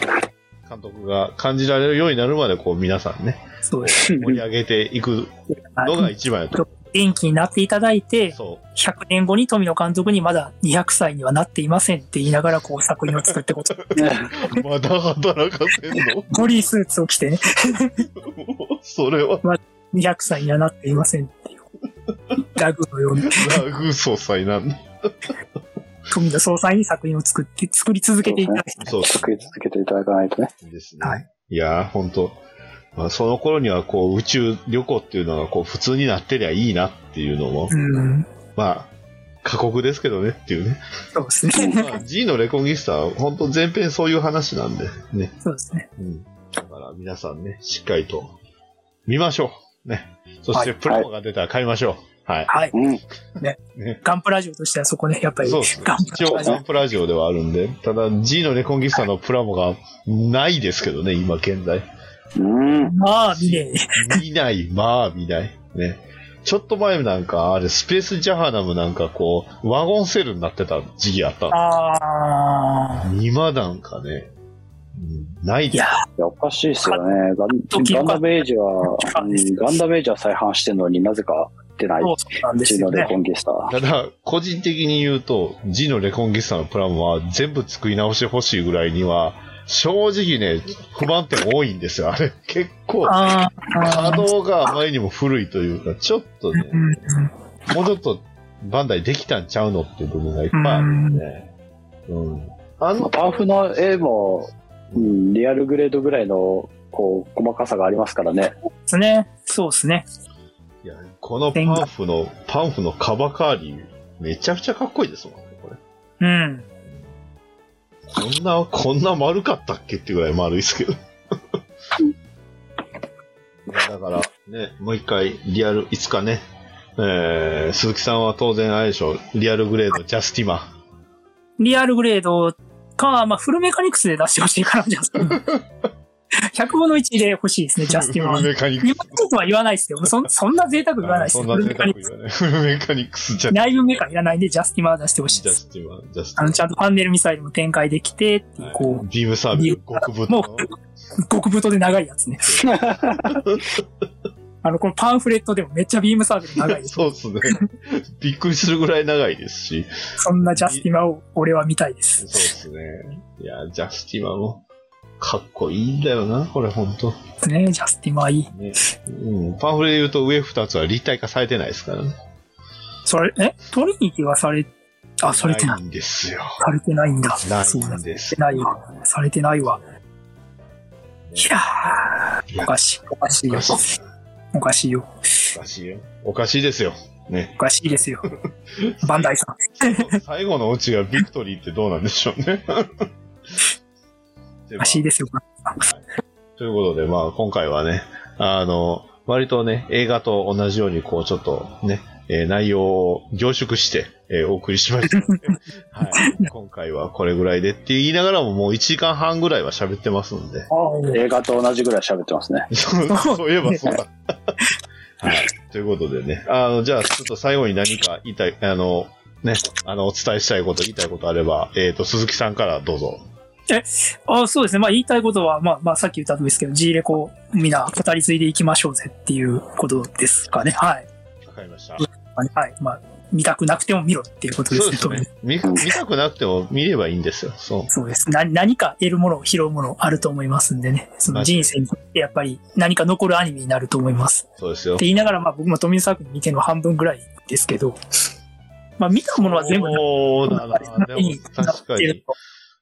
[SPEAKER 2] 監督が感じられるようになるまで、こう、皆さんね、
[SPEAKER 3] そうです。
[SPEAKER 2] 盛り上げていくのが一番やと。
[SPEAKER 3] 元気になっていただいて、
[SPEAKER 2] そう。
[SPEAKER 3] 100年後に富野監督にまだ200歳にはなっていませんって言いながらこう作品を作ってこと。
[SPEAKER 2] まだ働かせんの
[SPEAKER 3] ゴリースーツを着てね、
[SPEAKER 2] もうそれは、
[SPEAKER 3] 200歳にはなっていませんっていう。ラグのように、
[SPEAKER 2] ラグー総裁なんだ。
[SPEAKER 3] 富野総裁に作品を作って、作り続けていただきたい。
[SPEAKER 2] そう
[SPEAKER 4] 作り続けていただかないとね。
[SPEAKER 2] ですね。、
[SPEAKER 3] はい
[SPEAKER 2] やー、ほんと。まあ、その頃には、こう、宇宙旅行っていうのが、こう、普通になってりゃいいなっていうのも、
[SPEAKER 3] うん、
[SPEAKER 2] まあ、過酷ですけどねって いうね。
[SPEAKER 3] そうです
[SPEAKER 2] ま
[SPEAKER 3] ね。
[SPEAKER 2] あ、G のレコンギスタは、ほんと全編そういう話なんで、ね。
[SPEAKER 3] そうですね。
[SPEAKER 2] うん。だから、皆さんね、しっかりと、見ましょう。ね。そして、
[SPEAKER 3] は
[SPEAKER 2] プラモが出たら買いましょう。はい。
[SPEAKER 3] はい。
[SPEAKER 4] うん。
[SPEAKER 3] ガンプラジオとしてはそこね、やっぱり、
[SPEAKER 2] そうですね
[SPEAKER 3] ガン。プ
[SPEAKER 2] 一応、
[SPEAKER 3] ラジオ
[SPEAKER 2] ガンプラジオではあるんで、ただ、G のレコンギスタのプラモがないですけどね、今現在。
[SPEAKER 4] うん。
[SPEAKER 3] まあ、見ねえ。
[SPEAKER 2] 見ない、まあ見ない。ね。ちょっと前なんか、あれ、スペースジャハナムなんかこう、ワゴンセールになってた時期あったの。
[SPEAKER 3] ああ、
[SPEAKER 2] 今なんかね、うんない
[SPEAKER 3] いや
[SPEAKER 4] いやおかしいですよね。ガ
[SPEAKER 3] 時
[SPEAKER 4] ンガンダムエイジは、
[SPEAKER 3] かったです
[SPEAKER 4] うんガンダムエイジは再販してるのになぜか出ない
[SPEAKER 3] そう
[SPEAKER 4] っ
[SPEAKER 3] そうなんで
[SPEAKER 4] てい
[SPEAKER 3] す
[SPEAKER 4] う
[SPEAKER 3] よ
[SPEAKER 4] ので、
[SPEAKER 3] ね。
[SPEAKER 4] コンキスター。
[SPEAKER 2] ただ、個人的に言うと、G のレコンギスタのプラムは全部作り直してほしいぐらいには、正直ね、不満点多いんですよ。あれ、結構、
[SPEAKER 3] あーあ
[SPEAKER 2] 稼
[SPEAKER 3] ー、
[SPEAKER 2] 働があまりにも古いというか、ちょっとね、
[SPEAKER 3] うん
[SPEAKER 2] もうちょっとバンダイできたんちゃうのっていう部分がいっぱいあるんでね。うん。あ
[SPEAKER 4] まあ
[SPEAKER 2] の、
[SPEAKER 4] パンフの絵も、うん、リアルグレードぐらいの、こう、細かさがありますからね。
[SPEAKER 3] ですね。そうですね。
[SPEAKER 2] いやこのパンフの、パンフのカバカーリー、めちゃくちゃかっこいいですもんね、これ。
[SPEAKER 3] うん。
[SPEAKER 2] こんな、こんな丸かったっけってぐらい丸いですけど。いやだから、ね、もう一回、リアル、いつかね、えー、鈴木さんは当然、あれでしょ、リアルグレード、ジャスティマ。
[SPEAKER 3] リアルグレードか、まあ、フルメカニクスで出してほしいかな、ジャステ ィン。100分の1で欲しいですね、ジャスティンは。
[SPEAKER 2] フルメカニク
[SPEAKER 3] 今とは言わないですよ。そんそんな贅沢言わない
[SPEAKER 2] ス。
[SPEAKER 3] です
[SPEAKER 2] そ
[SPEAKER 3] よ。
[SPEAKER 2] ん
[SPEAKER 3] フ
[SPEAKER 2] な
[SPEAKER 3] ル
[SPEAKER 2] 贅
[SPEAKER 3] メカ
[SPEAKER 2] 沢
[SPEAKER 3] ニ
[SPEAKER 2] 言わない。
[SPEAKER 3] クス。
[SPEAKER 2] フルメカニクスじゃ、ジ
[SPEAKER 3] 内部メカいらないんで、ジャスティマは出してほしいで
[SPEAKER 2] ャ
[SPEAKER 3] す。
[SPEAKER 2] スティマ、ジャステ
[SPEAKER 3] あ
[SPEAKER 2] ィ
[SPEAKER 3] の、ちゃんとパンデルミサイルも展開できて、っていう、
[SPEAKER 2] マ。は
[SPEAKER 3] こ
[SPEAKER 2] いビームサービス、極太
[SPEAKER 3] も
[SPEAKER 2] の
[SPEAKER 3] う。う、極太で長いや つね。あの、このパンフレットでもめっちゃビームサーベル長いです。
[SPEAKER 2] そうっすね。びっくりするぐらい長いですし。
[SPEAKER 3] そんなジャスティマを俺は見たいで
[SPEAKER 2] そう。
[SPEAKER 3] す
[SPEAKER 2] ですね。いや、ジャスティマも、かっこいいんだよな、これほんと。
[SPEAKER 3] ね、ジャスティマいい。
[SPEAKER 2] ね。うん。パンフレで言うと上二つは立体化されてないですからね。
[SPEAKER 3] それ、えトリニティはされ、あ、されてない
[SPEAKER 2] な。いんですよ。
[SPEAKER 3] されてないんだ。
[SPEAKER 2] な
[SPEAKER 3] そうだ
[SPEAKER 2] いんです
[SPEAKER 3] されてないわ。されてないわ。いやー、おかしい、おかしい
[SPEAKER 2] お
[SPEAKER 3] よ
[SPEAKER 2] か。しい。
[SPEAKER 3] おかしいよ。
[SPEAKER 2] おかしいよ。おかしいですよ。ね。
[SPEAKER 3] おかしいですよ。バンダイさん。
[SPEAKER 2] 最後のオチがビクトリーってどうなんで しょうね。でまあ
[SPEAKER 3] おかしいですよ。
[SPEAKER 2] ということで、まあ、今回はね、あの、割とね、映画と同じように、こう、ちょっとね、えー内容を凝縮して、えーお送りしま したので、はい、今回はこれぐらいでって言いながらも、もう1時間半ぐらいは喋ってますんで、
[SPEAKER 4] 映画と同じぐらい喋ってますね。
[SPEAKER 2] そうそういえばそうだ。 はい、ということでね、あの、じゃあ、ちょっと最後に何か言いたい、あの、ね、あの、お伝えしたいこと、言いたいことあれば、えっ、と、鈴木さんからどうぞ。
[SPEAKER 3] あそうですね。まあ言いたいことは、まあまあさっき言った通りですけど、G レコ、みんな語り継いでいきましょうぜっていうことですかね。はい。
[SPEAKER 2] わかりました。
[SPEAKER 3] はい。まあ、見たくなくても見ろっていうことで
[SPEAKER 2] そう
[SPEAKER 3] す
[SPEAKER 2] で
[SPEAKER 3] ね。
[SPEAKER 2] すね。見見たくなくても見ればいいんですよ。そう。
[SPEAKER 3] そうです。な何か得るもの、拾うものあると思いますんでね。その人生にとってやっぱり何か残るアニメになると思います。
[SPEAKER 2] そうですよ
[SPEAKER 3] って。言いながら、まあ僕も富野作品見ての半分ぐらいです けど、まあ見たものは全部
[SPEAKER 2] そうだな。 でも
[SPEAKER 3] いい
[SPEAKER 2] 確かに。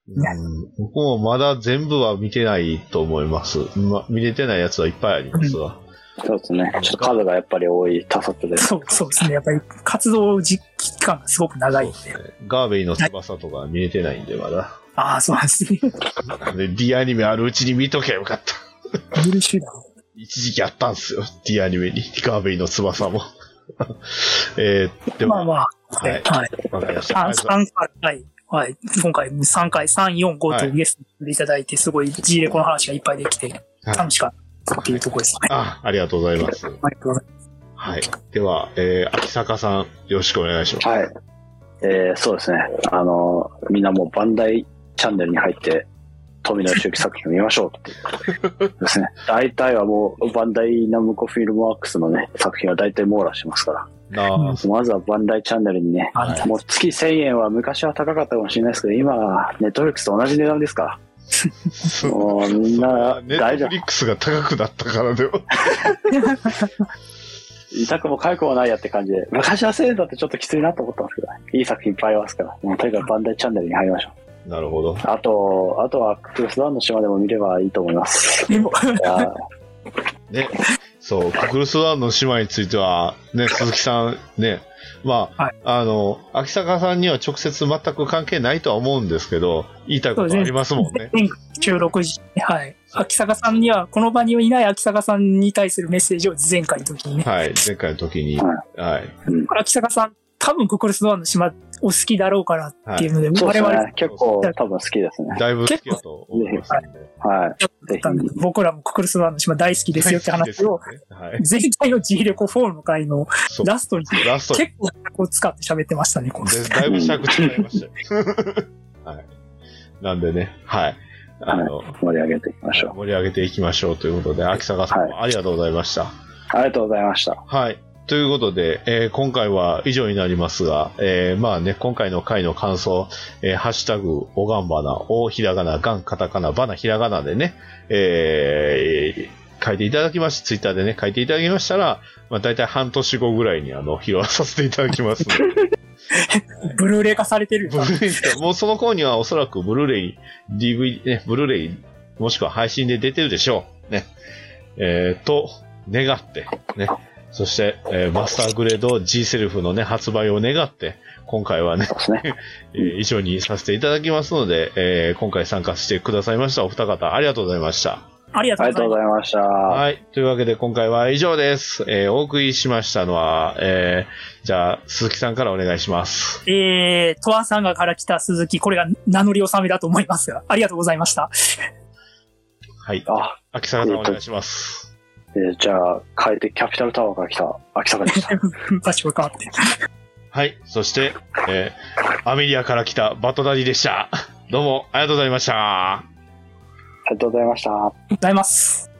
[SPEAKER 2] うん、僕もまだ全部は見てないと思います。ま、見れてないやつはいっぱいありますわ。
[SPEAKER 4] そうですね。ちょっと数がやっぱり多い、多作で。
[SPEAKER 3] そう、そうですね。やっぱり活動実期間がすごく長いんで。
[SPEAKER 2] そうですね。ガーベイの翼とか見れてないんで、まだ。
[SPEAKER 3] ああ、そうなんですね。
[SPEAKER 2] で、D アニメあるうちに見ときゃよかった。
[SPEAKER 3] ブルーシュだ。
[SPEAKER 2] 一時期あったんですよ。D アニメに。ガーベイの翼も。 えー、で
[SPEAKER 3] まあ
[SPEAKER 2] は、
[SPEAKER 3] まあ、
[SPEAKER 2] はい
[SPEAKER 3] はい。
[SPEAKER 2] わかりました。あ
[SPEAKER 3] あ
[SPEAKER 2] りがとうござい
[SPEAKER 3] 3回、はい。はい。今回3回、3、4、5
[SPEAKER 2] は
[SPEAKER 3] と
[SPEAKER 2] い
[SPEAKER 3] ゲストでいただいて、すごい G レコの話がいっぱいできて、楽しかったっていうところですね。
[SPEAKER 2] あありがとうございます。
[SPEAKER 3] ありがとうございます。
[SPEAKER 2] はい。では、えー、秋坂さん、よろしくお願いします。
[SPEAKER 4] はい。えーそうですね。あの、みんなもうバンダイチャンネルに入って、富野周期作品を見ましょ うって。ですね。大体はもう、バンダイナムコフィルムワークスのね、作品は大体網羅してますから。
[SPEAKER 2] なあ、
[SPEAKER 4] まずはバンダイチャンネルにね、
[SPEAKER 3] はい
[SPEAKER 4] もう月1000円は昔は高かったかもしれないですけど、今はネットフリックスと同じ値段ですか
[SPEAKER 2] そ
[SPEAKER 4] ら。 もうみん な
[SPEAKER 2] ネッ
[SPEAKER 4] 大
[SPEAKER 2] ト
[SPEAKER 4] 丈
[SPEAKER 2] フリックスが高くなったからでも。
[SPEAKER 4] 夫。痛くも痒くもないやって感じで。昔は1000円だってちょっときついなと思ったんですけど、いい作品いっぱいありますから。もうとにかくバンダイチャンネルに入りましょう。
[SPEAKER 2] なるほど。
[SPEAKER 4] あと、あとはクロスダウンの島でも見ればいいと思 います。
[SPEAKER 3] でも、
[SPEAKER 4] いやー
[SPEAKER 2] ね。そう、ククルスワンの姉妹については、ね、鈴木さん、ね、まあ、
[SPEAKER 3] は
[SPEAKER 2] あの、秋坂さんには直接全く関係ないとは思うんですけど、言いたいことありますもんね。
[SPEAKER 3] 前回収録時、はい。秋坂さんには、この場にいない秋坂さんに対するメッセージを前回の時にね、
[SPEAKER 2] はい、前回の時に。
[SPEAKER 4] は
[SPEAKER 2] はい。
[SPEAKER 3] 秋坂さん、多分ココルスノアの島お好きだろうからっていうので、
[SPEAKER 4] そうで
[SPEAKER 3] 我
[SPEAKER 4] す
[SPEAKER 3] 々
[SPEAKER 4] ね。結構多分好きですね。
[SPEAKER 2] だいぶ好きだと思いますんで。
[SPEAKER 4] はい。ぜひ。
[SPEAKER 3] 僕らもココルスノアの島大好きですよって話を、
[SPEAKER 2] はい。
[SPEAKER 3] 前回の G 旅行フォームの回の
[SPEAKER 2] そう。
[SPEAKER 3] ラストに
[SPEAKER 2] ラスト
[SPEAKER 3] 結構こう使って喋ってましたね、この
[SPEAKER 2] でだいぶ尺使いましたよ。 はい。なんでね、はい。あの、
[SPEAKER 4] 盛り上げていきましょう。
[SPEAKER 2] 盛り上げていきましょうということで、秋坂さんもありがとうございました。
[SPEAKER 4] ありがとうございました。
[SPEAKER 2] はい。ということで、えー今回は以上になりますが、えーまあね、今回の回の感想、えーハッシュタグ、おがんばな、おひらがな、がんカタカナ、ばなひらがなでね、えー書いていただきまし、ツイッターでね、書いていただきましたら、まあ大体半年後ぐらいにあの、拾わさせていただきますので、
[SPEAKER 3] ブルーレイ化されてるよ
[SPEAKER 2] ブルーレイですかもうその頃にはおそらくブルーレイ、DVD、ね、ブルーレイ、もしくは配信で出てるでしょう。ね。えー、と、願って、ね。そして、えーマスターグレード G セルフのね、発売を願って、今回はね
[SPEAKER 4] そ、うですね。
[SPEAKER 2] えー以上にさせていただきますので、えー今回参加してくださいましたお二方、ありがとうございました。
[SPEAKER 3] ありがと
[SPEAKER 4] あ
[SPEAKER 3] う
[SPEAKER 4] り
[SPEAKER 3] ござ
[SPEAKER 4] がと
[SPEAKER 3] いうま
[SPEAKER 4] ご
[SPEAKER 3] す。
[SPEAKER 4] ざいました。
[SPEAKER 2] はい。というわけで今回は以上です。えーお送りしましたのは、えーじゃあ、鈴木さんからお願いします。
[SPEAKER 3] えー、トワさんがから来た鈴木、これが名乗り納めだと思いますが、ありがとうござい ました。
[SPEAKER 2] はい。
[SPEAKER 4] あ、
[SPEAKER 2] 秋沢さんお願いします。
[SPEAKER 4] えーじゃあ、変えてキャピタルタワーから来た秋坂でした。
[SPEAKER 3] 場所が変わって。
[SPEAKER 2] はい。そして、えーアメリアから来たバトダディでした。どうもありがとうございました。
[SPEAKER 4] ありがとうございました。
[SPEAKER 3] ございます。